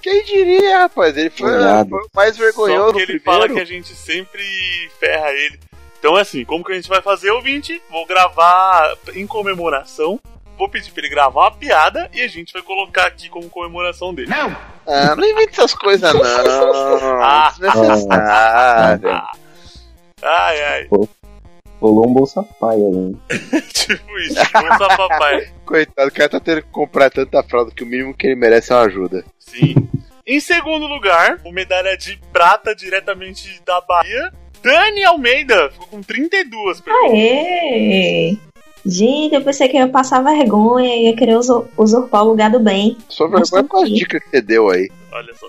Quem diria, rapaz? Ele foi,
Olhado.
foi o mais vergonhoso.
Só que ele
primeiro.
fala que a gente sempre ferra ele. Então, assim, como que a gente vai fazer, ouvinte? Vou gravar em comemoração. Vou pedir pra ele gravar uma piada e a gente vai colocar aqui como comemoração dele.
Ah, não inventa essas coisas, não.
Ah.
Desnecessário.
Ah. Ai, ai.
Rolou um bolsa paia aí.
tipo isso, bolsa papai.
Coitado, o cara tá tendo que comprar tanta fralda que o mínimo que ele merece é uma ajuda.
Sim. Em segundo lugar, o medalha de prata diretamente da Bahia, Dani Almeida. Ficou com 32 perguntas.
Aê! Gente, eu pensei que eu ia passar vergonha e ia querer usur- usurpar o lugar do bem.
Só
Mas
vergonha
tá
com as
aqui.
dicas que você deu aí.
Olha só.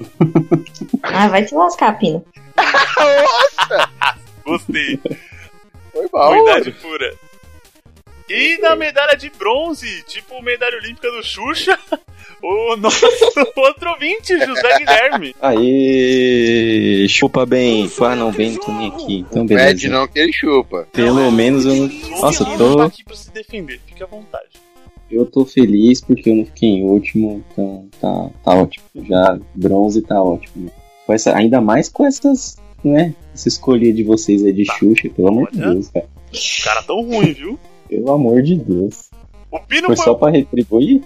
Ah, vai te lascar, Pino.
Gostei.
Foi mal.
Ruindade pura. E na medalha de bronze, tipo medalha olímpica do Xuxa, o nosso outro ouvinte, José Guilherme.
Aê! Chupa bem, faz não bem, tô nem aqui. Então,
Pede
beleza.
não que ele chupa.
Pelo menos eu não. Nossa,
José Guilherme
eu
tá
tô.
aqui pra se defender, fique à vontade.
Eu tô feliz porque eu não fiquei em último, então tá, tá ótimo. Já bronze tá ótimo. Com essa, ainda mais com essas, né? Essa escolha de vocês aí
Tá.
de Xuxa, pelo amor de
Olha.
Deus, cara.
O cara tão ruim, viu?
Pelo amor de Deus.
O Pino
Foi
foi.
só pra retribuir?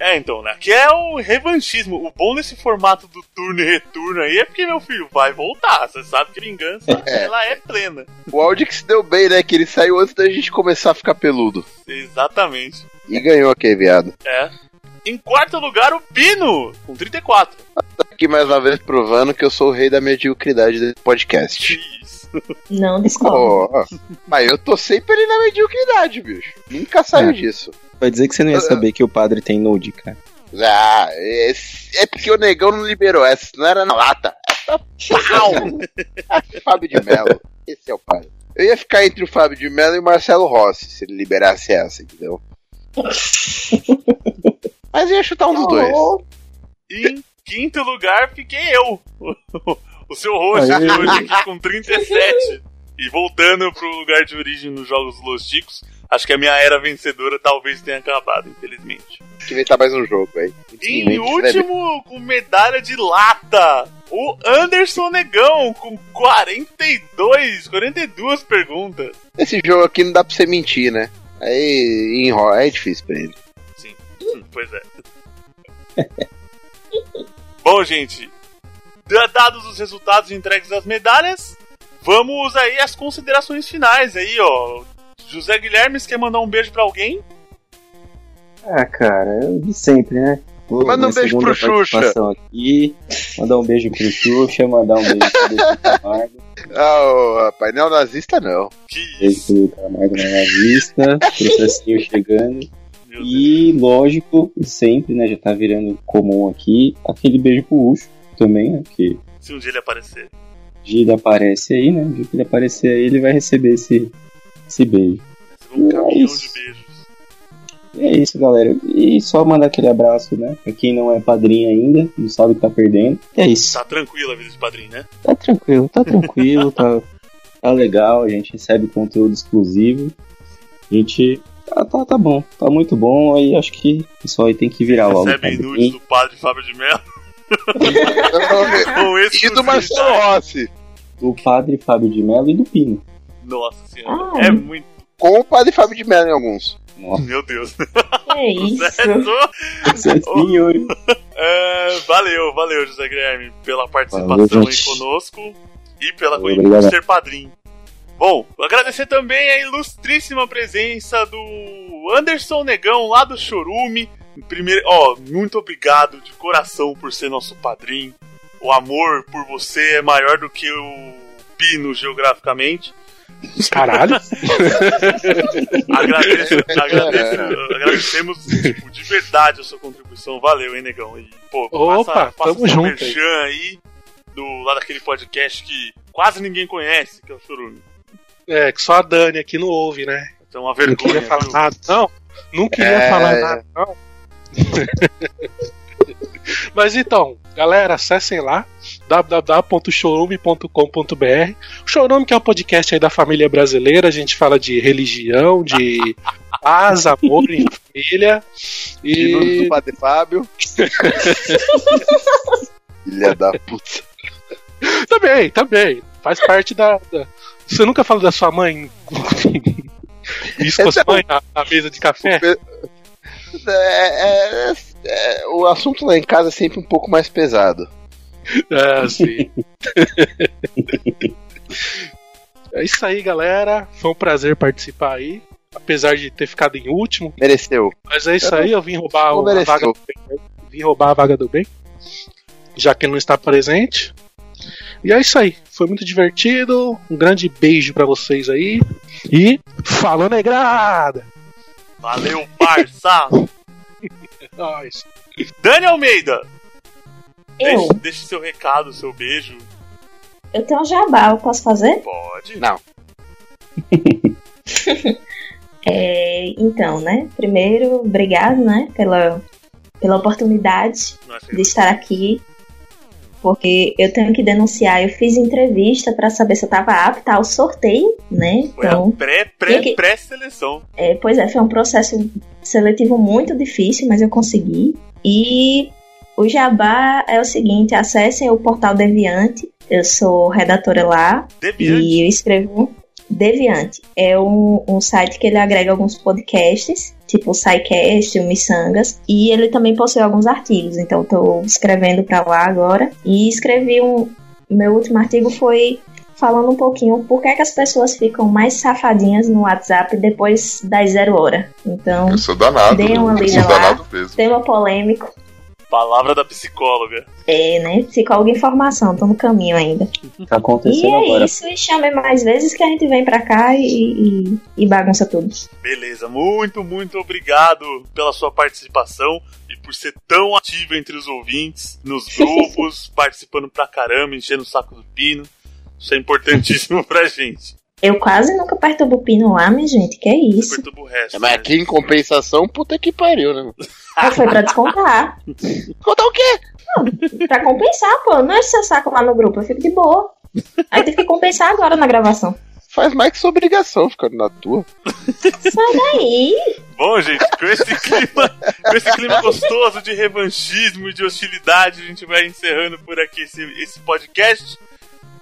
É, então, né? Que é o revanchismo. O bom desse formato do turno e retorno aí é porque, meu filho, vai voltar. Você sabe que vingança,
É.
ela é plena.
O Aldi que se deu bem, né? Que ele saiu antes da gente começar a ficar peludo.
Exatamente.
E ganhou aquele viado.
É. Em quarto lugar, o Pino, com 34.
Tô aqui mais uma vez provando que eu sou o rei da mediocridade desse podcast.
Isso.
Não discordo.
Oh, mas eu tô sempre ali na mediocridade, bicho. Nunca saio
É.
disso.
Vai dizer que você não ia saber que o padre tem nude, cara.
Ah, esse- é porque o negão não liberou essa, não era na lata. Essa é pau! É Fábio de Mello. Esse é o pai. Eu ia ficar entre o Fábio de Mello e o Marcelo Rossi, se ele liberasse essa, entendeu? Mas eu ia chutar um dos dois.
E em quinto lugar fiquei eu. O seu host
Aê.
de hoje aqui com 37. E voltando pro lugar de origem nos Jogos Los Chicos, acho que a minha era vencedora talvez tenha acabado, infelizmente.
Tem que inventar mais um jogo aí.
E em último, com medalha de lata, o Anderson Negão com 42, 42 perguntas.
Esse jogo aqui não dá pra você mentir, né? Aí enrola, aí é difícil pra ele.
Hum, Pois é. Bom, gente, da- dados os resultados e entregues das medalhas, vamos aí às considerações finais aí, ó. José Guilherme, você quer mandar um beijo pra alguém?
Ah, cara, eu de sempre, né? Vou,
Manda um
minha
beijo
segunda
pro Xuxa.
participação Aqui, mandar um beijo pro Xuxa, mandar um beijo pro Camargo,
Ah, o rapaz, neonazista não.
Que
beijo pro Camargo na vista, pro Cessinho chegando.
meu Deus. né?
E, lógico, e sempre, né, já tá virando comum aqui, aquele beijo pro Ucho também, né, que
Se um dia ele aparecer.
Gida aparece aí, né, o dia que ele aparecer aí, ele vai receber esse, esse beijo.
Recebeu um
É
caminhão de
isso.
beijos.
E é isso, galera. E só mandar aquele abraço, né? Pra quem não é padrinho ainda, não sabe o que tá perdendo. E é isso.
Tá tranquila a vida de padrinho, né?
Tá tranquilo, tá tranquilo, tá, tá legal, a gente recebe conteúdo exclusivo. A gente. Tá, tá, tá bom, tá muito bom. Aí acho que o pessoal aí tem que virar logo.
Recebem
Tá padrinho.
nudes do padre Fábio de Mello com
Tá. e do Marcelo
exclusividade.
Rossi.
do padre Fábio de Mello e do Pino.
Nossa senhora,
Ah.
Ai.
é muito.
Com o padre Fábio de Mello em alguns.
Nossa,
Meu Deus.
Oh.
É isso.
Certo?
senhor.
É, valeu, valeu, José Guilherme, pela participação
Valeu,
aí
gente.
conosco e pela
Valeu,
por
obrigado.
ser padrinho. Bom, agradecer também a ilustríssima presença do o Anderson Negão lá do Chorume. Primeiro, ó, muito obrigado de coração por ser nosso padrinho. O amor por você é maior do que o Pino geograficamente.
Caralho!
Agradeço, agradeço, agradecemos tipo, de verdade a sua contribuição. Valeu, hein, negão? E, pô,
Opa, tamo
o seu
junto
merchan aí do, lá daquele podcast que quase ninguém conhece, que é o Churume.
É, que só a Dani aqui não ouve, né?
Então, uma
Não
vergonha.
queria falar
viu?
nada, não. Não queria
É.
falar nada, não. Mas então, galera, acessem lá www.chorume.com.br O Chorume que é um podcast aí da família brasileira, a gente fala de religião, de paz, amor em família.
Minuto do
E
Padre Fábio. Filha da puta.
também, também, faz parte da, da- Você nunca fala da sua mãe? Isso com a sua mãe na- na mesa de café?
É, é, é, o assunto lá em casa é sempre um pouco mais pesado.
Ah, sim. é isso aí, galera. Foi um prazer participar aí. Apesar de ter ficado em último.
Mereceu.
Mas é isso aí, eu vim roubar,
Não
o- a, vaga,
mereceu.
vim roubar a vaga do bem. Já que ele não está presente. E é isso aí. Foi muito divertido. Um grande beijo pra vocês aí. E falou negrada!
Valeu, parça!
É Nós.
Dani Almeida!
Eu?
Deixe, deixe seu recado, seu beijo.
Eu tenho um jabá, eu posso fazer?
Pode.
Não.
É, então, né? Primeiro, obrigado, né? Pela, pela oportunidade
Não é feio.
de estar aqui. Porque eu tenho que denunciar. Eu fiz entrevista pra saber se eu tava apta ao sorteio, né?
Foi
Então,
a pré, pré,
Quem que-
pré-seleção.
É, pois é, foi um processo seletivo muito difícil, mas eu consegui. E o Jabá é o seguinte: acessem o portal Deviante. Eu sou redatora lá
Deviante.
e eu escrevo Deviante. É um, um site que ele agrega alguns podcasts, tipo o SciCast, o Missangas, e ele também possui alguns artigos. Então estou escrevendo para lá agora e escrevi um meu último artigo foi falando um pouquinho por que, é que as pessoas ficam mais safadinhas no WhatsApp depois das zero hora. Então,
Eu sou danado.
Dê uma
eu
lida
sou
lá.
danado mesmo.
tema polêmico
Palavra da psicóloga.
é, né? Psicóloga e informação, tô no caminho ainda.
Tá
E
acontecendo
é
agora.
isso, e chame mais vezes que a gente vem pra cá e, e- e bagunça tudo.
Beleza, muito, muito obrigado pela sua participação e por ser tão ativo entre os ouvintes, nos grupos, participando pra caramba, enchendo o saco do pino. Isso é importantíssimo pra gente.
Eu quase nunca perturbo o pino lá, minha gente, que é isso.
Perturba o resto.
Mas
né?
aqui em compensação, puta que pariu, né?
Aí foi pra descontar.
Contar o quê?
Pra compensar, pô. Não é seu saco lá no grupo, eu fico de boa. Aí tem que compensar agora na gravação.
Faz mais que sua obrigação ficando na tua.
Aí,
Bom, gente, com esse clima, com esse clima gostoso de revanchismo e de hostilidade, a gente vai encerrando por aqui esse, esse podcast.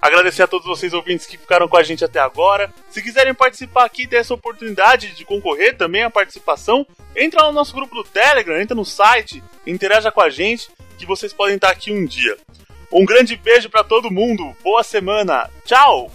Agradecer a todos vocês ouvintes que ficaram com a gente até agora. Se quiserem participar aqui ter essa oportunidade de concorrer também à participação, entra lá no nosso grupo do Telegram, entra no site, interaja com a gente, que vocês podem estar aqui um dia. Um grande beijo pra todo mundo, boa semana, tchau!